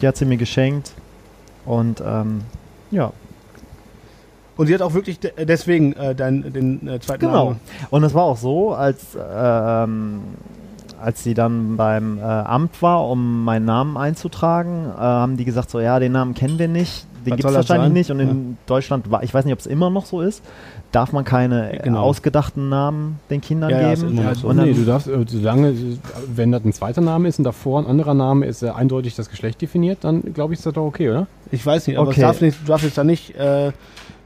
S4: Die hat sie mir geschenkt. Und ähm, ja,
S3: Und sie hat auch wirklich de deswegen äh, dein, den äh, zweiten
S4: Genau.
S3: Namen.
S4: Und es war auch so, als, äh, ähm, als sie dann beim äh, Amt war, um meinen Namen einzutragen, äh, haben die gesagt, so ja, den Namen kennen wir nicht, den
S3: Was
S4: gibt es
S3: soll das
S4: wahrscheinlich
S3: sein?
S4: nicht. Und in Deutschland, war, ich weiß nicht, ob es immer noch so ist, darf man keine
S3: Genau.
S4: äh, ausgedachten Namen den Kindern
S3: Ja, ja, ist
S4: geben.
S3: immer noch
S2: Ja,
S3: so.
S4: Und dann-
S2: nee, du darfst, äh, solange, wenn das ein zweiter Name ist und davor ein anderer Name ist, äh, eindeutig das Geschlecht definiert, dann glaube ich, ist das doch okay, oder?
S3: Ich weiß nicht, aber
S4: Okay.
S3: es darf nicht, du darfst jetzt da nicht äh,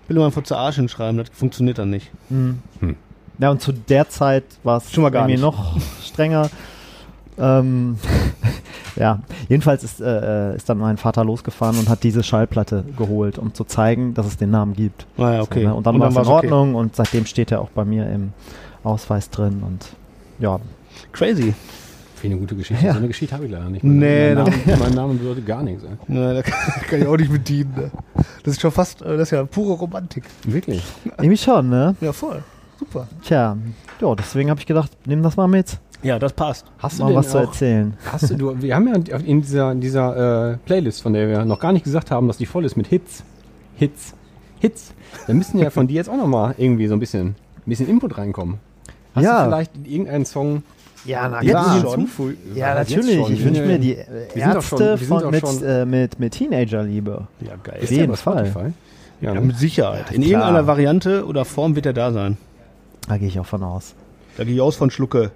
S3: Billemann von Zerarschen schreiben. Das funktioniert dann nicht.
S4: Mhm.
S2: Hm.
S4: Ja, und zu der Zeit war es
S3: Schon mal gar
S4: irgendwie
S2: *laughs*
S3: nicht.
S4: noch strenger. ähm, *laughs* ja, jedenfalls ist, äh, äh, ist dann mein Vater losgefahren und hat diese Schallplatte geholt, um zu zeigen, dass es den Namen gibt.
S3: Naja, Ah okay.
S4: So, ne? Und dann war es in
S3: war's okay.
S4: Ordnung und seitdem steht er auch bei mir im Ausweis drin und ja,
S3: Crazy.
S2: Finde eine gute Geschichte.
S4: Ja.
S2: So eine Geschichte habe ich leider nicht.
S3: Nee,
S2: mein, Name, mein Name bedeutet gar nichts. Ey.
S3: Na, da kann, kann ich auch nicht bedienen. Ne? Das ist schon fast, äh, das ist ja pure Romantik.
S2: Wirklich.
S4: irgendwie schon, ne?
S3: Ja, voll. Super.
S4: Tja, ja, deswegen habe ich gedacht, nimm das mal mit,
S3: Ja, das passt.
S2: Hast
S4: mal was zu erzählen.
S2: Hast du, du, wir haben ja in dieser, in dieser äh, Playlist, von der wir noch gar nicht gesagt haben, dass die voll ist mit Hits. Hits. Hits. Da müssen ja von dir jetzt auch nochmal irgendwie so ein bisschen, ein bisschen Input reinkommen. Hast
S4: Ja.
S2: du vielleicht irgendeinen Song?
S4: Ja, na
S2: den du
S3: schon?
S2: hinzufü-
S4: Ja,
S2: jetzt
S4: natürlich.
S2: schon?
S4: Ich wünsche mir die
S2: wir sind doch schon- wir
S4: Ärzte
S2: sind
S4: von,
S2: doch
S4: mit,
S2: schon-
S4: äh, mit, mit Teenager-Liebe.
S3: Ja, geil.
S4: Auf
S2: Ist der
S4: jeden
S2: bei
S4: Fall.
S2: Spotify? Ja,
S3: Ja,
S2: ne?
S3: mit Sicherheit. In
S4: klar.
S3: irgendeiner Variante oder Form wird er da sein.
S4: Da gehe ich auch von aus.
S3: Da gehe ich aus von Schlucke.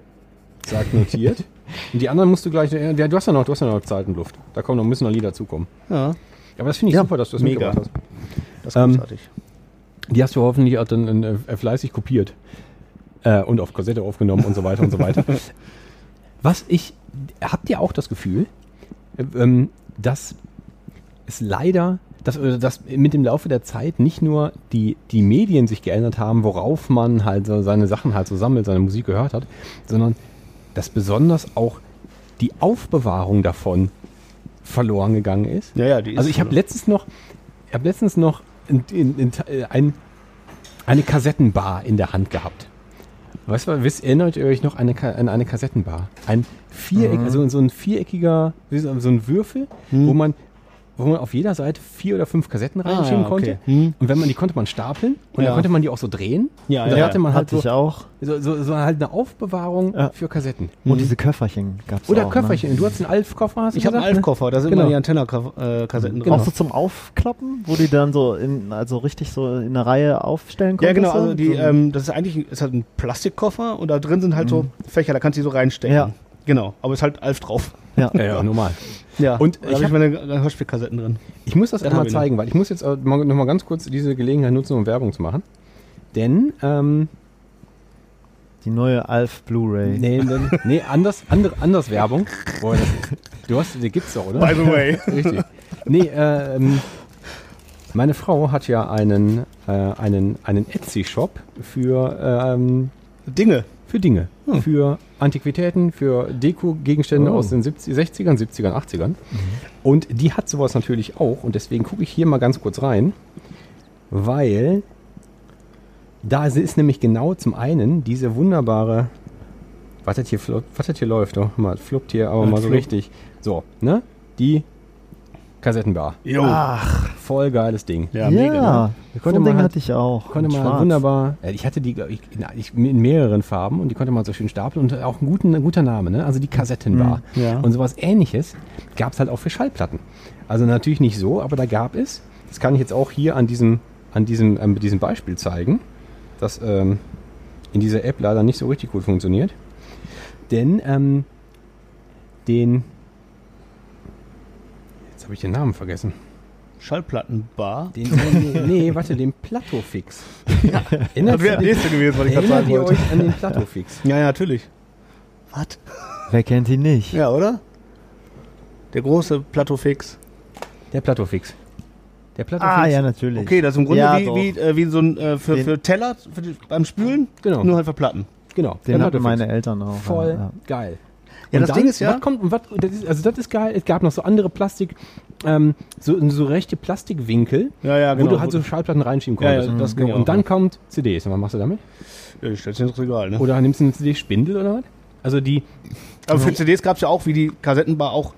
S2: sagt notiert. Und die anderen musst du gleich, ja, du hast ja noch, du hast ja noch Zeit und Luft. Da kommen noch, müssen noch Lieder zukommen.
S3: Ja,
S2: Aber das finde ich
S4: Ja,
S2: super, dass du das
S3: mega.
S2: mitgebracht hast.
S3: das ist
S2: Ähm,
S3: großartig.
S2: Die hast du hoffentlich auch dann äh, fleißig kopiert. Äh, und auf Kassette aufgenommen und so weiter und so weiter. Was ich. Habt ihr auch das Gefühl, äh, ähm, dass es leider. Dass, oder dass mit dem Laufe der Zeit nicht nur die, die Medien sich geändert haben, worauf man halt so seine Sachen halt so sammelt, seine Musik gehört hat, sondern dass besonders auch die Aufbewahrung davon verloren gegangen ist.
S3: ja, ja, die ist
S2: Also ich habe letztens noch, ich habe letztens noch in, in, in, äh, ein, eine Kassettenbar in der Hand gehabt. Weißt du, wisst, erinnert ihr euch noch an eine, Ka- an eine Kassettenbar? Ein Viereck,
S3: Mhm.
S2: also so ein viereckiger, wie so so ein Würfel, wo man wo man auf jeder Seite vier oder fünf Kassetten reinschieben
S3: Ah, ja,
S2: konnte.
S3: okay. Mhm.
S2: Und wenn man die konnte man stapeln und dann
S3: Ja.
S2: konnte man die auch so drehen.
S3: Ja,
S2: und dann
S3: ja.
S2: hatte man halt
S4: hatte
S2: so,
S4: ich auch.
S2: so, so, so halt eine Aufbewahrung
S4: Ja.
S2: für Kassetten.
S4: Und
S3: Mhm.
S4: diese Köfferchen gab es auch.
S2: Mhm. Oder
S4: ne?
S2: Köfferchen. Du hast einen Alf-Koffer, hast du
S3: Ich habe einen
S2: gesagt, ne?
S3: Alf-Koffer, da sind
S2: Genau.
S3: immer die Antenna-Kassetten drin.
S2: Genau.
S4: Auch so zum Aufklappen, wo die dann so in, also richtig so in einer Reihe aufstellen
S3: Ja,
S4: konntest?
S3: genau, also die,
S4: so.
S3: ähm, das ist eigentlich es hat ein Plastikkoffer und da drin sind halt so Fächer, da kannst du die so reinstecken.
S4: Ja.
S3: Genau, aber ist halt Alf drauf.
S4: ja.
S2: Ja, ja, normal.
S3: Ja,
S2: Und
S3: und da
S2: ich
S3: habe
S2: hab-
S3: ich meine Hörspielkassetten drin.
S2: Ich muss das
S3: Dann
S2: einmal
S3: hab ich noch.
S2: zeigen, weil ich muss jetzt äh, mal- noch mal ganz kurz diese Gelegenheit nutzen, um Werbung zu machen. Denn, ähm,
S4: Die neue Alf Blu-ray.
S2: nee, nee, nee anders, andere, anders Werbung. Boah, das, du hast, die gibt's doch, oder?
S3: By the way.
S2: Richtig. Nee, äh, ähm, meine Frau hat ja einen, äh, einen, einen Etsy-Shop für, ähm,
S3: *laughs* Dinge.
S2: für Dinge. Für Antiquitäten, für Deko-Gegenstände
S4: Oh.
S2: aus den 70, 60ern, 70ern, 80ern. Und die hat sowas natürlich auch. Und deswegen gucke ich hier mal ganz kurz rein, weil da ist nämlich genau zum einen diese wunderbare. Wartet hier, flo- wartet hier läuft doch mal, fluppt hier aber
S3: Ja,
S2: mal so
S3: flupp.
S2: richtig. So, ne? Die Kassettenbar.
S3: Jo.
S2: Voll geiles Ding.
S3: Ja,
S4: ja,
S3: mega. Ne?
S2: Da
S4: so
S2: konnte
S4: ein
S2: man
S4: Ding
S2: halt-
S4: hatte ich auch.
S2: konnte
S4: In
S2: man
S4: schwarz.
S2: wunderbar. Äh, Ich hatte die, glaube ich, in, ich, in mehreren Farben und die konnte man so schön stapeln und auch ein, guten, ein guter Name, ne? Also die Kassettenbar.
S3: ja.
S2: Und sowas ähnliches gab es halt auch für Schallplatten. Also natürlich nicht so, aber da gab es, das kann ich jetzt auch hier an diesem, an diesem, an diesem Beispiel zeigen, dass ähm, in dieser App leider nicht so richtig gut funktioniert. Denn ähm, den. Jetzt habe ich den Namen vergessen.
S3: Schallplattenbar.
S2: Den, *laughs* nee, nee, warte, den *laughs* Plattofix. Erinnert
S3: Das wäre das nächste gewesen, was ich gerade
S2: Erinnert
S3: sagen
S2: ihr
S3: wollte.
S2: euch an den Plattofix?
S3: Ja, ja, natürlich. Was?
S4: Wer kennt die nicht?
S3: Ja, oder? Der große Plateaufix.
S2: *laughs* Der Plattofix. Der Plattofix.
S4: Ah, ja, natürlich.
S3: Okay, das ist im Grunde
S4: Ja,
S3: wie,
S4: doch.
S3: wie, äh, wie so ein äh, für,
S4: Den-
S3: für Teller für die, beim Spülen,
S2: Genau.
S3: nur halt für Platten.
S2: genau. der
S4: Den hatten
S2: Plattofix.
S4: meine Eltern auch.
S2: Voll
S4: Ja, ja.
S2: geil.
S3: Ja, das Ding ist ja-
S2: Was kommt, und was, das ist, also das ist geil. Es gab noch so andere Plastik, ähm, so, so rechte Plastikwinkel,
S3: Ja, ja,
S2: wo
S3: genau.
S2: du halt so Schallplatten reinschieben
S3: Ja, ja,
S2: konntest.
S3: das ging
S2: Genau. und
S3: auch,
S2: dann
S3: ja.
S2: kommt CDs. Und was machst du damit?
S3: Ja, die stellst du ins Regal, ne?
S2: Oder nimmst du eine CD-Spindel oder was? Also die,
S3: Aber für CDs gab es ja auch, wie die Kassettenbar auch,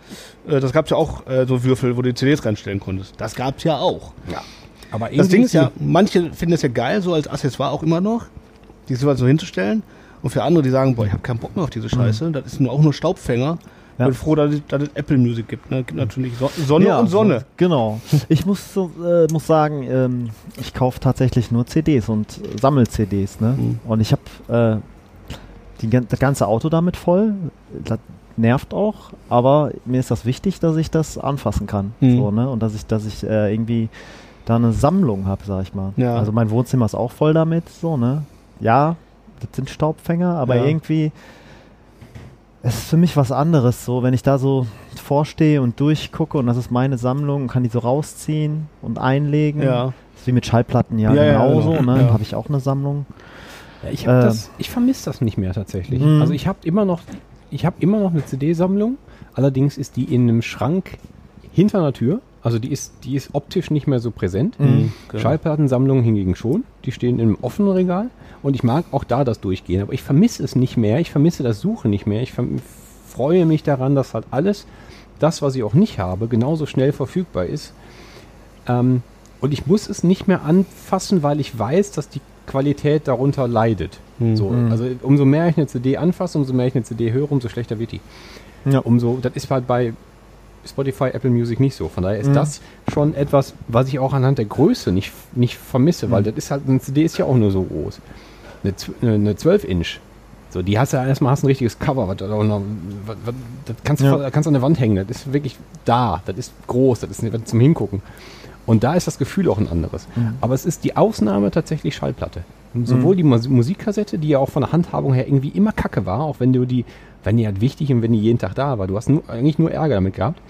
S3: äh, das gab es ja auch äh, so Würfel, wo du die CDs reinstellen konntest. Das gab es ja auch.
S2: aber irgendwie
S3: Das Ding ist ja, manche finden das ja geil, so als Accessoire auch immer noch, die sowas so hinzustellen. Und für andere, die sagen, boah, ich habe keinen Bock mehr auf diese Scheiße, das ist nur auch nur Staubfänger.
S4: Ja.
S3: Bin froh, dass, es- dass es Apple Music gibt. Ne? Gibt natürlich so Sonne
S4: Ja,
S3: und Sonne.
S4: Genau. Ich muss, so, äh, muss sagen, ähm, ich kaufe tatsächlich nur CDs und äh, sammel CDs. Ne?
S3: Mhm.
S4: Und ich habe äh, die gan- das ganze Auto damit voll. Das nervt auch, aber mir ist das wichtig, dass ich das anfassen kann.
S3: Mhm.
S4: So, ne? Und dass ich, dass ich äh, irgendwie da eine Sammlung habe, sag ich mal.
S3: Ja.
S4: Also mein Wohnzimmer ist auch voll damit. So, ne? Ja, das sind Staubfänger, aber
S3: Ja.
S4: irgendwie es ist für mich was anderes, so wenn ich da so vorstehe und durchgucke und das ist meine Sammlung und kann die so rausziehen und einlegen.
S3: Ja.
S4: Das ist wie mit Schallplatten ja,
S3: Ja, ja,
S4: genauso,
S3: genau.
S4: ne?
S3: Ja.
S4: Habe ich auch eine Sammlung.
S2: Ja, ich hab
S4: Äh,
S2: das, ich vermisse das nicht mehr tatsächlich.
S4: Mhm.
S2: Also ich habe immer noch, ich habe immer noch eine CD-Sammlung. Allerdings ist die in einem Schrank hinter einer Tür. Also die ist, die ist optisch nicht mehr so präsent.
S4: Mhm. Genau.
S2: Schallplattensammlungen hingegen schon. Die stehen im offenen Regal. Und ich mag auch da das Durchgehen. Aber ich vermisse es nicht mehr. Ich vermisse das Suchen nicht mehr. Ich verm- freue mich daran, dass halt alles, das, was ich auch nicht habe, genauso schnell verfügbar ist. Ähm, und ich muss es nicht mehr anfassen, weil ich weiß, dass die Qualität darunter leidet. So, also umso mehr ich eine CD anfasse, umso mehr ich eine CD höre, umso schlechter wird die.
S4: Ja.
S2: Umso, das ist halt bei Spotify, Apple Music nicht so. Von daher ist das schon etwas, was ich auch anhand der Größe nicht, nicht vermisse, weil das ist halt, eine CD ist ja auch nur so groß. Eine, Zw- eine, eine 12-Inch. So, die hast du ja erstmal hast ein richtiges Cover, was, da auch noch- was, was, das kannst du
S4: Ja.
S2: vor- kannst du an der Wand hängen, das ist wirklich da, das ist groß, das ist nicht- zum Hingucken. Und da ist das Gefühl auch ein anderes. Aber es ist die Ausnahme tatsächlich Schallplatte. Und sowohl die Mus Musikkassette, die ja auch von der Handhabung her irgendwie immer kacke war, auch wenn du die, wenn die halt wichtig und wenn die jeden Tag da war, du hast nur, eigentlich nur Ärger damit gehabt.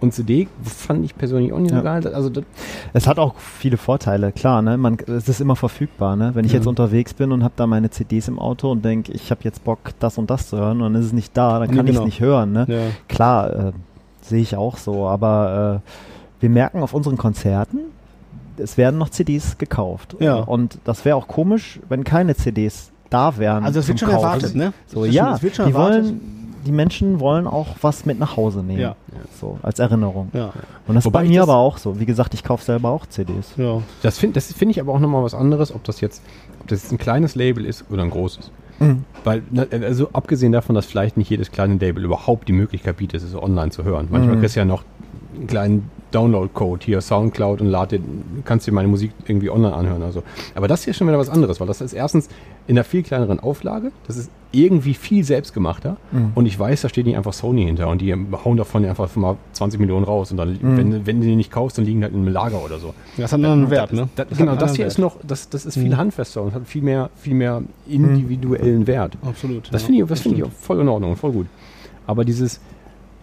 S2: Und CD fand ich persönlich auch nicht so
S4: Ja.
S2: geil. Also das,
S4: Es hat auch viele Vorteile, klar, ne? Man, es ist immer verfügbar, ne? Wenn ich jetzt unterwegs bin und habe da meine CDs im Auto und denke, ich habe jetzt Bock, das und das zu hören und es ist nicht da, dann
S3: Ja,
S4: kann ich es
S3: genau.
S4: nicht hören, ne?
S3: Ja.
S4: Klar, äh, sehe ich auch so, aber äh, wir merken auf unseren Konzerten, es werden noch CDs gekauft.
S3: Ja.
S4: Und das wäre auch komisch, wenn keine CDs da wären.
S3: Also das wird
S4: zum
S3: schon
S4: Kauf.
S3: erwartet, ne?
S4: So,
S3: Das
S4: ja,
S3: das wird schon
S4: die
S3: erwartet.
S4: wollen, die Menschen wollen auch was mit nach Hause nehmen.
S3: Ja.
S4: So, als Erinnerung.
S3: Ja,
S4: Und das
S2: Wobei
S4: ist bei
S2: ich
S4: mir
S2: das-
S4: aber auch so. Wie gesagt, ich kaufe selber auch CDs.
S3: ja.
S2: Das finde das find ich aber auch nochmal was anderes, ob das jetzt ob das jetzt ein kleines Label ist oder ein großes. Weil, ne, also abgesehen davon, dass vielleicht nicht jedes kleine Label überhaupt die Möglichkeit bietet, es online zu hören. Manchmal kriegst du ja noch einen kleinen Download-Code hier, Soundcloud und lad dir, kannst dir meine Musik irgendwie online anhören. Also. Aber das hier ist schon wieder was anderes, weil das ist erstens in einer viel kleineren Auflage, das ist irgendwie viel selbstgemachter und ich weiß, da steht nicht einfach Sony hinter und die hauen davon einfach mal 20 Millionen raus und dann, wenn, wenn du die nicht kaufst, dann liegen die halt in einem Lager oder so.
S3: Das hat einen anderen Wert, ne? Mhm.
S2: Das,
S3: hat
S2: genau,
S3: einen
S2: das hier
S3: anderen
S2: ist noch, das, das ist viel handfester und hat viel mehr, viel mehr individuellen Wert.
S3: Wert. Absolut.
S2: Das
S3: Mhm. ja.
S2: finde ich, das finde ich auch voll in Ordnung und voll gut. Aber dieses,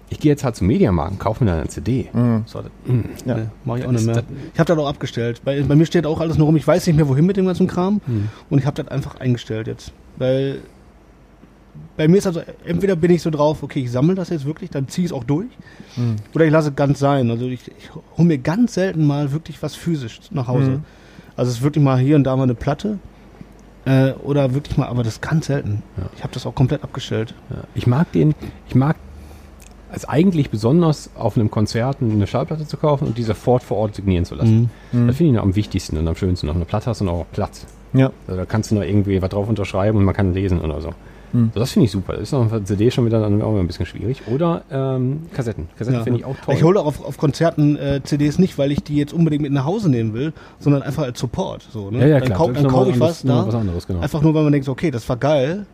S2: ich gehe jetzt halt zum Mediamarkt und kaufe mir dann eine CD.
S3: Mhm.
S2: So, das, mm.
S4: Ja.
S3: Nee, mach ich auch
S2: Das
S3: nicht
S2: ist
S3: mehr. Ich habe das auch abgestellt. Bei, bei mir steht auch alles nur rum. Ich weiß nicht mehr, wohin mit dem ganzen Kram. Und ich habe das einfach eingestellt jetzt. Weil bei mir ist also, entweder bin ich so drauf, okay, ich sammle das jetzt wirklich, dann ziehe ich es auch durch. Oder ich lasse es ganz sein. Also ich, ich hole mir ganz selten mal wirklich was physisch nach Hause.
S4: Mhm.
S3: Also es ist wirklich mal hier und da mal eine Platte. Äh, oder wirklich mal, aber das ist ganz selten. Ich habe das auch komplett abgestellt.
S2: Ja. Ich mag den, ich mag es eigentlich besonders auf einem Konzert eine Schallplatte zu kaufen und die sofort vor Ort signieren zu lassen.
S3: Mhm.
S2: Das finde ich noch am wichtigsten und am schönsten. Auf einer Platte hast du noch Platz.
S4: Ja.
S2: Also da kannst du noch irgendwie was drauf unterschreiben und man kann lesen oder so.
S3: Hm.
S2: So, Das finde ich super. Das ist auf einer CD schon wieder dann auch ein bisschen schwierig. Oder ähm, Kassetten. Kassetten
S3: Ja.
S2: finde ich auch toll.
S3: Ich hole auch auf, auf Konzerten äh, CDs nicht, weil ich die jetzt unbedingt mit nach Hause nehmen will, sondern einfach als Support. So, ne?
S2: ja, ja,
S3: dann
S2: klar.
S3: kau-
S2: Das ist
S3: dann
S2: nochmal
S3: kaufe ich
S2: anders-
S3: was ne? Hm. da,
S2: noch was anderes, genau.
S3: einfach nur, weil man denkt, so, okay, das war geil.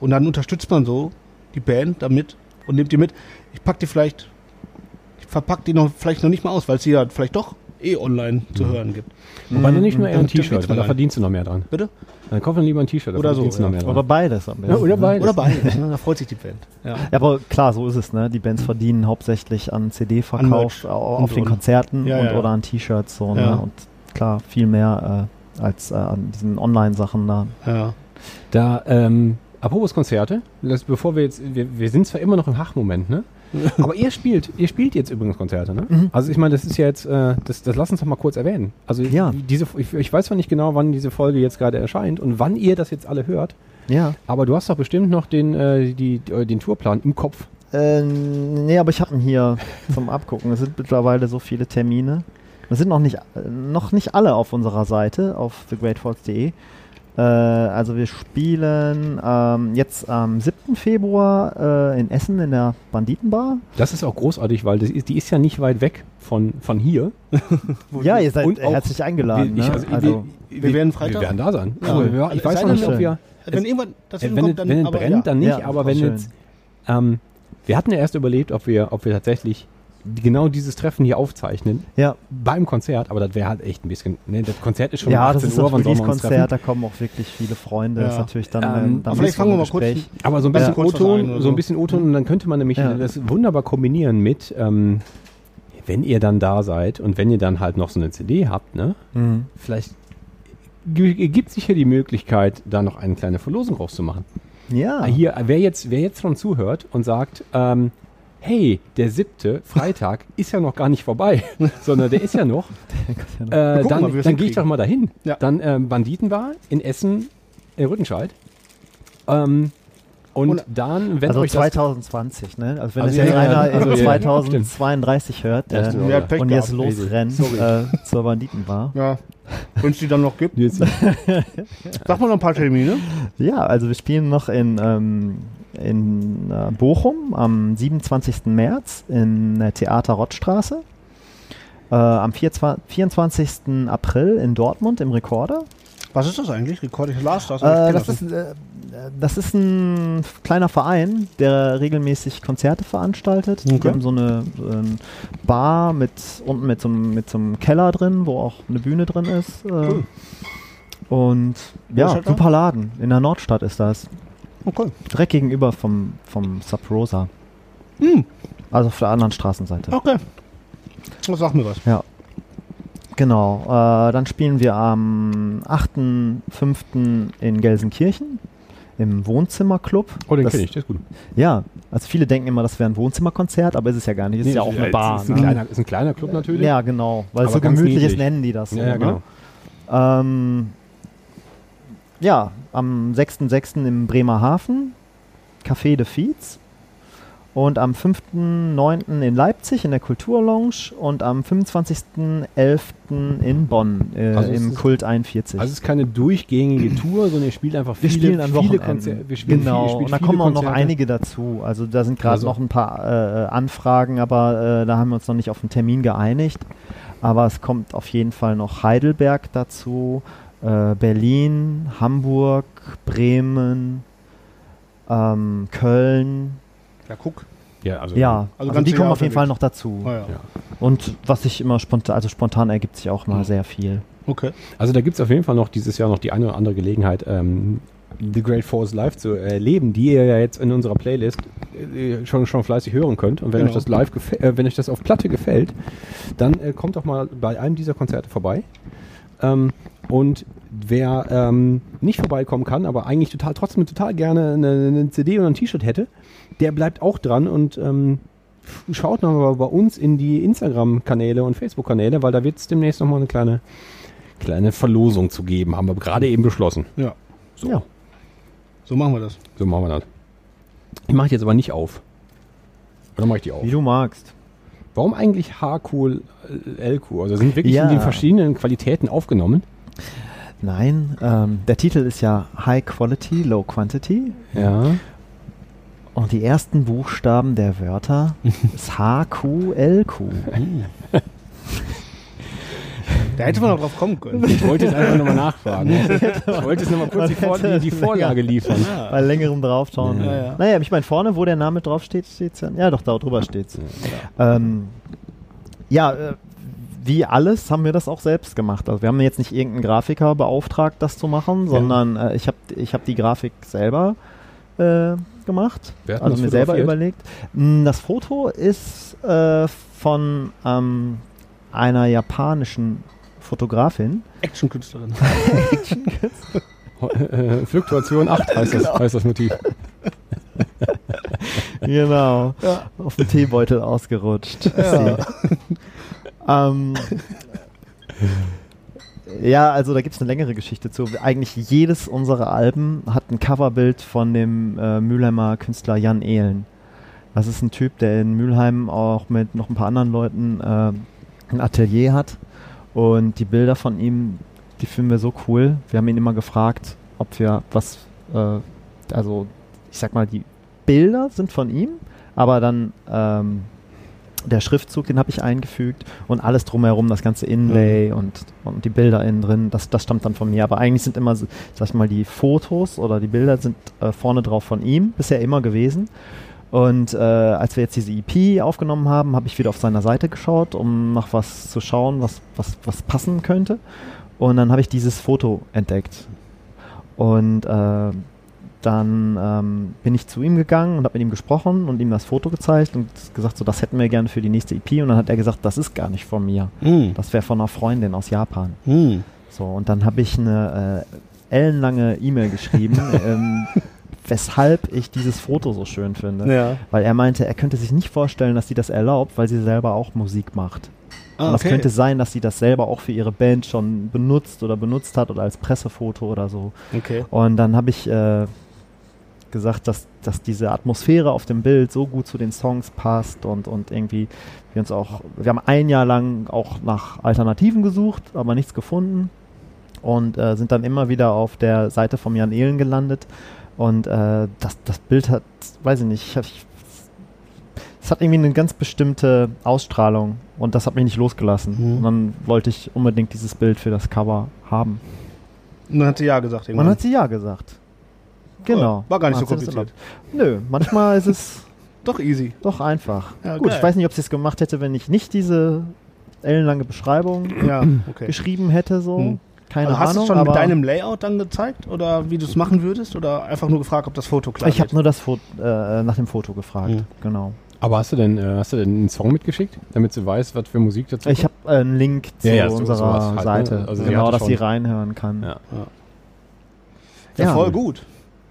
S3: Und dann unterstützt man so die Band damit und nimmt die mit. Ich pack die vielleicht, ich verpack die noch vielleicht noch nicht mal aus, weil es die ja vielleicht doch eh online zu hören gibt.
S2: Wobei dann nicht nur eher ein
S3: Dann- dann
S2: T-Shirt,
S3: geht's
S2: weil da
S3: rein.
S2: verdienst du noch mehr dran.
S3: Bitte?
S2: Dann kauf dann lieber ein T-Shirt, da
S3: Oder so,
S2: verdienst du noch
S3: ja.
S2: mehr dran.
S4: Oder beides am besten.
S2: Ja, oder
S4: ne?
S2: beides.
S3: Oder beides, ne? da freut sich die Band. Ja.
S4: Ja, aber klar, so ist es, ne? Die Bands verdienen hauptsächlich an
S3: An
S4: CD-Verkauf,
S3: Merch.
S4: au-
S3: Und,
S4: auf den
S3: und.
S4: Konzerten
S3: Ja,
S4: und
S3: ja, ja.
S4: oder an T-Shirts so,
S3: Ja.
S4: ne? Und klar, viel mehr äh, als äh, an diesen Online-Sachen da.
S3: Ja.
S2: Da, ähm, apropos Konzerte, das, bevor wir jetzt, wir, wir sind zwar immer noch im Hach-Moment, ne? Aber ihr spielt, ihr spielt jetzt übrigens Konzerte, ne? Also ich meine, das ist ja jetzt, äh, das, das lass uns doch mal kurz erwähnen. Also
S4: Ja.
S2: diese, ich, ich weiß zwar nicht genau, wann diese Folge jetzt gerade erscheint und wann ihr das jetzt alle hört,
S4: Ja.
S2: aber du hast doch bestimmt noch den, äh, die, äh, den Tourplan im Kopf.
S4: Äh, nee, aber ich habe ihn hier *laughs* zum Abgucken. Es sind mittlerweile so viele Termine. Es sind noch nicht, äh, noch nicht alle auf unserer Seite, auf thegreatfolks.de. Äh, also wir spielen ähm, jetzt am 7. Februar äh, in Essen in der Banditenbar.
S2: Das ist auch großartig, weil das ist, die ist ja nicht weit weg von, von hier.
S4: Ja, ihr seid
S2: Und auch-
S4: herzlich eingeladen.
S2: ich,
S4: ne?
S2: also, wir,
S3: wir werden
S2: Wir
S3: Freitag-
S2: werden da sein.
S3: Ja.
S2: Cool. Ja, ich
S3: Also es
S2: weiß
S3: sei
S2: noch
S3: denn,
S2: nicht, ob wir...
S3: Wenn irgendwann dazwischen
S2: wenn,
S3: kommt,
S2: es-
S3: dann,
S2: wenn es
S3: aber
S2: brennt,
S3: ja.
S2: dann nicht,
S4: Ja, das
S2: aber
S4: war
S2: wenn
S4: schön.
S2: jetzt. Ähm, wir hatten ja erst überlegt, ob wir, ob wir tatsächlich genau dieses Treffen hier aufzeichnen
S4: ja,
S2: beim Konzert, aber das wäre halt echt ein bisschen. Ne, das Konzert ist schon um
S4: ja,
S2: 18
S4: das ist
S2: Uhr,
S4: das
S2: wann sollen wir uns
S4: Release-Konzert,
S2: treffen?
S4: da kommen auch wirklich viele Freunde.
S3: Ja.
S4: Ist natürlich dann,
S2: Ähm,
S4: ähm, dann
S3: aber vielleicht
S4: ist man
S3: fangen wir
S4: im
S3: mal kurz
S4: Gespräch.
S2: Aber so ein
S3: Ja.
S2: bisschen
S3: Kurz was sagen
S2: O-Ton,
S3: oder
S2: so ein
S3: so.
S2: bisschen O-Ton und dann könnte man nämlich
S4: Ja.
S2: das wunderbar kombinieren mit, ähm, wenn ihr dann da seid und wenn ihr dann halt noch so eine CD habt, ne?
S4: Mhm.
S2: Vielleicht g- gibt sich hier die Möglichkeit, da noch eine kleine Verlosung rauszumachen.
S4: Ja,
S2: Ah, Hier, wer jetzt, wer jetzt schon zuhört und sagt, ähm, hey, der siebte Freitag ist ja noch gar nicht vorbei, *laughs* sondern der ist ja noch, äh,
S3: gucken mal,
S2: dann,
S3: wie wir's
S2: dann gehe ich
S3: hinkriegen.
S2: doch mal dahin.
S3: Ja.
S2: Dann ähm, Banditenbar in Essen, in Rüttenscheid. Ähm, und,
S3: Und-
S2: dann, wenn
S4: also
S2: euch *laughs* das...
S4: 2020, ne? Also wenn
S2: Also
S4: das jetzt
S2: ja, ja,
S4: einer
S2: ja, also
S4: in
S2: ja,
S4: 2032 hört
S2: Ja, stimmt,
S4: äh,
S2: ja,
S3: Pech
S4: und jetzt
S3: gehabt.
S4: losrennt
S3: Sorry.
S4: äh, zur Banditenbar.
S2: *laughs*
S3: Ja. Wenn es die dann noch gibt.
S2: Jetzt-
S3: Sag mal noch ein paar Termine.
S4: Ja, also wir spielen noch in, ähm, in äh, Bochum am 27. März in der Theater Rottstraße. Äh, am 24, 24. April in Dortmund im Rekorder.
S3: Was ist das eigentlich? Rekord ich las das. aber ich
S4: Äh,
S3: kenn
S4: das, ist, äh, äh, das ist ein kleiner Verein, der regelmäßig Konzerte veranstaltet. Die
S3: Okay.
S4: haben so eine, so eine Bar mit unten mit so, einem- mit so einem Keller drin, wo auch eine Bühne drin ist. Äh, Und ja,
S3: ist das da?
S4: super Laden. In der Nordstadt ist das.
S3: nicht. Okay.
S4: Direkt gegenüber vom, vom Sub Rosa. Also auf der anderen Straßenseite.
S3: Okay. Das sagt mir was.
S4: Genau. Äh, dann spielen wir am 8.5. in Gelsenkirchen im Wohnzimmerclub.
S2: Oh, den
S4: Das-
S2: kenne ich, der ist gut.
S4: Ja, also viele denken immer, das wäre ein Wohnzimmerkonzert, aber ist es ja gar nicht. Es ist ja auch eine Bar.
S2: Ist ein,
S4: ne?
S2: kleiner, ist ein kleiner Club natürlich.
S4: Ja, genau. Weil
S2: Aber
S4: es so ne?
S2: ganz genau.
S4: gemütlich ist,
S2: niedlich.
S4: nennen die das so.
S2: Ja, ja,
S4: ne? ähm, ja, am 6.6. im Bremerhaven, Café de Fietz. Und am 5.9. in Leipzig in der Kulturlounge und am 25.11. in Bonn äh,
S2: Also es
S4: im
S2: ist-
S4: Kult 41.
S2: Also es ist keine durchgängige Tour, sondern ihr spielt einfach
S4: wir
S2: viele,
S4: spielen an
S2: viele
S4: Wochenenden.
S2: Konzerte. Wir spielen
S4: genau,
S2: viel- ihr spielt
S4: und da
S2: viele
S4: kommen auch noch
S2: Konzerte.
S4: einige dazu. Also da sind gerade
S2: Also-
S4: noch ein paar äh, äh, Anfragen, aber äh, da haben wir uns noch nicht auf einen Termin geeinigt. Aber es kommt auf jeden Fall noch Heidelberg dazu, äh, Berlin, Hamburg, Bremen, ähm, Köln.
S3: Ja, guck.
S2: Ja, also,
S4: Ja, also,
S3: ganze
S4: die kommen
S3: Jahr
S4: auf jeden Fall
S3: unterwegs.
S4: noch dazu.
S3: Ah, ja.
S2: Ja.
S4: Und was sich immer spontan, also spontan ergibt sich auch mal
S3: Mhm.
S4: sehr viel.
S3: Okay.
S2: also da gibt es auf jeden Fall noch dieses Jahr noch die eine oder andere Gelegenheit, ähm, The Great Force live zu erleben, die ihr ja jetzt in unserer Playlist äh, schon, schon fleißig hören könnt. Und wenn
S3: Genau.
S2: euch das live gefä- äh, wenn euch das auf Platte gefällt, dann äh, kommt doch mal bei einem dieser Konzerte vorbei. Ähm, und wer ähm, nicht vorbeikommen kann, aber eigentlich total trotzdem total gerne eine, eine CD oder ein T-Shirt hätte, der bleibt auch dran und ähm, f- schaut nochmal bei uns in die Instagram-Kanäle und Facebook-Kanäle, weil da wird es demnächst nochmal eine kleine, kleine Verlosung zu geben, haben wir gerade eben beschlossen.
S3: Ja,
S2: So,
S4: Ja.
S3: so machen wir das.
S2: so machen wir das. Ich mache die jetzt aber nicht auf. Oder mache ich die auf?
S4: Wie du magst.
S2: Warum eigentlich H-Cool, L-Cool? Also sind wirklich
S4: Ja.
S2: in den verschiedenen Qualitäten aufgenommen.
S4: Nein, ähm, der Titel ist ja High Quality, Low Quantity.
S2: Ja.
S4: Und die ersten Buchstaben der
S2: *laughs*
S4: Wörter ist H, Q, L, Q.
S3: Da hätte man noch drauf kommen *laughs* können.
S2: Ich wollte jetzt einfach nochmal nachfragen. Ich wollte jetzt nochmal kurz die, Vor die, die Vorlage liefern.
S4: Bei längerem Draufschauen.
S2: Ja,
S3: ja.
S4: Naja, ich meine, vorne, wo der Name draufsteht, steht's ja. Ja, doch, da drüber steht's. Ja, ähm, ja äh, wie alles haben wir das auch selbst gemacht. Also wir haben jetzt nicht irgendeinen Grafiker beauftragt, das zu machen, sondern äh, ich habe ich hab die Grafik selber äh, gemacht.
S2: Wer hat denn
S4: also
S2: das
S4: mir selber
S2: fotografiert?
S4: überlegt. Mm, Das Foto ist äh, von ähm, einer japanischen Fotografin.
S3: Actionkünstlerin.
S2: Äh, Fluktuation 8 heißt das, heißt das Motiv.
S4: genau. Auf den Teebeutel ausgerutscht. ist sie. ähm, ja, also da gibt es eine längere Geschichte zu. Eigentlich jedes unserer Alben hat ein Coverbild von dem äh, Mülheimer Künstler Jan Ehlen. Das ist ein Typ, der in Mülheim auch mit noch ein paar anderen Leuten äh, ein Atelier hat. Und die Bilder von ihm, die finden wir so cool. Wir haben ihn immer gefragt, ob wir was, äh, also ich sag mal, die Bilder sind von ihm, aber dann ähm, der Schriftzug, den habe ich eingefügt und alles drumherum, das ganze Inlay und, und die Bilder innen drin, das, das stammt dann von mir. Aber eigentlich sind immer, so- sag ich mal, die Fotos oder die Bilder sind äh, vorne drauf von ihm, bisher immer gewesen. Und äh, als wir jetzt diese EP aufgenommen haben, habe ich wieder auf seiner Seite geschaut, um nach was zu schauen, was, was, was passen könnte. Und dann habe ich dieses Foto entdeckt. Und äh, dann ähm, bin ich zu ihm gegangen und habe mit ihm gesprochen und ihm das Foto gezeigt und gesagt, so das hätten wir gerne für die nächste EP. Und dann hat er gesagt, das ist gar nicht von mir.
S3: Hm.
S4: Das wäre von einer Freundin aus Japan.
S3: Hm.
S4: So, und dann habe ich eine äh, ellenlange
S3: *laughs*
S4: E-Mail geschrieben, ähm, weshalb ich dieses Foto so schön finde.
S3: Ja.
S4: Weil er meinte, er könnte sich nicht vorstellen, dass sie das erlaubt, weil sie selber auch Musik macht.
S3: Ah,
S4: Und das
S3: okay.
S4: könnte sein, dass sie das selber auch für ihre Band schon benutzt oder benutzt hat oder als Pressefoto oder so.
S3: Okay.
S4: Und dann habe ich äh, gesagt, dass, dass diese Atmosphäre auf dem Bild so gut zu den Songs passt und, und irgendwie wir uns auch, wir haben ein Jahr lang auch nach Alternativen gesucht, aber nichts gefunden und äh, sind dann immer wieder auf der Seite von Jan Ehlen gelandet und äh, das, das Bild hat, weiß ich nicht, ich hab, ich, es hat irgendwie eine ganz bestimmte Ausstrahlung und das hat mich nicht losgelassen.
S3: Mhm.
S4: Und dann wollte ich unbedingt dieses Bild für das Cover haben.
S3: Und dann hat sie ja gesagt
S4: Man
S3: irgendwann. Oh,
S4: hat sie ja gesagt. Genau.
S3: war gar nicht
S4: Man
S3: so
S4: hat sie das
S3: kompliziert.
S4: erlaubt. Nö, manchmal ist es *laughs*
S3: Doch easy.
S4: doch einfach.
S3: Ja,
S4: Gut,
S3: geil.
S4: ich weiß nicht, ob sie es gemacht hätte, wenn ich nicht diese ellenlange Beschreibung
S3: Ja, okay.
S4: geschrieben hätte, so.
S3: Hm.
S4: Keine
S3: Also hast du
S4: Ahnung.
S3: es schon
S4: aber
S3: mit deinem Layout dann gezeigt oder wie du es machen würdest oder einfach nur gefragt, ob das Foto klar
S4: ich habe
S3: wird?
S4: nur das Foto, äh, nach dem Foto gefragt.
S3: Hm.
S4: Genau.
S2: Aber hast du denn, äh, hast du denn einen Song mitgeschickt, damit sie weiß, was für Musik dazu
S4: Ich habe äh, einen Link zu
S2: Ja, ja, so- sowas
S4: unserer
S2: halt, ne?
S4: Seite.
S2: Also sie
S4: genau,
S2: hatte
S4: dass sie
S2: schon-
S4: reinhören kann.
S2: Ja.
S3: ja,
S4: Ja.
S3: voll gut.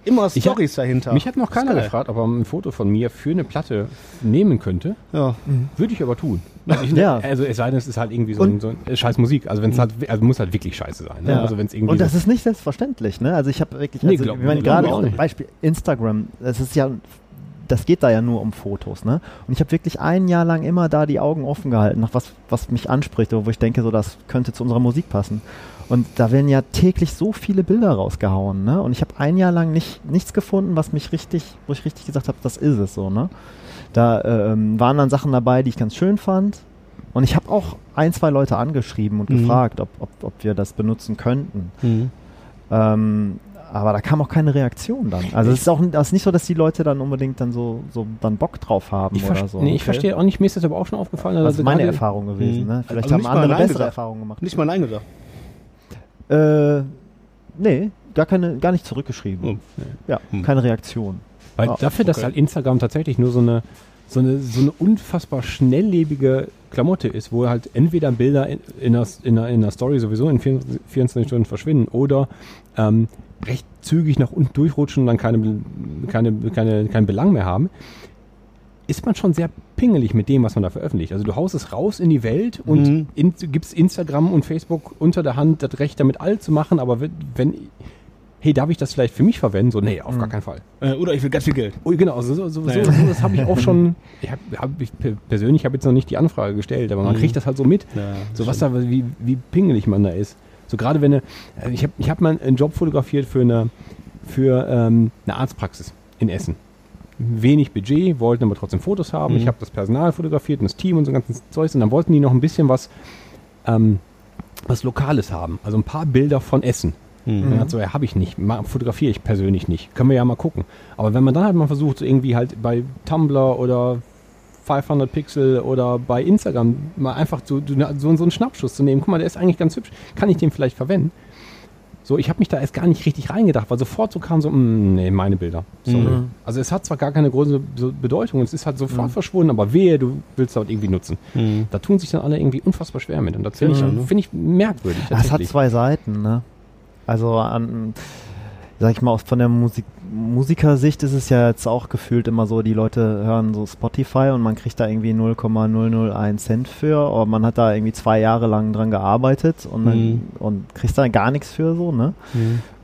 S3: Immer
S2: Ich hab-
S3: Stories dahinter.
S2: Mich hat noch
S3: Ist
S2: keiner
S3: geil.
S2: gefragt, ob er ein Foto von mir für eine Platte nehmen könnte.
S3: Ja.
S2: Würde ich aber tun. Also, ich,
S4: Ja.
S2: also es sei denn, es ist halt irgendwie so, ein,
S4: Und-
S2: so ein scheiß Musik. Also wenn es halt, also muss halt wirklich scheiße sein. Ne?
S4: Ja.
S2: Also wenn es irgendwie
S4: und das ist nicht selbstverständlich, ne? Also ich habe wirklich,
S2: Nee,
S4: also,
S2: glaub-
S4: ich meine,
S2: nee,
S4: gerade
S2: glaub ich auch
S4: auch
S2: nicht.
S4: Beispiel Instagram, das ist ja, das geht da ja nur um Fotos, ne? Und ich habe wirklich ein Jahr lang immer da die Augen offen gehalten, nach was, was mich anspricht, oder wo ich denke, so das könnte zu unserer Musik passen. Und da werden ja täglich so viele Bilder rausgehauen, ne? Und ich habe ein Jahr lang nicht, nichts gefunden, was mich richtig, wo ich richtig gesagt habe, das ist es so, ne? Da ähm, waren dann Sachen dabei, die ich ganz schön fand. Und ich habe auch ein, zwei Leute angeschrieben und
S3: Mhm.
S4: gefragt, ob, ob, ob wir das benutzen könnten.
S3: Hm.
S4: Ähm, aber da kam auch keine Reaktion dann. Also es ist auch das ist nicht so, dass die Leute dann unbedingt dann so, so dann Bock drauf haben
S2: ich,
S4: oder
S2: verste-
S4: so.
S2: nee, ich verstehe auch nicht, mir ist das aber auch schon aufgefallen.
S4: Das
S2: also
S4: ist meine
S2: gerade-
S4: Erfahrung gewesen.
S3: Mhm.
S4: Ne? Vielleicht
S3: Also
S4: haben
S3: nicht mal
S4: andere
S3: Nein
S4: bessere
S3: gesagt.
S4: Erfahrungen gemacht.
S3: Nicht mal Nein gesagt.
S4: Äh, nee, gar, keine, gar nicht zurückgeschrieben.
S3: Hm.
S2: Oh,
S4: Ja,
S3: Hm.
S4: keine Reaktion.
S2: Weil
S4: Ah,
S2: dafür, dass
S3: okay.
S2: halt Instagram tatsächlich nur so eine, so eine, so eine unfassbar schnelllebige Klamotte ist, wo halt entweder Bilder in, in, der, in, der, in der Story sowieso in 24 24 Stunden verschwinden oder ähm, recht zügig nach unten durchrutschen und dann keine, keine, keine, keinen Belang mehr haben, ist man schon sehr pingelig mit dem, was man da veröffentlicht. Also du haust es raus in die Welt und
S3: Mhm.
S2: in, gibst Instagram und Facebook unter der Hand das Recht, damit all zu machen, aber wenn, wenn hey, darf ich das vielleicht für mich verwenden? So, nee, auf gar keinen Fall.
S3: Äh, oder ich will ganz viel Geld.
S2: Oh, genau, so, so, so, so,
S3: Naja.
S2: so das habe ich auch schon. *laughs* Ich hab, hab ich pe- persönlich habe jetzt noch nicht die Anfrage gestellt, aber man kriegt das halt so mit. so was da, wie, wie pingelig man da ist. So gerade wenn ne- also ich habe ich hab mal einen Job fotografiert für eine für ähm, eine Arztpraxis in Essen. Wenig Budget, wollten aber trotzdem Fotos haben. Ich habe das Personal fotografiert und das Team und so ein ganzes Zeugs und dann wollten die noch ein bisschen was ähm, was Lokales haben, also ein paar Bilder von Essen. Und dann hat so, ja, habe ich nicht, ma- fotografiere ich persönlich nicht. Können wir ja mal gucken. Aber wenn man dann halt mal versucht, so irgendwie halt bei Tumblr oder 500 Pixel oder bei Instagram mal einfach so, so, so einen Schnappschuss zu nehmen, guck mal, der ist eigentlich ganz hübsch, kann ich den vielleicht verwenden? So, ich habe mich da erst gar nicht richtig reingedacht, weil sofort so kam so, "Mm, nee, meine Bilder. Sorry. Also es hat zwar gar keine große so Bedeutung, es ist halt sofort verschwunden, aber wehe, du willst das irgendwie nutzen. Da tun sich dann alle irgendwie unfassbar schwer mit. Und das finde
S3: Ja, ne?
S2: ich, find ich merkwürdig.
S4: Das hat
S2: tatsächlich.
S4: zwei Seiten, ne? Also an, sag ich mal, aus von der Musik Musikersicht ist es ja jetzt auch gefühlt immer so, die Leute hören so Spotify und man kriegt da irgendwie 0,001 Cent für, aber man hat da irgendwie zwei Jahre lang dran gearbeitet und, dann,
S3: Mhm.
S4: und kriegt da gar nichts für so, ne?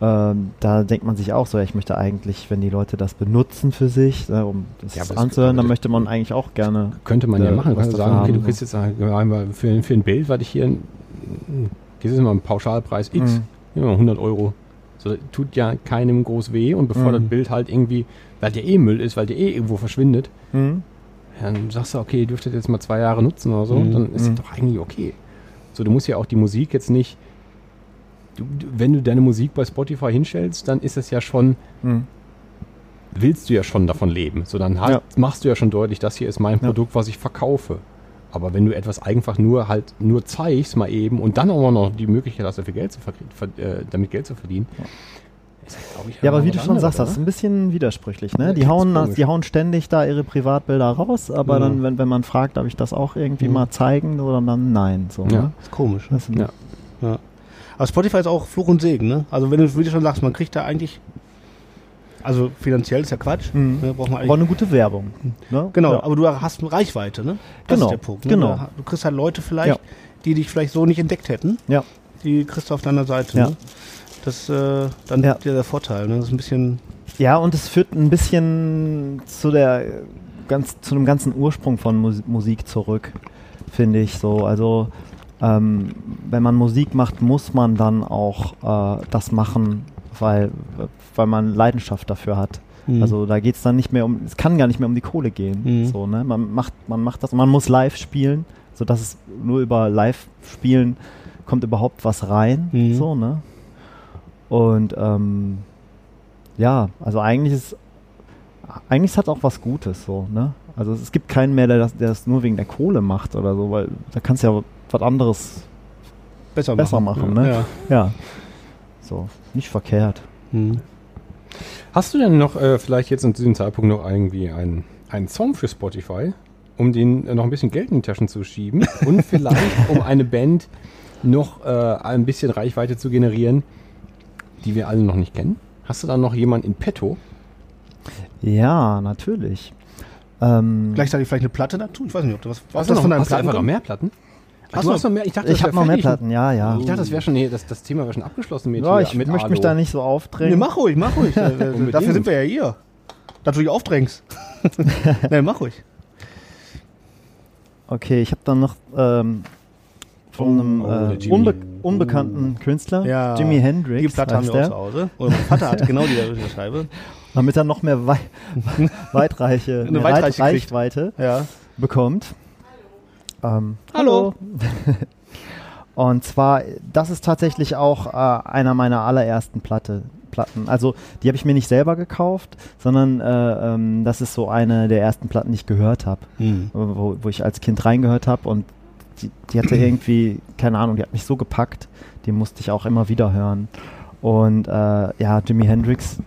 S4: Ähm, da denkt man sich auch so, ja, ich möchte eigentlich, wenn die Leute das benutzen für sich, äh, um das
S2: Ja, aber das-
S4: anzuhören,
S2: aber
S4: dann
S2: das-
S4: möchte man eigentlich auch gerne.
S2: Könnte man ja
S4: Äh,
S2: machen. Du
S4: was
S2: kannst du
S4: dafür
S2: sagen, okay,
S4: haben,
S2: du kriegst jetzt einmal für, für ein Bild, was ich hier, hm, das ist immer ein Pauschalpreis X,
S4: Mhm.
S2: nehmen wir mal 100 Euro. So, das tut ja keinem groß weh und bevor
S4: Mhm.
S2: das Bild halt irgendwie, weil der eh Müll ist, weil der eh irgendwo verschwindet,
S4: Hm?
S2: ja, dann sagst du, okay, ihr dürftet jetzt mal zwei Jahre nutzen oder so, dann ist
S4: Mhm.
S2: das doch eigentlich okay. So, du musst ja auch die Musik jetzt nicht, du, du- wenn du deine Musik bei Spotify hinstellst, dann ist es ja schon,
S4: Hm.
S2: willst du ja schon davon leben. So, dann halt,
S4: Ja.
S2: machst du ja schon deutlich, das hier ist mein
S4: Ja.
S2: Produkt, was ich verkaufe. Aber wenn du etwas einfach nur halt nur zeigst mal eben und dann auch noch die Möglichkeit hast, dafür Geld zu verk- ver äh, damit Geld zu verdienen, ist das, glaub ich,
S4: Ja, aber
S2: noch
S4: wie
S2: was
S4: du schon
S2: anderes,
S4: sagst, das
S2: oder?
S4: ist ein bisschen widersprüchlich. Ne?
S2: Ja,
S4: die,
S2: ganz
S4: hauen,
S2: komisch. Mhm.
S4: die hauen ständig da ihre Privatbilder raus, aber dann, wenn, wenn man fragt, ob ich das auch irgendwie mal zeigen oder dann nein. So,
S2: Ja.
S4: ne?
S3: ist komisch. Ne?
S4: das,
S2: Ja.
S3: Aber Spotify ist auch Fluch und Segen, ne? Also wenn du, wie du schon sagst, man kriegt da eigentlich, also finanziell ist ja Quatsch,
S4: Mhm.
S3: ne? braucht man
S4: War
S3: eigentlich,
S4: eine gute Werbung.
S2: Mhm.
S4: Ne?
S3: genau,
S4: Ja.
S2: also
S3: aber du hast eine Reichweite, ne?
S4: Genau,
S3: ist der Punkt. Ne?
S4: genau.
S3: Da- Du kriegst halt Leute vielleicht,
S4: Ja.
S3: die dich vielleicht so nicht entdeckt hätten,
S4: Ja.
S3: die kriegst du auf deiner Seite,
S4: Ja.
S3: ne? Das äh, dann
S4: Ja.
S3: der, der Vorteil, ne? Das ist ein bisschen
S4: ja, und es führt ein bisschen zu der äh, ganz, zu dem ganzen Ursprung von Mus Musik zurück, finde ich so. Also ähm, wenn man Musik macht, muss man dann auch äh, das machen, weil, weil man Leidenschaft dafür hat. Also da geht es dann nicht mehr um, es kann gar nicht mehr um die Kohle gehen.
S3: Mhm.
S4: So, ne? man, macht, man macht das, man muss live spielen, sodass es nur über Live-Spielen kommt überhaupt was rein.
S3: Mhm.
S4: So, ne? Und ähm, ja, also eigentlich ist eigentlich hat es auch was Gutes so, ne? Also es gibt keinen mehr, der das, der das nur wegen der Kohle macht oder so, weil da kannst du ja was anderes
S3: besser,
S4: besser
S3: machen.
S4: machen, ne?
S3: Ja.
S4: Ja. So, nicht verkehrt.
S3: Mhm.
S2: Hast du denn noch äh, vielleicht jetzt in diesem Zeitpunkt noch irgendwie einen, einen Song für Spotify, um den äh, noch ein bisschen Geld in die Taschen zu schieben und vielleicht um eine Band noch äh, ein bisschen Reichweite zu generieren, die wir alle noch nicht kennen? Hast du da noch jemanden in petto?
S4: Ja, natürlich. Ähm,
S3: Gleichzeitig vielleicht eine Platte dazu? Ich weiß nicht, ob du was. Was
S2: du
S3: das
S2: noch-
S3: von deinem
S2: hast du einfach noch
S3: Platten?
S2: mehr Platten? Ach,
S3: Ach
S2: du
S3: so.
S2: hast noch mehr. Ich dachte,
S4: ich
S2: das
S4: habe
S2: wär
S4: noch mehr
S2: fertig.
S4: Platten, ja, ja.
S2: Ich dachte, das wäre schon, nee, das, das Thema wäre schon abgeschlossen mit
S4: ja
S2: hier,
S4: ich
S2: mit
S4: möchte mich
S2: Alu.
S4: da nicht so
S3: Nee,
S4: aufdrängen.
S3: mach ruhig, mach
S2: *laughs*
S3: ruhig. Äh, äh, Dafür
S2: Unbedingt.
S3: sind wir ja hier. Dass du
S2: *laughs*
S3: dich aufdrängst. nee, mach ruhig.
S4: Okay, ich habe dann noch ähm, von einem
S2: Oh, der Oh.
S4: äh,
S2: Jimi.
S4: unbe unbekannten Künstler,
S3: Ja.
S4: Jimi Hendrix.
S3: Die Platte haben
S4: heißt
S3: wir auch zu
S4: der.
S3: Hause. Oder mein Vater hatte genau die da durch die Scheibe.
S4: damit er noch mehr wei
S2: *laughs*
S4: weitreiche,
S3: Eine
S4: mehr
S3: weitreiche
S4: Reit-
S3: kriegt.
S4: Reichweite
S3: Ja.
S4: bekommt. Ähm,
S3: Hallo.
S4: *laughs* und zwar, das ist tatsächlich auch äh, einer meiner allerersten Platte, Platten. Also die habe ich mir nicht selber gekauft, sondern äh, ähm, das ist so eine der ersten Platten, die ich gehört habe,
S2: Hm.
S4: wo, wo ich als Kind reingehört habe und die,
S3: *clears throat*
S4: die hatte irgendwie, keine Ahnung, die hat mich so gepackt, die musste ich auch immer wieder hören. Und äh, ja, Jimi Hendrix,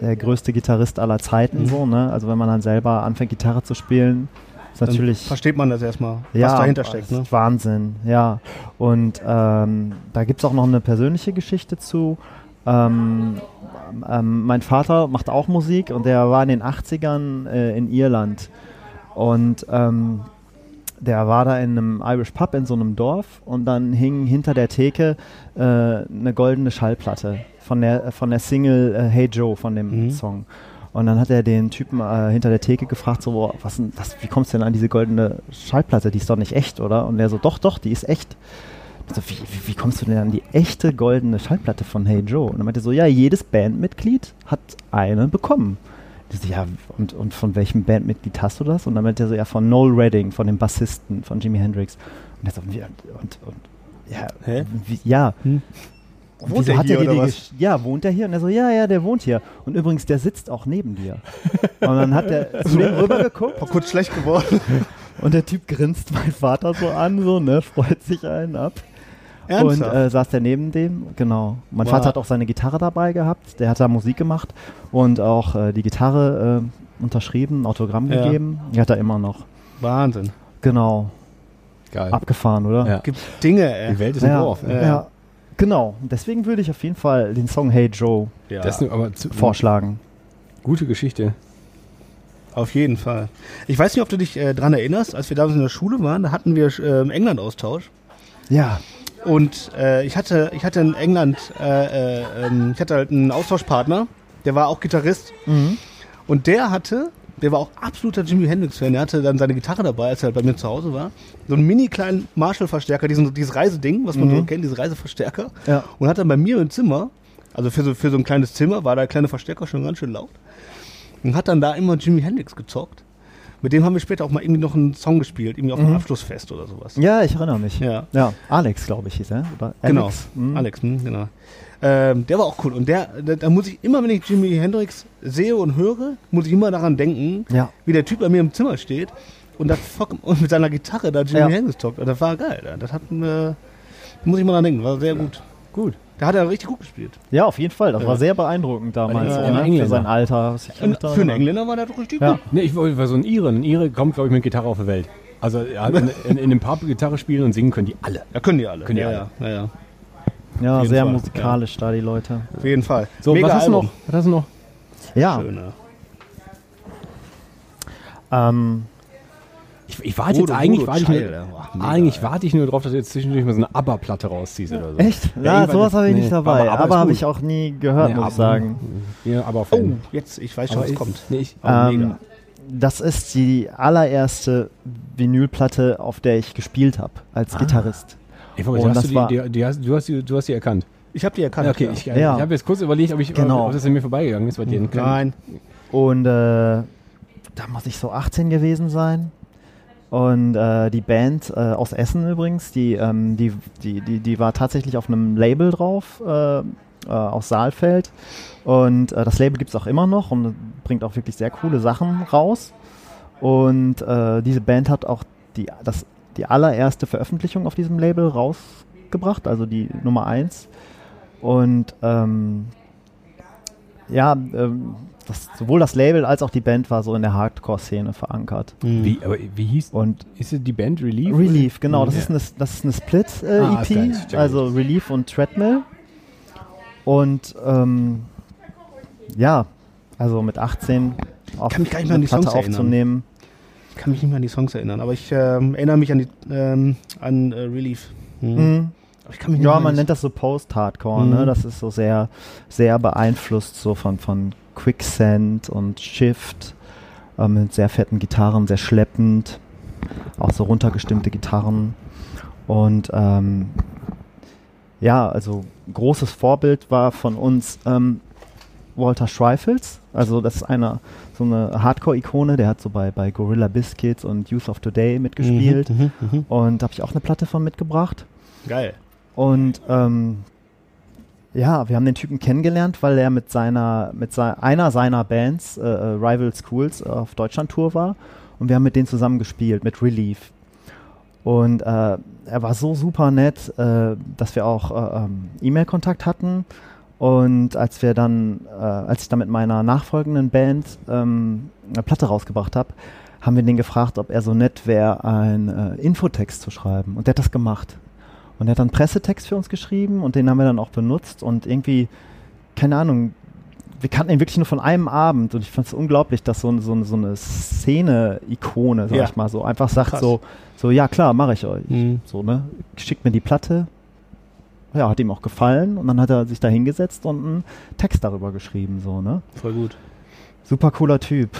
S4: der größte Gitarrist aller Zeiten,
S3: Mhm.
S4: so, ne? Also wenn man dann selber anfängt, Gitarre zu spielen, ist
S3: Dann
S4: natürlich
S3: Versteht man das erstmal, was dahinter steckt.
S4: das
S3: Ne?
S4: ist Wahnsinn, ja. Und ähm, da gibt es auch noch eine persönliche Geschichte zu. Ähm, ähm, mein Vater macht auch Musik und der war in den 80ern äh, in Irland. Und ähm, der war da in einem Irish Pub in so einem Dorf und dann hing hinter der Theke äh, eine goldene Schallplatte von der, von der Single äh, Hey Joe von dem
S3: Mhm.
S4: Song. Und dann hat er den Typen äh, hinter der Theke gefragt, so, boah, was, denn- was, wie kommst du denn an diese goldene Schallplatte? Die ist doch nicht echt, oder? Und er so, doch, doch, die ist echt. Ich So, Also wie, wie, wie kommst du denn an die echte goldene Schallplatte von Hey Joe? Und er meinte so, ja, jedes Bandmitglied hat eine bekommen. Ich so, ja, und, und von welchem Bandmitglied hast du das? Und dann meinte er so, ja, von Noel Redding, von dem Bassisten, von Jimi Hendrix. Und er so, wie, und, und, ja,
S3: Hä?
S4: Wie, ja.
S3: Hm.
S4: Und
S3: Wohnt
S4: wieso
S3: der
S4: hat
S3: hier
S4: er dir
S3: oder
S4: die
S3: was?
S4: Gesch- Ja, wohnt er hier? Und er so, ja, ja, der wohnt hier. Und übrigens, der sitzt auch neben *laughs* dir. Und dann hat er zu dem rübergeguckt
S3: War kurz
S2: *laughs*
S3: schlecht geworden.
S4: und der Typ grinst meinen Vater so an, so, ne, freut sich einen ab. Und
S3: Ernsthaft?
S4: äh, saß der neben dem, genau. Mein
S3: Wow.
S4: Vater hat auch seine Gitarre dabei gehabt, der hat da Musik gemacht und auch äh, die Gitarre äh, unterschrieben, ein Autogramm
S3: Ja.
S4: gegeben. Die hat er immer noch.
S3: Wahnsinn.
S4: Genau.
S2: Geil.
S4: Abgefahren, oder?
S2: Ja.
S3: Gibt Dinge,
S2: Die
S3: ey.
S2: Welt ist ein
S4: ja.
S2: Dorf. ne?
S4: Ja. Genau. Deswegen würde ich auf jeden Fall den Song Hey Joe
S3: Ja,
S2: Das ist aber zu,
S4: vorschlagen.
S2: gute Geschichte.
S3: auf jeden Fall. Ich weiß nicht, ob du dich äh, dran erinnerst, als wir damals in der Schule waren, da hatten wir äh, England-Austausch.
S4: Ja.
S3: Und äh, ich, hatte, ich hatte in England, äh, äh, ähm, ich hatte halt einen Austauschpartner, der war auch Gitarrist.
S4: Mhm.
S3: Und der hatte, der war auch absoluter Jimi Hendrix-Fan, der hatte dann seine Gitarre dabei, als er halt bei mir zu Hause war. So einen mini kleinen Marshall-Verstärker, diesen, dieses Reiseding, was man so kennt, dieses Reiseverstärker.
S4: Mhm. Ja.
S3: Und hat dann bei mir im Zimmer, also für so, für so ein kleines Zimmer, war der kleine Verstärker schon ganz schön laut. Und hat dann da immer Jimi Hendrix gezockt. Mit dem haben wir später auch mal irgendwie noch einen Song gespielt, irgendwie auf
S4: Mhm.
S3: einem Abschlussfest oder sowas.
S4: Ja, ich erinnere mich.
S3: Ja.
S4: Ja, Alex, glaube ich, hieß er. Oder
S3: Genau,
S4: Alex. Mhm.
S3: Alex, hm, genau. Ähm, der war auch cool. Und der, da, da muss ich immer, wenn ich Jimi Hendrix sehe und höre, muss ich immer daran denken,
S4: Ja.
S3: wie der Typ bei mir im Zimmer steht und, das fuck, *laughs* und mit seiner Gitarre da Jimi
S4: Ja.
S3: Hendrix talkt. Das war geil. ja. Das hat, äh, muss ich mal dran denken, war sehr gut.
S2: Gut.
S3: Da hat er richtig gut gespielt.
S4: Ja, auf jeden Fall. Das
S3: Ja.
S4: war sehr beeindruckend damals.
S2: Ja,
S4: so,
S2: ja,
S4: ne?
S2: Engländer.
S4: Für sein Alter. Was ich kann mich
S3: Und
S4: daran
S3: für einen
S4: erinnern.
S3: Engländer war der doch richtig
S4: Ja.
S3: gut.
S2: Ne, ich wollte war so ein Ire. Ein Ire kommt, glaube ich, mit Gitarre auf die Welt. Also ja, in, in, in dem Pub Gitarre spielen und singen können die alle.
S3: Da können die alle.
S2: Können die
S3: ja,
S2: alle.
S3: Ja, ja, ja.
S4: Ja,
S3: jeden
S4: sehr
S3: Fall,
S4: musikalisch da, die Leute.
S3: Auf jeden Fall.
S2: So,
S3: Mega
S2: was hast du
S3: Album.
S2: noch? Was hast du noch?
S4: Ja,
S3: Schön, ja.
S4: ähm,
S2: Ich, ich warte jetzt
S3: Udo,
S2: eigentlich,
S3: Udo
S2: warte ich
S3: Child,
S2: nur,
S3: ja. Boah, mega,
S2: eigentlich warte ich nur drauf, dass du jetzt zwischendurch mal so eine ABBA-Platte rausziehst oder so.
S4: echt?
S2: Ja,
S4: Ja,
S2: irgendwann-
S4: sowas habe ich
S2: nee,
S4: nicht dabei.
S2: aber- aber
S4: Aber,
S2: ist
S4: habe
S2: gut.
S4: ich auch nie gehört,
S2: Nee,
S4: muss ich
S2: ABBA.
S4: sagen.
S2: Ja, ABBA-Fan.
S3: Oh, jetzt, ich weiß schon,
S2: Aber
S3: was
S2: ich-
S3: kommt.
S2: Nee, ich,
S3: Auch
S4: Ähm,
S3: mega.
S4: Das ist die allererste Vinylplatte, auf der ich gespielt habe als
S2: Ah.
S4: Gitarrist.
S2: Ey, Fabian,
S4: Und
S2: hast
S4: das
S2: du,
S4: war-
S2: die, die, die, hast, du, hast die, du hast die erkannt.
S3: Ich habe die erkannt.
S2: Ja, okay,
S3: ja.
S2: ich, also
S4: Ja.
S2: ich habe jetzt kurz überlegt, ob, ich,
S4: Genau.
S2: ob das an mir vorbeigegangen ist bei dir.
S3: Nein.
S4: Und äh, da muss ich so 18 gewesen sein. Und äh, die Band äh, aus Essen übrigens, die, ähm, die, die, die, die war tatsächlich auf einem Label drauf, äh, äh, aus Saalfeld. Und äh, das Label gibt es auch immer noch und bringt auch wirklich sehr coole Sachen raus. Und äh, diese Band hat auch die, das, die allererste Veröffentlichung auf diesem Label rausgebracht, also die Nummer 1. Und ähm, ja, ähm, das, sowohl das Label als auch die Band war so in der Hardcore-Szene verankert.
S2: Wie, aber wie hieß
S4: Und
S2: ist es die Band Relief?
S4: Relief, genau, das,
S2: Ja.
S4: ist eine, das ist eine Split-EP, äh,
S2: Ah,
S4: EP,
S2: geil, check it.
S4: also Relief und Treadmill. Und ähm, ja, also mit 18 auf
S3: Kann mich gar nicht mehr an
S4: eine
S3: die Songs
S4: Platte
S3: erinnern.
S4: aufzunehmen.
S3: kann mich nicht mehr an die Songs erinnern, aber ich ähm, erinnere mich an, die, ähm, an äh, Relief. Hm.
S4: Mhm.
S3: Aber Ich kann mich nicht
S4: Ja,
S3: mehr
S4: man
S3: an die-
S4: nennt das so Post-Hardcore,
S3: Mhm.
S4: ne? Das ist so sehr, sehr beeinflusst so von, von Quicksand und Shift ähm, mit sehr fetten Gitarren, sehr schleppend, auch so runtergestimmte Gitarren. Und ähm, ja, also großes Vorbild war von uns ähm, Walter Schreifels. Also das ist einer, so eine Hardcore-Ikone, der hat so bei, bei Gorilla Biscuits und Youth of Today mitgespielt.
S3: Mhm, mhm, mhm.
S4: Und da habe ich auch eine Platte von mitgebracht.
S3: Geil.
S4: Und ähm, ja, wir haben den Typen kennengelernt, weil er mit seiner, mit sei- einer seiner Bands, äh, äh, Rival Schools, auf Deutschland-Tour war. Und wir haben mit denen zusammen gespielt, mit Relief. Und äh, er war so super nett, äh, dass wir auch äh, ähm, E-Mail-Kontakt hatten. Und als wir dann, äh, als ich dann mit meiner nachfolgenden Band ähm, eine Platte rausgebracht habe, haben wir den gefragt, ob er so nett wäre, einen äh, Infotext zu schreiben. Und der hat das gemacht. Und er hat dann Pressetext für uns geschrieben und den haben wir dann auch benutzt und irgendwie, keine Ahnung, wir kannten ihn wirklich nur von einem Abend und ich fand es unglaublich, dass so, ein- so, ein- so eine Szene-Ikone, sag
S3: Ja.
S4: ich mal, so einfach sagt
S3: Krass.
S4: so, so, ja klar, mache ich euch.
S3: Mhm.
S4: So, ne? Schickt mir die Platte. Ja, hat ihm auch gefallen und dann hat er sich da hingesetzt und einen Text darüber geschrieben, so, ne?
S3: Voll gut.
S4: Super cooler Typ.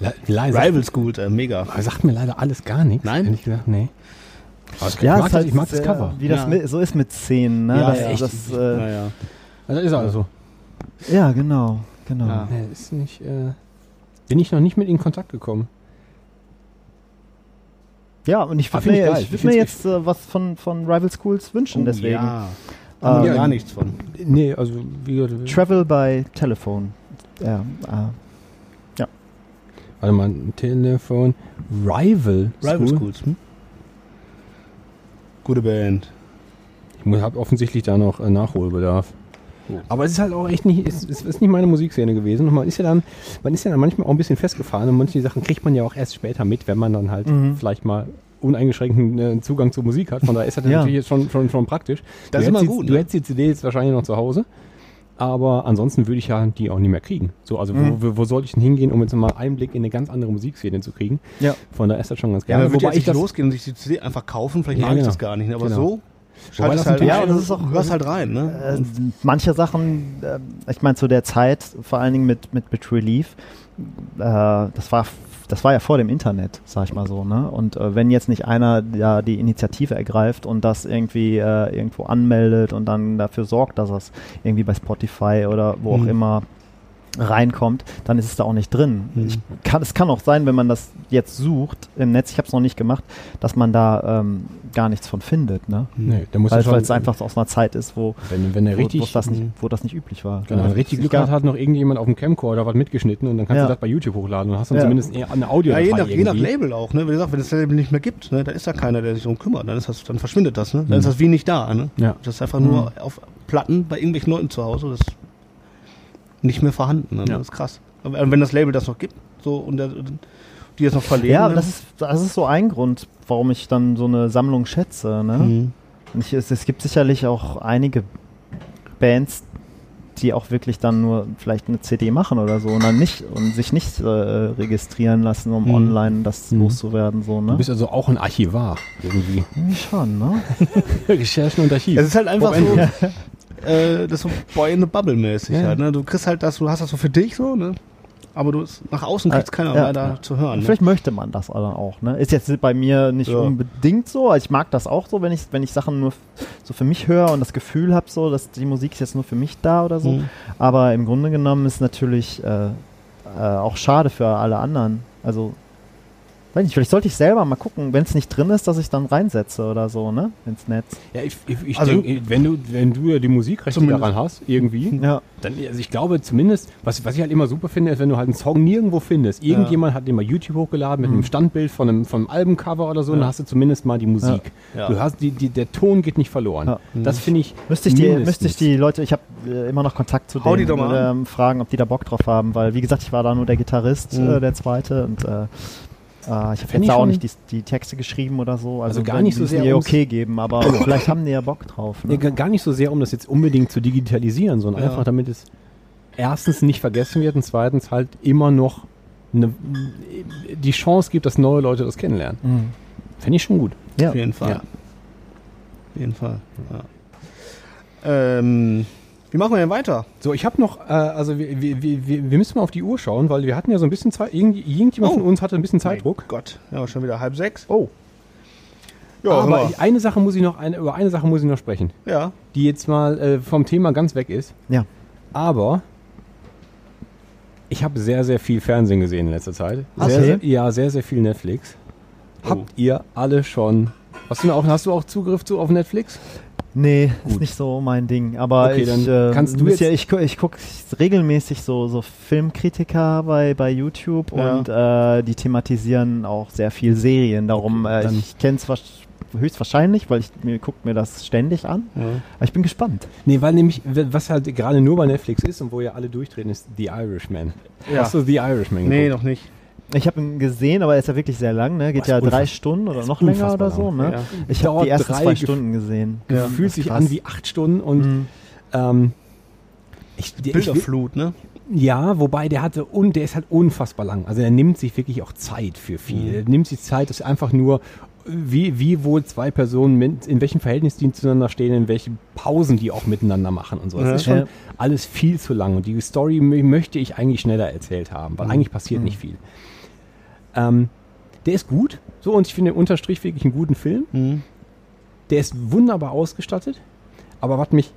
S2: Le
S4: Also
S2: leise.
S3: Rival School, äh, mega.
S2: Sagt mir leider alles gar nichts.
S3: Nein?
S2: Ehrlich gesagt, nee. Aber ich, mag
S4: ist
S2: das,
S4: halt
S2: ich mag das
S4: sehr-
S2: Cover.
S4: Wie das
S3: Ja.
S4: mit, so ist mit Szenen, ne?
S3: Ja,
S4: das,
S3: ja, echt.
S4: das, äh,
S3: Naja.
S2: Also ist also so.
S4: ja, genau. genau.
S3: Ja.
S2: Nee, ist nicht, äh, bin ich noch nicht mit in Kontakt gekommen.
S4: Ja, und ich
S2: Ah,
S4: würde
S2: find ich
S4: mir,
S2: geil.
S4: ich würd
S2: Find's Oh,
S4: mir
S2: echt-
S4: jetzt äh, was von, von Rival Schools wünschen, deswegen.
S3: Oh, Ja.
S4: Ähm,
S3: Ähm,
S2: Ja.
S3: gar nichts von.
S2: Nee, also wie gesagt,
S4: Travel by Telephone. Ja, äh,
S2: warte mal, ein Telefon. Rival.
S3: Rival
S2: School.
S3: Schools. Hm? Gute Band.
S2: Ich habe offensichtlich da noch äh, Nachholbedarf.
S4: Oh.
S2: Aber es ist halt auch echt nicht, es, es ist nicht meine Musikszene gewesen. Und man ist ja dann, man ist ja dann manchmal auch ein bisschen festgefahren und manche Sachen kriegt man ja auch erst später mit, wenn man dann halt
S4: Mhm.
S2: vielleicht mal uneingeschränkten äh, Zugang zur Musik hat. Von daher ist das
S4: *laughs* Ja.
S2: natürlich jetzt schon, schon, schon praktisch.
S3: Das ist
S2: du hättest
S3: immer
S2: die-
S3: gut,
S2: Du
S3: ne?
S2: hättest die CD jetzt wahrscheinlich noch zu Hause. Aber ansonsten würde ich ja die auch nicht mehr kriegen. So, also
S4: Mhm.
S2: wo, wo soll ich denn hingehen, um jetzt mal Einblick in eine ganz andere Musikszene zu kriegen?
S4: Ja.
S2: Von daher ist das schon ganz
S3: Ja,
S2: geil.
S3: man würde jetzt nicht losgehen und sich die CD einfach kaufen, vielleicht
S2: Ja,
S3: mag ich
S2: genau.
S3: das gar nicht, ne? aber
S2: Genau.
S3: so
S2: Wobei
S3: schaltest
S2: das natürlich-
S3: halt ein
S4: Ja, das
S3: und
S4: ist auch-
S3: hörst halt rein. Ne?
S4: äh, manche Sachen, äh, ich meine, zu der Zeit, vor allen Dingen mit, mit, mit Relief, äh, das war. Das war ja vor dem Internet, sag ich mal so, ne? Und äh, wenn jetzt nicht einer ja, die Initiative ergreift und das irgendwie äh, irgendwo anmeldet und dann dafür sorgt, dass das irgendwie bei Spotify oder wo auch
S3: Mhm.
S4: immer reinkommt, dann ist es da auch nicht drin. Ich kann, es kann auch sein, wenn man das jetzt sucht im Netz, ich habe es noch nicht gemacht, dass man da ähm, gar nichts von findet, ne?
S2: Nee, da Mhm. muss
S4: Weil
S2: man
S4: weil es einfach aus einer Zeit ist, wo,
S2: wenn, wenn er
S4: wo, wo,
S2: richtig
S4: das nicht, wo das nicht üblich war.
S2: Genau, wenn du richtig Glück hat,
S4: gab-
S2: hat noch irgendjemand auf dem Camcorder was mitgeschnitten und dann kannst
S4: Ja.
S2: du das bei YouTube hochladen und hast dann
S4: Ja.
S2: zumindest eher eine audio
S3: Ja, je nach, je nach Label auch, ne? Wie gesagt, wenn das Label nicht mehr gibt, ne, dann ist da keiner, der sich darum kümmert, dann, ist das, dann verschwindet das, ne? Dann ist das wie nicht da, ne?
S2: Ja.
S3: Das ist einfach nur auf Platten bei irgendwelchen Leuten zu Hause, das ist nicht mehr vorhanden. Ne?
S2: Ja.
S3: Das ist krass. Aber äh, wenn das Label das noch gibt, so und der, die das noch verlegen.
S4: Ja,
S3: ne?
S4: das ist, das ist so ein Grund, warum ich dann so eine Sammlung schätze. Ne?
S3: Mhm.
S4: Und Ich, es, es gibt sicherlich auch einige Bands, die auch wirklich dann nur vielleicht eine CD machen oder so und dann nicht und sich nicht äh, registrieren lassen, um
S3: Mhm.
S4: online das loszuwerden. So,
S2: Du
S4: ne?
S2: bist also auch ein Archivar
S3: *laughs*
S2: irgendwie.
S4: Irgendwie schon, ne?
S2: Recherchen und Archiv.
S3: Es ist halt einfach
S2: Wobei-
S3: so, *laughs* äh, das ist so Boy in a Bubble mäßig
S2: Ja.
S3: halt, ne? Du kriegst halt das, du hast das so für dich so, ne? Aber du nach außen kriegst
S4: Äh,
S3: keiner
S4: ja.
S3: leider zu hören. Ne?
S4: Vielleicht möchte man das dann auch. Ne? Ist jetzt bei mir nicht
S3: Ja.
S4: unbedingt so. Also ich mag das auch so, wenn ich, wenn ich Sachen nur f- so für mich höre und das Gefühl habe, so, dass die Musik ist jetzt nur für mich da oder so.
S3: Mhm.
S4: Aber im Grunde genommen ist natürlich äh, äh, auch schade für alle anderen. Also, weiß nicht, vielleicht sollte ich selber mal gucken, wenn es nicht drin ist, dass ich dann reinsetze oder so, ne? Ins Netz.
S2: ja, ich, ich, ich
S3: Also-
S2: denk, wenn du, wenn du ja die Musikrechte
S3: Zumindest-
S2: daran hast, irgendwie,
S4: Ja.
S2: dann, also ich glaube zumindest, was, was ich halt immer super finde, ist, wenn du halt einen Song nirgendwo findest. Irgendjemand hat den mal YouTube hochgeladen mit einem
S3: Mhm.
S2: Standbild von einem, von einem Albumcover oder so, dann hast du zumindest mal die Musik.
S3: Ja. Mhm.
S2: Du hast die, die, der Ton geht nicht verloren.
S4: Ja.
S2: Das finde ich.
S4: Müsste ich, die,
S2: mindestens.
S4: müsste ich die Leute, ich habe äh, immer noch Kontakt zu
S3: Hau die
S4: denen
S3: doch mal
S4: und, ähm, fragen, ob die da Bock drauf haben, weil wie gesagt, ich war da nur der Gitarrist,
S3: Mhm.
S4: äh, der zweite und äh, äh, ich habe
S2: Fänd
S4: jetzt
S2: ich
S4: auch
S2: schon-
S4: nicht die, die Texte geschrieben oder so. Also,
S2: Also gar
S4: wenn-
S2: nicht so
S4: müssen
S2: sehr
S4: die ihr
S2: ums-
S4: okay geben, aber vielleicht haben die ja Bock
S2: *laughs*
S4: drauf.
S2: Nee,
S4: Ne?
S2: gar gar nicht so sehr, um das jetzt unbedingt zu digitalisieren, sondern
S3: Ja.
S2: einfach damit es erstens nicht vergessen wird und zweitens halt immer noch eine, die Chance gibt, dass neue Leute das kennenlernen.
S4: Mhm.
S2: Finde ich schon gut.
S4: Ja.
S3: Auf jeden Fall.
S2: Ja.
S3: Auf jeden Fall. Ja. Ähm, wie machen wir denn weiter?
S2: So, ich habe noch, äh, also wir, wir, wir, wir wir müssen mal auf die Uhr schauen, weil wir hatten ja so ein bisschen Zeit, irgend, irgendjemand von uns hatte ein bisschen Zeitdruck.
S3: Mein Gott, ja, aber schon wieder halb sechs.
S2: Oh,
S3: Ja,
S2: aber
S3: hör mal.
S2: ich, eine Sache muss ich noch, eine, über eine Sache muss ich noch sprechen,
S3: ja.
S2: die jetzt mal äh, vom Thema ganz weg ist.
S4: Ja.
S2: Aber ich habe sehr, sehr viel Fernsehen gesehen in letzter Zeit.
S4: Hast
S2: sehr,
S4: du?
S2: sehr, ja, sehr, sehr viel Netflix. Habt ihr alle schon. Oh. Hast du, auch, hast du auch Zugriff zu auf Netflix?
S4: Nee, ist nicht so mein Ding. Aber
S2: Okay,
S4: ich,
S2: dann
S4: äh,
S2: kannst du
S4: muss ja,
S2: jetzt-
S4: ich, gu- ich gucke regelmäßig so, so Filmkritiker bei, bei YouTube
S3: Ja.
S4: und äh, die thematisieren auch sehr viel Serien. Darum, äh,
S2: dann-
S4: ich kenne es höchstwahrscheinlich, weil ich mir gucke mir das ständig an.
S3: ja.
S4: Aber ich bin gespannt.
S2: Nee, weil nämlich, was halt gerade nur bei Netflix ist und wo ja alle durchdrehen, ist The Irishman.
S3: Ja.
S2: Hast du The Irishman
S3: Nee, noch nicht.
S4: Ich habe ihn gesehen, aber er ist ja wirklich sehr lang, ne? Geht
S2: Boah,
S4: ja
S2: ist
S4: drei
S2: unfass-
S4: Stunden oder
S2: ist
S4: noch länger
S2: unfassbar
S4: oder so,
S2: lang,
S4: ne?
S3: Ja.
S4: Ich habe
S2: Dauert
S4: die ersten
S2: drei
S4: zwei
S2: gef-
S4: Stunden gesehen.
S3: Ja.
S2: Fühlt
S4: das
S2: sich
S4: krass.
S2: an wie acht Stunden und
S4: Mhm.
S2: ähm, ich, der- ich, will-
S3: Bilderflut, ne?
S2: ja, wobei der hatte un, der ist halt unfassbar lang. Also er nimmt sich wirklich auch Zeit für viel.
S3: Mhm.
S2: Er nimmt sich Zeit, dass einfach nur wie, wie wohl zwei Personen mit, in welchem Verhältnis die zueinander stehen, in welchen Pausen die auch miteinander machen und so. Das
S3: Ja.
S2: ist schon
S4: Ja.
S2: alles viel zu lang und die Story mö- möchte ich eigentlich schneller erzählt haben,
S3: Mhm.
S2: weil eigentlich passiert nicht viel. Ähm, der ist gut, so und ich finde unterm Strich wirklich einen guten Film.
S3: Mhm.
S2: Der ist wunderbar ausgestattet, aber was mich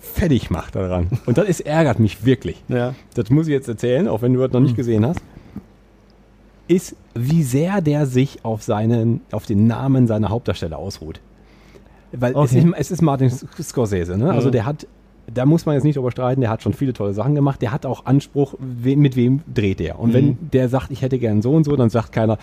S2: fertig macht daran, und das ist, ärgert mich wirklich,
S3: Ja.
S2: das muss ich jetzt erzählen, auch wenn du das noch nicht gesehen hast, ist, wie sehr der sich auf, seinen, auf den Namen seiner Hauptdarsteller ausruht. Weil es,
S4: Okay.
S2: ist, es ist Martin Scorsese, ne? Also
S3: Ja.
S2: der hat, da muss man jetzt nicht drüber streiten, der hat schon viele tolle Sachen gemacht, der hat auch Anspruch, we, mit wem dreht der. Und wenn der sagt, ich hätte gern so und so, dann sagt keiner,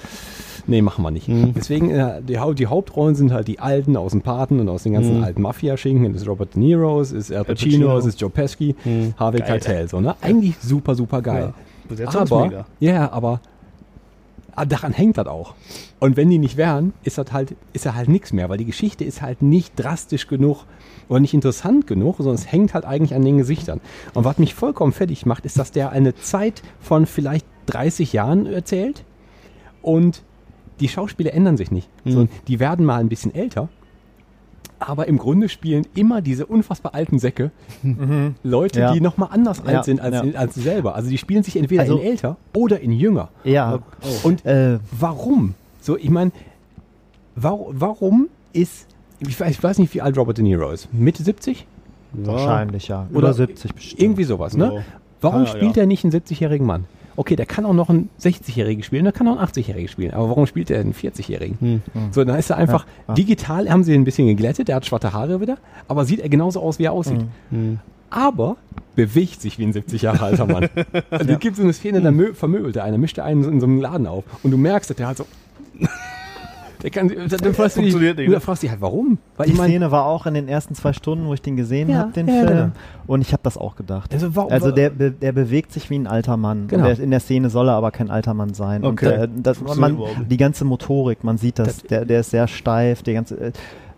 S2: nee, machen wir nicht. Deswegen, äh, die, Hau- die Hauptrollen sind halt die alten aus dem Paten und aus den ganzen alten Mafia-Schinken. Es ist Robert De Niro, es ist Hm. Al Pacino, Hm.
S3: Pacino.
S2: es ist Joe Pesci, Harvey Keitel. So, ne? Eigentlich super, super geil.
S3: Besetzung ist
S2: Aber,
S3: mega.
S2: ja, aber ah, daran hängt das auch. Und wenn die nicht wären, ist das halt, ist ja halt nichts mehr, weil die Geschichte ist halt nicht drastisch genug oder nicht interessant genug, sondern es hängt halt eigentlich an den Gesichtern. Und was mich vollkommen fertig macht, ist, dass der eine Zeit von vielleicht 30 Jahren erzählt und die Schauspieler ändern sich nicht.
S4: Hm.
S2: sondern die werden mal ein bisschen älter, aber im Grunde spielen immer diese unfassbar alten Säcke Leute,
S4: Mhm. Ja.
S2: die nochmal anders alt
S4: Ja,
S2: sind als,
S4: ja.
S2: als sie selber. Also die spielen sich entweder
S4: Also-
S2: in älter oder in jünger.
S4: Ja.
S2: Und
S4: Äh,
S2: warum? So, ich meine, warum, warum ist, ich weiß, ich weiß nicht, wie alt Robert De Niro ist, Mitte 70?
S4: wahrscheinlich, ja. Über
S2: Oder
S4: 70 bestimmt.
S2: Irgendwie sowas, ne?
S3: Ja.
S2: Warum
S3: Ah, ja.
S2: spielt er nicht einen 70-jährigen Mann? Okay, der kann auch noch einen 60-jährigen spielen, der kann auch einen 80-jährigen spielen, aber warum spielt er einen 40-jährigen? So, dann ist er einfach, digital haben sie ihn ein bisschen geglättet, er hat schwarze Haare wieder, aber sieht er genauso aus, wie er aussieht. Aber bewegt sich wie ein 70 Jahre alter Mann. Also, ja. gibt so eine Szene, da mö- vermöbelt er einen, da mischt er einen in so einem Laden auf und du merkst, dass der halt so. *laughs* Der kann, dann fragst du dich,
S3: Funktioniert nicht,
S2: du
S3: ne?
S2: fragst dich halt, warum? Weil
S4: Die
S2: ich meine,
S4: Szene war auch in den ersten zwei Stunden, wo ich den gesehen
S2: Ja,
S4: habe, den
S2: ja,
S4: Film.
S2: genau.
S4: Und ich habe das auch gedacht.
S2: Also wa- wa-
S4: der, be- der bewegt sich wie ein alter Mann.
S2: Genau.
S4: Und der, in der Szene soll er aber kein alter Mann sein.
S3: Okay.
S4: Und, äh, das,
S3: Funktioniert
S4: man,
S3: überhaupt nicht.
S4: die ganze Motorik, man sieht das.
S2: Das-
S4: der, der ist sehr steif. Der ganze, äh,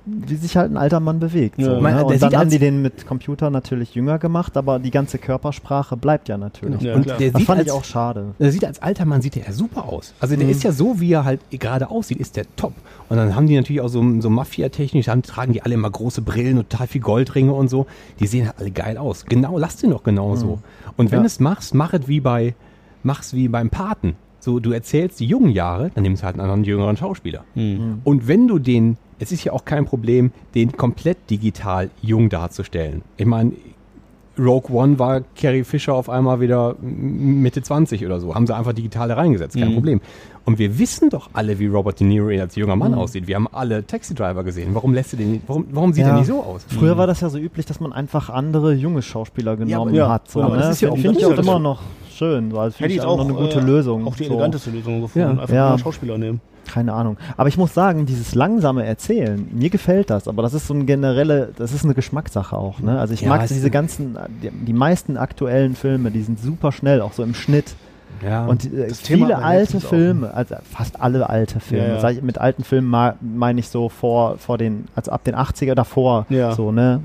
S4: wie sich halt ein alter Mann bewegt.
S3: Ja.
S4: So,
S2: Man-
S4: ne?
S2: der
S4: Und
S2: sieht
S4: dann haben
S2: als-
S4: die den mit Computer natürlich jünger gemacht, aber die ganze Körpersprache bleibt ja natürlich.
S3: Ja,
S2: und
S3: klar.
S2: der
S4: Das
S2: sieht
S4: fand
S2: als,
S4: ich auch schade.
S2: Der sieht als alter Mann sieht der ja super aus. Also der ist ja so, wie er halt gerade aussieht, ist der top. Und dann haben die natürlich auch so, so Mafia-technisch, dann tragen die alle immer große Brillen und total viel Goldringe und so. Die sehen halt alle geil aus. Genau, lass den doch genau so. Und wenn
S4: Ja.
S2: du es machst, mach es wie bei, mach's wie beim Paten. So, du erzählst die jungen Jahre, dann nimmst du halt einen anderen jüngeren Schauspieler. Und wenn du den, es ist ja auch kein Problem, den komplett digital jung darzustellen. Ich meine, Rogue One war Carrie Fisher auf einmal wieder m- Mitte 20 oder so. Haben sie einfach digital da reingesetzt, kein Problem. Und wir wissen doch alle, wie Robert De Niro als junger Mann aussieht. Wir haben alle Taxi Driver gesehen. Warum lässt du den, warum, warum sieht
S4: Ja.
S2: er nicht so aus?
S4: Früher war das ja so üblich, dass man einfach andere junge Schauspieler genommen
S3: ja,
S4: hat. So,
S3: aber
S4: ne?
S3: das ist ja auch-
S4: finde
S3: das
S4: ich
S3: ist
S4: auch
S3: ja das-
S4: immer noch schön. So, also finde ich auch noch eine gute
S3: äh,
S4: Lösung.
S3: Auch die
S4: so.
S3: eleganteste Lösung gefunden.
S2: Ja.
S3: Einfach
S4: Ja.
S3: nur einen Schauspieler nehmen.
S4: Keine Ahnung. Aber ich muss sagen, dieses langsame Erzählen, mir gefällt das. Aber das ist so eine generelle, das ist eine Geschmackssache auch. Ne? Also ich
S2: Ja,
S4: mag
S2: es-
S4: diese ganzen, die, die meisten aktuellen Filme, die sind super schnell, auch so im Schnitt.
S2: Mhm. Ja.
S4: Und äh,
S3: Thema
S4: viele
S3: hat man
S4: alte
S3: letztens auch.
S4: Filme, also fast alle alte Filme.
S3: Ja, ja.
S4: Sag ich, mit alten Filmen ma- meine ich so vor, vor den, also ab den 80er davor,
S3: Ja.
S4: so, ne?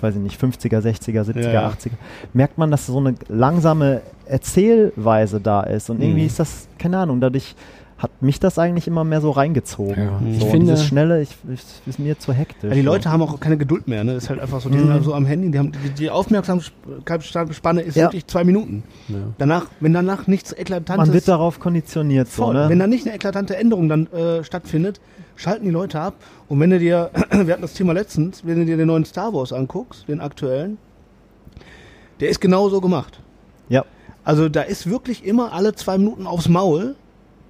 S4: Weiß ich nicht, 50er, 60er,
S3: Ja,
S4: 70er,
S3: ja.
S4: 80er. Merkt man, dass so eine langsame Erzählweise da ist. Und irgendwie
S2: Mhm.
S4: ist das, keine Ahnung, dadurch hat mich das eigentlich immer mehr so reingezogen.
S2: Ja.
S4: So,
S2: Ich
S4: und
S2: finde-
S4: dieses Schnelle ich, ich, ist mir zu hektisch.
S3: Ja, die Leute haben auch keine Geduld mehr. Ne? Das ist halt einfach so, die sind
S4: Mhm.
S3: halt so am Handy. Die, haben, die, die Aufmerksamkeitsspanne ist
S4: Ja.
S3: wirklich zwei Minuten. Danach, wenn danach nichts Eklatantes
S4: Man wird darauf konditioniert, so,
S3: Voll.
S4: ne?
S3: Wenn da nicht eine eklatante Änderung dann äh, stattfindet, schalten die Leute ab. Und wenn du dir, *clears throat* wir hatten das Thema letztens, wenn du dir den neuen Star Wars anguckst, den aktuellen, der ist genau so gemacht.
S4: ja.
S3: Also da ist wirklich immer alle zwei Minuten aufs Maul.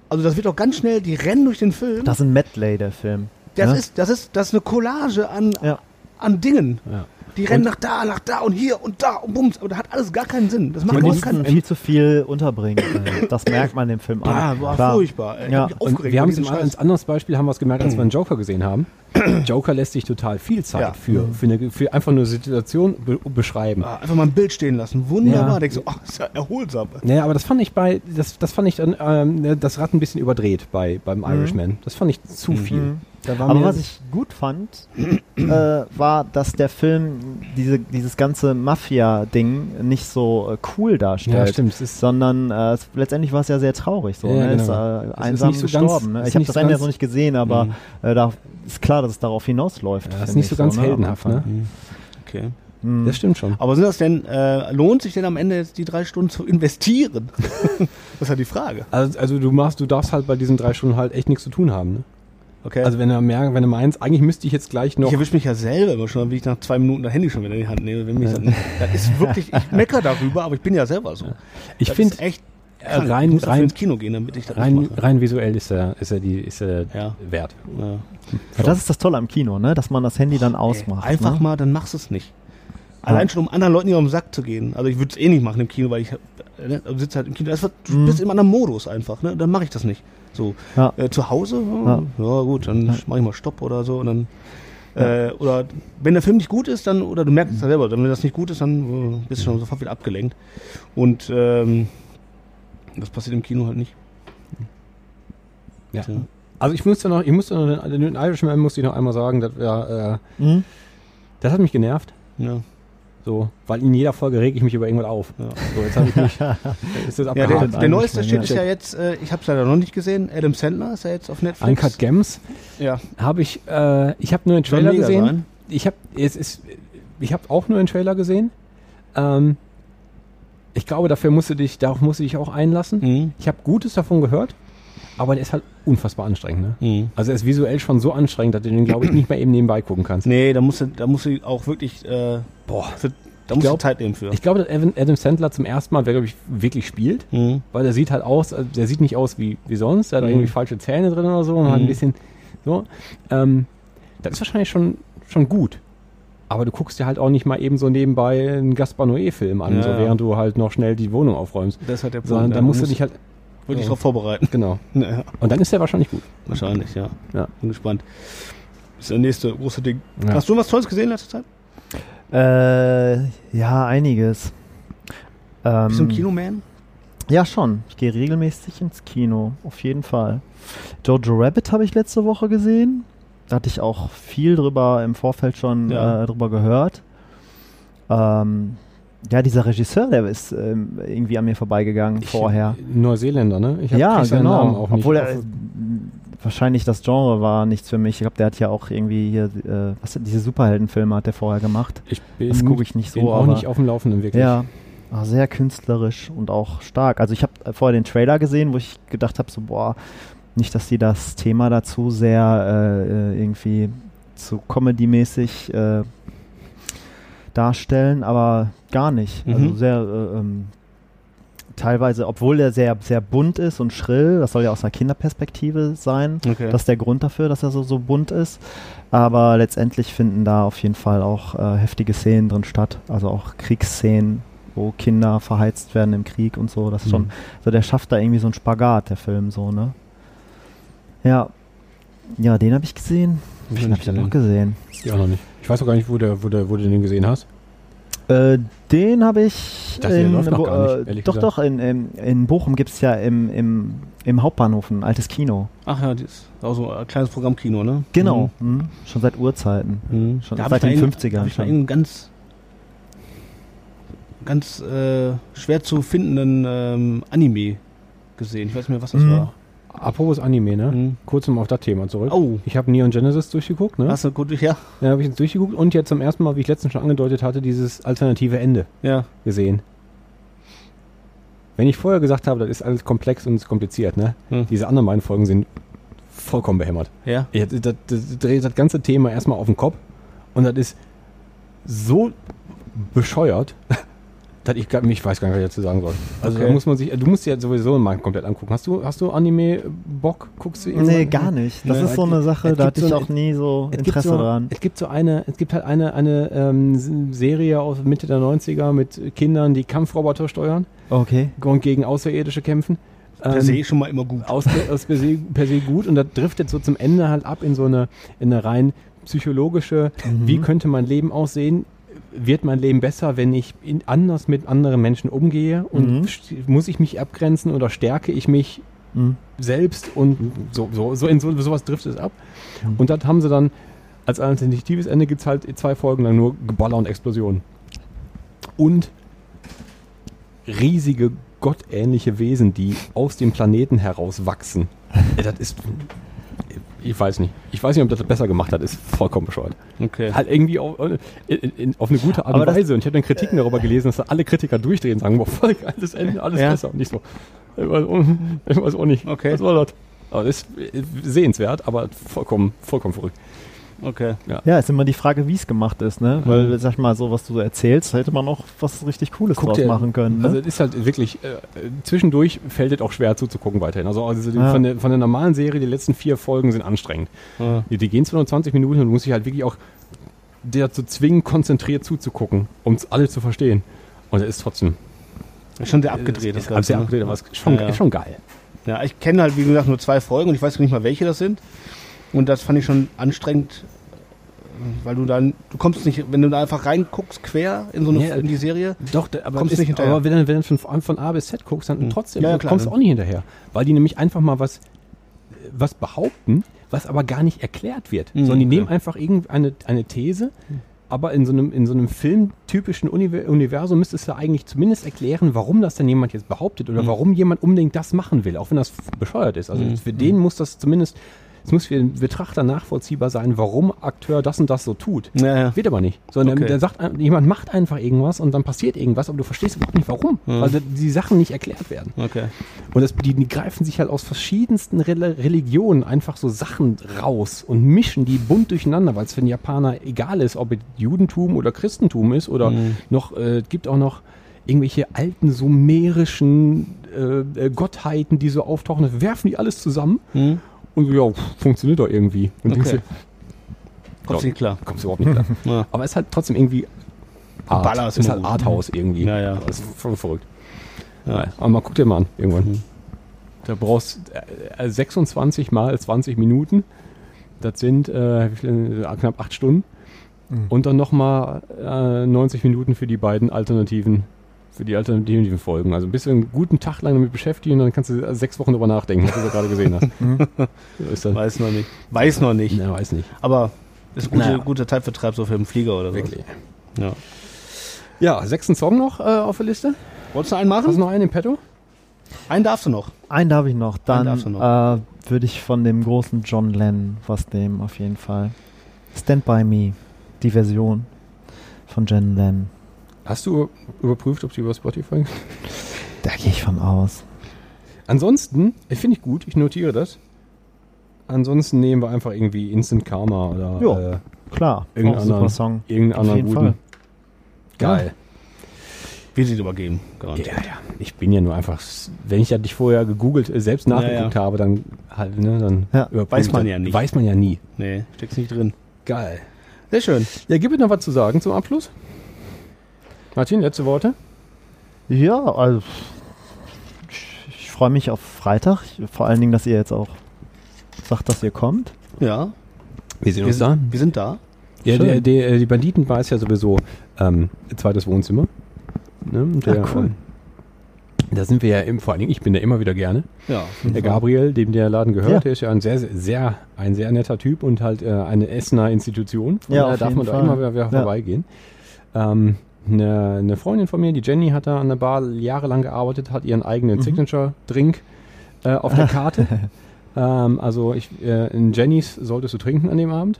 S3: Also das wird auch ganz schnell, die rennen durch den Film.
S4: Das ist ein Medley, der Film.
S3: das,
S4: ne?
S3: ist, das, ist, das ist eine Collage an,
S4: Ja.
S3: an Dingen.
S2: Ja.
S3: Die rennen nach da, nach da und hier und da und bums. Aber da hat alles gar keinen Sinn. Das macht
S4: Die
S3: überhaupt
S4: mussten
S3: keinen
S4: viel zu viel unterbringen. äh, das merkt man dem Film an.
S3: Ah, war
S4: Klar.
S3: furchtbar. ey. Ich
S4: Ja.
S3: hab mich
S2: Und
S3: aufgeregt
S2: wir
S3: über
S2: haben es
S3: diesen
S2: im-
S3: Scheiß.
S2: als anderes Beispiel haben wir es gemerkt, als wir einen Joker gesehen haben. Joker lässt sich total viel Zeit
S3: Ja.
S2: für, für, eine, für einfach nur Situation be beschreiben.
S3: Ah, einfach mal ein Bild stehen lassen. Wunderbar.
S2: Ja.
S3: Denkst du, ach, ist ja erholsam.
S2: Naja, aber das fand ich bei, das, das fand ich dann, ähm, ne, das Rad ein bisschen überdreht bei, beim Irishman. Das fand ich zu viel. Da war
S4: Aber
S2: mir-
S4: was ich gut fand, äh, war, dass der Film diese, dieses ganze Mafia-Ding nicht so äh, cool darstellt.
S2: Ja, stimmt, es ist-
S4: sondern äh, es, letztendlich war es ja sehr traurig. So,
S2: Ja,
S4: ne?
S2: genau.
S4: Ist, äh,
S2: Es ist
S4: einsam
S2: nicht so ganz-
S4: gestorben.
S2: es
S4: ne?
S2: ist
S4: Ich habe
S2: nicht
S4: das
S2: so
S4: Ende ja
S2: ganz- Mhm.
S4: so nicht gesehen, aber äh, da ist klar, dass es darauf hinausläuft.
S2: ja, das ist
S4: finde
S2: nicht so
S4: ich
S2: ganz
S4: ne?
S2: heldenhaft, ne?
S3: Okay.
S2: Das stimmt schon.
S3: Aber sind das denn, äh, lohnt sich denn am Ende jetzt die drei Stunden zu investieren? *laughs* das ist ja die Frage.
S2: Also, also du machst, du darfst halt bei diesen drei Stunden halt echt nichts zu tun haben, ne?
S3: Okay.
S2: Also wenn du merkst, wenn du meinst, eigentlich müsste ich jetzt gleich noch.
S3: ich erwische mich ja selber immer schon, wie ich nach zwei Minuten das Handy schon wieder in die Hand nehme. Wenn mich dann, das ist wirklich, ich mecker darüber, aber ich bin ja selber so.
S2: Ich
S3: Das
S2: finde,
S3: ist echt
S2: äh,
S3: krank.
S2: rein-
S3: ich muss dafür
S2: rein-
S3: ins Kino gehen, damit ich das
S2: rein,
S3: mache.
S2: rein visuell ist er, ist er die, ist er
S3: Ja.
S2: wert.
S3: Ja.
S4: Ja, das ist das Tolle am Kino, ne? dass man das Handy dann
S3: Ey,
S4: ausmacht.
S3: Einfach
S4: ne?
S3: mal, dann machst du es nicht. Allein schon, um anderen Leuten nicht auf den Sack zu gehen. Also ich würde es eh nicht machen im Kino, weil ich äh, ne, sitze halt im Kino. Das, wird- du bist im anderen Modus einfach, ne? Dann mache ich das nicht. So.
S4: Ja.
S3: Äh, zu Hause, ja, ja gut, dann mache ich mal Stopp oder so. Und dann, äh, oder wenn der Film nicht gut ist, dann, oder du merkst es ja selber, dann, wenn das nicht gut ist, dann äh, bist du schon sofort wieder abgelenkt. Und ähm, das passiert im Kino halt nicht.
S2: Ja.
S3: Tja.
S2: Also ich musste noch, ich musste noch den, den Irishman musste ich noch einmal sagen, das, wär, äh,
S4: Mhm.
S2: das hat mich genervt.
S3: Ja,
S2: So, weil in jeder Folge reg ich mich über irgendwas auf.
S3: ja.
S2: So, jetzt habe ich mich. ist das
S3: ja
S2: abgehakt.
S3: der,
S4: Harten
S3: der neueste
S4: Eingeschränkt,
S3: Shit ist ja jetzt, äh, ich habe es leider noch nicht gesehen, Adam Sandler ist ja jetzt auf Netflix.
S2: Uncut Gems
S3: Ja,
S2: habe ich, äh, ich habe nur einen Trailer
S3: mega
S2: gesehen.
S3: sein.
S2: Ich habe, es ist, ich habe auch nur einen Trailer gesehen. Ähm, ich glaube, dafür musst du dich, darauf musst du dich auch einlassen.
S3: Mhm.
S2: Ich habe Gutes davon gehört, aber der ist halt unfassbar anstrengend. Ne?
S3: Mhm.
S2: Also er ist visuell schon so anstrengend, dass du den, glaube ich, nicht mehr eben nebenbei gucken kannst.
S3: Nee, da musst du, da musst du auch wirklich, äh,
S2: Boah.
S3: für, da musst
S2: glaub-
S3: du Zeit nehmen für.
S2: Ich glaube, dass Evan- Adam Sandler zum ersten Mal, glaube ich, wirklich spielt,
S3: Mhm.
S2: weil der sieht halt aus, also der sieht nicht aus wie, wie sonst, der hat
S3: Mhm.
S2: irgendwie falsche Zähne drin oder so und hat ein
S3: Mhm.
S2: bisschen so. Ähm, das ist wahrscheinlich schon, schon gut. Aber du guckst dir halt auch nicht mal eben so nebenbei einen Gaspar Noé-Film an,
S3: Ja,
S2: so
S3: ja.
S2: während du halt noch schnell die Wohnung aufräumst.
S3: Das hat der
S2: Sondern da
S3: ja.
S2: musst du
S3: Man
S2: dich halt.
S3: muss wirklich
S2: ja.
S3: drauf vorbereiten. *laughs*
S2: Genau.
S3: Naja,
S2: Und dann ist der wahrscheinlich gut.
S3: wahrscheinlich, ja.
S2: Ja.
S3: Bin gespannt. Ist der nächste große Ding.
S2: Ja.
S3: Hast du was Tolles gesehen in letzter Zeit?
S4: Äh, ja, einiges. Ähm,
S3: Bist du ein Kinoman?
S4: Ja, schon. Ich gehe regelmäßig ins Kino, auf jeden Fall. Jojo Rabbit habe ich letzte Woche gesehen. Da hatte ich auch viel drüber im Vorfeld schon
S3: Ja.
S4: äh, drüber gehört. Ähm, ja, dieser Regisseur, der ist ähm, irgendwie an mir vorbeigegangen vorher.
S2: Ich, Neuseeländer, ne? Ich hab-
S4: ja,
S2: krieg seinen
S4: genau.
S2: Namen auch nicht.
S4: Obwohl er,
S2: auf-
S4: äh, wahrscheinlich das Genre war nichts für mich. Ich glaube, der hat ja auch irgendwie hier, äh, was diese Superheldenfilme hat der vorher gemacht.
S2: ich bin,
S4: das gucke ich nicht so,
S2: bin auch
S4: aber-
S2: nicht auf dem Laufenden wirklich.
S4: Ja, ah, sehr künstlerisch und auch stark. Also ich habe vorher den Trailer gesehen, wo ich gedacht habe, so boah, nicht, dass die das Thema dazu sehr äh, äh, irgendwie zu Comedy-mäßig äh, darstellen, aber gar nicht. Also
S3: Mhm.
S4: sehr äh, ähm, teilweise, obwohl der sehr, sehr bunt ist und schrill, das soll ja aus einer Kinderperspektive sein.
S3: Okay.
S4: Das ist der Grund dafür, dass er so, so bunt ist. Aber letztendlich finden da auf jeden Fall auch äh, heftige Szenen drin statt. Also auch Kriegsszenen, wo Kinder verheizt werden im Krieg und so. Das
S2: Mhm.
S4: ist schon, also der schafft da irgendwie so einen Spagat, der Film so, ne? Ja. Ja, den habe ich gesehen.
S2: Den
S4: Den
S2: hab
S4: habe ich
S2: ich
S4: dann noch gesehen.
S2: Ich auch noch nicht. Ich weiß auch gar nicht, wo, der, wo, der, wo du den gesehen hast.
S4: Äh, den habe ich.
S2: dachte, der läuft noch gar nicht,
S4: äh,
S2: ehrlich
S4: doch,
S2: gesagt.
S4: doch, in, in, in Bochum gibt es ja im, im, im Hauptbahnhof ein altes Kino.
S3: Ach ja, das ist auch so ein kleines Programmkino, ne?
S4: Genau. Mhm. Schon seit Urzeiten.
S3: Mhm.
S4: Schon
S3: Da hab
S4: seit
S3: ich
S4: den
S3: mal irgend-
S4: 50ern
S3: hab ich mal
S4: schon.
S3: irgendeinen ganz ganz äh, schwer zu findenden ähm, Anime gesehen. Ich weiß nicht mehr, was das
S4: Mhm.
S3: war.
S2: Apropos Anime, ne?
S3: Mhm.
S2: Kurz mal auf das Thema zurück.
S3: Oh.
S2: Ich habe Neon Genesis durchgeguckt, ne?
S3: Hast du gut, ja?
S2: Ja, habe ich jetzt durchgeguckt und jetzt zum ersten Mal, wie ich letztens schon angedeutet hatte, dieses alternative Ende
S3: Ja.
S2: gesehen. Wenn ich vorher gesagt habe, das ist alles komplex und ist kompliziert, ne?
S3: Hm.
S2: Diese anderen beiden Folgen sind vollkommen behämmert.
S3: Ja.
S2: Ich, das, das dreht das ganze Thema erstmal auf den Kopf und das ist so bescheuert, *laughs* dass ich, gar- ich weiß gar nicht, was ich dazu sagen soll. Also
S3: Okay.
S2: da muss man sich, du musst dir ja sowieso mal komplett angucken. Hast du, hast du Anime-Bock? Guckst du
S4: Nee,
S2: irgendwann-
S4: gar nicht. Das
S2: Nee,
S4: ist so eine Sache,
S2: ne, es
S4: da
S2: gibt
S4: hatte ich
S2: so ein-
S4: auch nie so
S2: Es gibt
S4: Interesse
S2: so,
S4: dran.
S2: Es gibt so eine, es gibt halt eine, eine ähm, S- Serie aus Mitte der 90er mit Kindern, die Kampfroboter steuern
S4: Okay.
S2: und gegen Außerirdische kämpfen.
S3: Per
S2: Ähm,
S3: se schon mal immer gut.
S2: aus, aus per, se, per se gut und das driftet so zum Ende halt ab in so eine, in eine rein psychologische,
S4: Mhm.
S2: wie könnte mein Leben aussehen? Wird mein Leben besser, wenn ich in, anders mit anderen Menschen umgehe? Und
S4: Mhm.
S2: st- muss ich mich abgrenzen oder stärke ich mich
S4: Mhm.
S2: selbst? Und so, so, so in so, sowas driftet es ab.
S4: Mhm.
S2: Und das haben sie dann als alternatives Ende gibt es halt zwei Folgen lang nur Geballer und Explosionen. Und riesige gottähnliche Wesen, die aus dem Planeten heraus wachsen. Äh, Das ist. Ich weiß nicht. Ich weiß nicht, ob das besser gemacht hat. Ist vollkommen bescheuert.
S3: Okay.
S2: Halt irgendwie auf, in, in, auf eine gute Art und
S4: Aber das-
S2: Weise. Und ich habe dann Kritiken darüber gelesen, dass da alle Kritiker durchdrehen und sagen, boah, voll geiles Ende, alles
S3: Ja.
S2: besser. Und nicht so. Ich weiß, auch- ich weiß auch nicht.
S3: Okay.
S2: Was war das? Aber das ist äh, sehenswert, aber vollkommen, vollkommen verrückt.
S3: Okay.
S4: Ja, ist immer die Frage, wie es gemacht ist, ne? Weil, sag ich mal, so was du erzählst, hätte man auch was richtig Cooles
S2: Mhm. Guck
S4: draus
S2: dir-
S4: machen können. Ne?
S2: Also es ist halt wirklich, äh, äh, zwischendurch fällt es auch schwer zuzugucken weiterhin. Also, also die-
S4: Ja.
S2: von, der, von der normalen Serie, die letzten vier Folgen sind anstrengend.
S3: Ja.
S2: Die, die gehen zwar nur 20 Minuten und du musst dich halt wirklich auch dir dazu zwingen, konzentriert zuzugucken, um alles zu verstehen. Und es ist trotzdem
S3: Schon sehr abgedreht.
S2: ist, ist
S3: das Ganze,
S2: sehr
S3: ne?
S2: abgedreht, aber es ist schon,
S3: Ja, ja.
S2: Ist schon geil.
S3: Ja, ich kenne halt, wie gesagt, nur zwei Folgen und ich weiß nicht mal, welche das sind. Und das fand ich schon anstrengend, äh, weil du dann, du kommst nicht, wenn du da einfach reinguckst, quer in so eine,
S2: Ja,
S3: in die Serie.
S2: Doch, da- aber,
S3: Kommst
S2: ist,
S3: nicht hinterher.
S2: aber wenn, du- wenn du von, von A bis Z guckst, dann
S3: Mhm.
S2: trotzdem
S3: Ja, ja, klar,
S2: kommst du
S3: ne?
S2: auch nicht hinterher. Weil die nämlich einfach mal was, äh, was behaupten, was aber gar nicht erklärt wird.
S3: Mhm,
S2: Sondern die
S3: okay. Hm.
S2: nehmen einfach irgendeine eine These, aber in so einem, in so einem filmtypischen Univer- Universum müsstest du eigentlich zumindest erklären, warum das denn jemand jetzt behauptet
S3: Hm.
S2: oder warum jemand unbedingt das machen will, auch wenn das f- bescheuert ist. Also für
S3: Hm.
S2: den muss das zumindest, es muss für den Betrachter nachvollziehbar sein, warum Akteur das und das so tut.
S3: Ja, ja.
S2: Wird aber nicht. Sondern
S3: Okay.
S2: der sagt, ein- jemand macht einfach irgendwas und dann passiert irgendwas, aber du verstehst überhaupt nicht warum.
S3: Hm.
S2: Weil da- die Sachen nicht erklärt werden.
S3: Okay.
S2: Und das, die, die greifen sich halt aus verschiedensten Rel Religionen einfach so Sachen raus und mischen die bunt durcheinander, weil es für den Japaner egal ist, ob es Judentum oder Christentum ist oder
S3: Hm.
S2: noch, äh, es gibt auch noch irgendwelche alten sumerischen äh, äh, Gottheiten, die so auftauchen, das werfen die alles zusammen und so, ja, pff, funktioniert doch irgendwie. Und denkst
S3: Hm. Okay.
S2: dir,
S3: Kommst
S2: Ja.
S3: nicht klar.
S2: kommst du überhaupt nicht klar.
S3: *laughs* Ja.
S2: Aber es ist halt trotzdem irgendwie Art.
S3: Baller ist
S2: ist
S3: immer
S2: halt
S3: gut.
S2: Arthouse irgendwie.
S3: Ja, ja.
S2: Aber Das ist voll verrückt.
S3: Ja. Mhm.
S2: Ja. Aber mal guck dir mal an, irgendwann. Da brauchst äh, äh, 26 mal 20 Minuten. Das sind äh, wie viel, äh, knapp 8 Stunden. Und dann nochmal äh, 90 Minuten für die beiden alternativen für die alternativen Folgen. Also ein bisschen einen guten Tag lang damit beschäftigen und dann kannst du äh, sechs Wochen drüber nachdenken, was du da gerade gesehen hast. so ist das.
S3: Weiß noch nicht. Weiß noch nicht.
S2: Na, weiß nicht.
S3: Aber ist ein guter,
S2: Naja.
S3: guter Zeitvertreib so für einen Flieger oder so. Ja.
S2: Ja, sechsten Song noch äh, auf der Liste.
S3: Wolltest du einen
S2: Hast du
S3: machen?
S2: noch einen im Petto?
S3: Einen darfst du noch.
S4: Einen darf ich noch, dann
S3: darfst du noch.
S4: Äh, würde ich von dem großen John Lennon was nehmen, auf jeden Fall. Stand By Me, die Version von John Lennon.
S2: Hast du überprüft, ob die über Spotify?
S4: Da gehe ich von aus.
S2: Ansonsten, äh, finde ich gut, ich notiere das. Ansonsten nehmen wir einfach irgendwie Instant Karma oder
S4: Ja.
S2: äh,
S4: Klar,
S2: Irgendeinen
S4: auch super
S2: anderen.
S4: Song.
S2: irgendeinen
S4: Auf
S2: anderen
S4: jeden
S2: guten.
S4: Fall.
S2: Geil.
S3: Wir sie übergeben. Garantiert.
S2: Ja, ja. Ich bin ja nur einfach, s- wenn ich ja dich vorher gegoogelt, äh, selbst nachgeguckt
S3: Ja,
S2: habe, dann halt, ne, dann
S4: Ja.
S2: überprüft
S3: Weiß man
S2: er.
S3: ja nicht.
S2: Weiß man ja nie.
S3: Nee, steckst nicht drin.
S2: Geil.
S3: Sehr schön.
S2: Ja, gibt es noch was zu sagen zum Abschluss? Martin, letzte Worte?
S4: Ja, also ich, ich freue mich auf Freitag. Ich, vor allen Dingen, dass ihr jetzt auch sagt, dass ihr kommt.
S3: Ja,
S2: Wir sehen
S3: wir, sind- wir sind da.
S2: Ja,
S4: Schön.
S2: der, der, äh, die Banditen war es ja sowieso ähm, zweites Wohnzimmer. Ne? Der, äh,
S4: Ah, cool.
S2: Da sind wir ja im, vor allen Dingen, ich bin da immer wieder gerne.
S3: Ja.
S2: Der Gabriel, dem der Laden gehört,
S4: Genau. Ja.
S2: der ist ja ein sehr, sehr, sehr, ein sehr netter Typ und halt äh, eine Essener Institution. Von
S4: Ja,
S2: daher
S4: auf
S2: darf
S4: jeden
S2: man da
S4: Fall.
S2: immer wieder, wieder
S4: Ja.
S2: vorbeigehen. Ähm, Eine, eine Freundin von mir, die Jenny, hat da an der Bar jahrelang gearbeitet, hat ihren
S4: Mhm.
S2: eigenen Signature-Drink äh, auf der
S4: *laughs*
S2: Karte. ähm, also ich, äh, in Jennys solltest du trinken an dem Abend.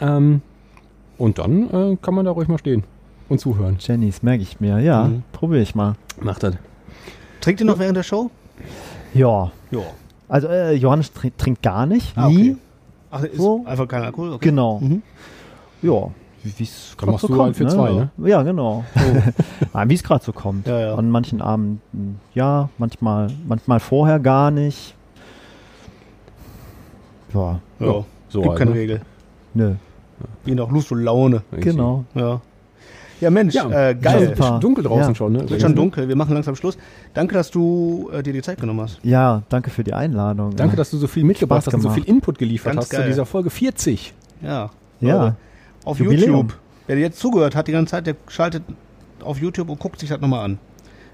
S2: Ähm, und dann äh, kann man da ruhig mal stehen und zuhören.
S4: Jennys, merke ich mir. Ja,
S2: Mhm.
S4: probiere ich mal.
S2: Macht das.
S3: Trinkt ihr noch während der Show?
S4: Ja.
S3: Ja.
S4: Also äh, Johannes trin- trinkt gar nicht.
S3: Ah,
S4: nie.
S3: okay. Ach, ist
S4: So.
S3: einfach kein Alkohol? Okay.
S4: Genau.
S3: Mhm.
S4: Ja. Wie es
S2: Dann machst du einen für zwei, ne?
S4: Ja, genau. *laughs* Nein, Wie es gerade so kommt.
S3: Ja, ja.
S4: An manchen Abenden ja, manchmal, manchmal vorher gar nicht. Ja,
S3: Ja.
S2: So
S3: Gibt
S2: halt,
S3: keine
S2: ne?
S3: Regel.
S4: nö.
S3: Je nach Lust und Laune.
S4: Genau.
S3: Ja. Ja, Mensch,
S2: Ja,
S3: äh, geil.
S4: super.
S2: Schon dunkel draußen
S4: Ja.
S2: schon, ne?
S3: Wird schon dunkel, wir machen langsam Schluss. Danke, dass du äh, dir die Zeit genommen hast.
S4: Ja, danke für die Einladung. ne?
S2: Danke, dass du so viel mitgebracht hast und so
S4: gemacht.
S2: viel Input geliefert
S3: Ganz
S2: hast zu
S3: geil.
S2: dieser Folge 40.
S3: Ja.
S4: Ja,
S3: Auf
S4: Jubiläum.
S3: YouTube. Wer jetzt zugehört hat die ganze Zeit, der schaltet auf YouTube und guckt sich das nochmal an.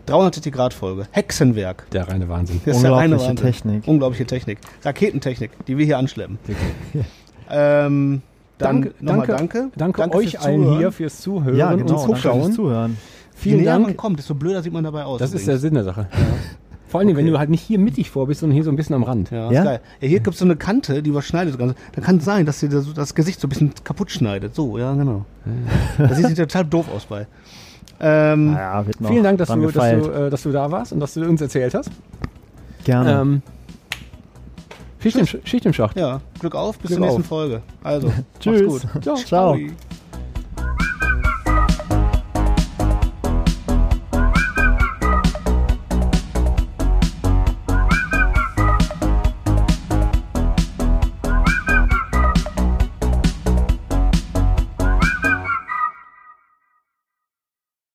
S3: 360 Grad Folge. Hexenwerk.
S2: Der reine Wahnsinn.
S3: Das
S4: Unglaubliche
S3: reine Wahnsinn.
S4: Technik.
S3: Unglaubliche Technik. Raketentechnik, die wir hier anschleppen. ähm, dann
S2: Danke-
S3: nochmal
S2: danke-
S3: danke.
S2: Danke,
S3: fürs
S2: euch allen
S3: Zuhören.
S2: hier fürs Zuhören
S4: ja genau.
S2: und
S4: Danke fürs
S2: Zuschauen.
S4: Zuhören.
S3: Je
S2: Vielen
S3: näher man
S2: Dank.
S3: kommt, desto blöder sieht man dabei aus.
S2: Das ist der
S3: übrigens.
S2: Sinn der Sache. Vor allem, wenn du halt nicht hier mittig vor bist, sondern hier so ein bisschen am Rand.
S3: ja,
S4: Ja?
S3: Ist geil. ja, hier gibt es so eine Kante, die überschneidet das Ganze. Da kann es sein, dass dir das, das Gesicht so ein bisschen kaputt schneidet. So, ja, genau. Das sieht total doof aus bei. Ähm,
S4: Naja, wird noch
S2: Vielen Dank, dass
S4: dran
S2: du, dass,
S4: gefeilt.
S2: du, äh, dass du da warst und dass du uns erzählt hast.
S4: Gerne.
S2: Ähm, Schicht, im, Sch- Schicht im Schacht.
S3: Ja, Glück auf, bis
S2: Glück
S3: zur nächsten
S2: auf.
S4: *laughs*
S3: Folge. Also,
S4: Tschüss.
S3: macht's gut.
S4: Ciao.
S3: Ciao.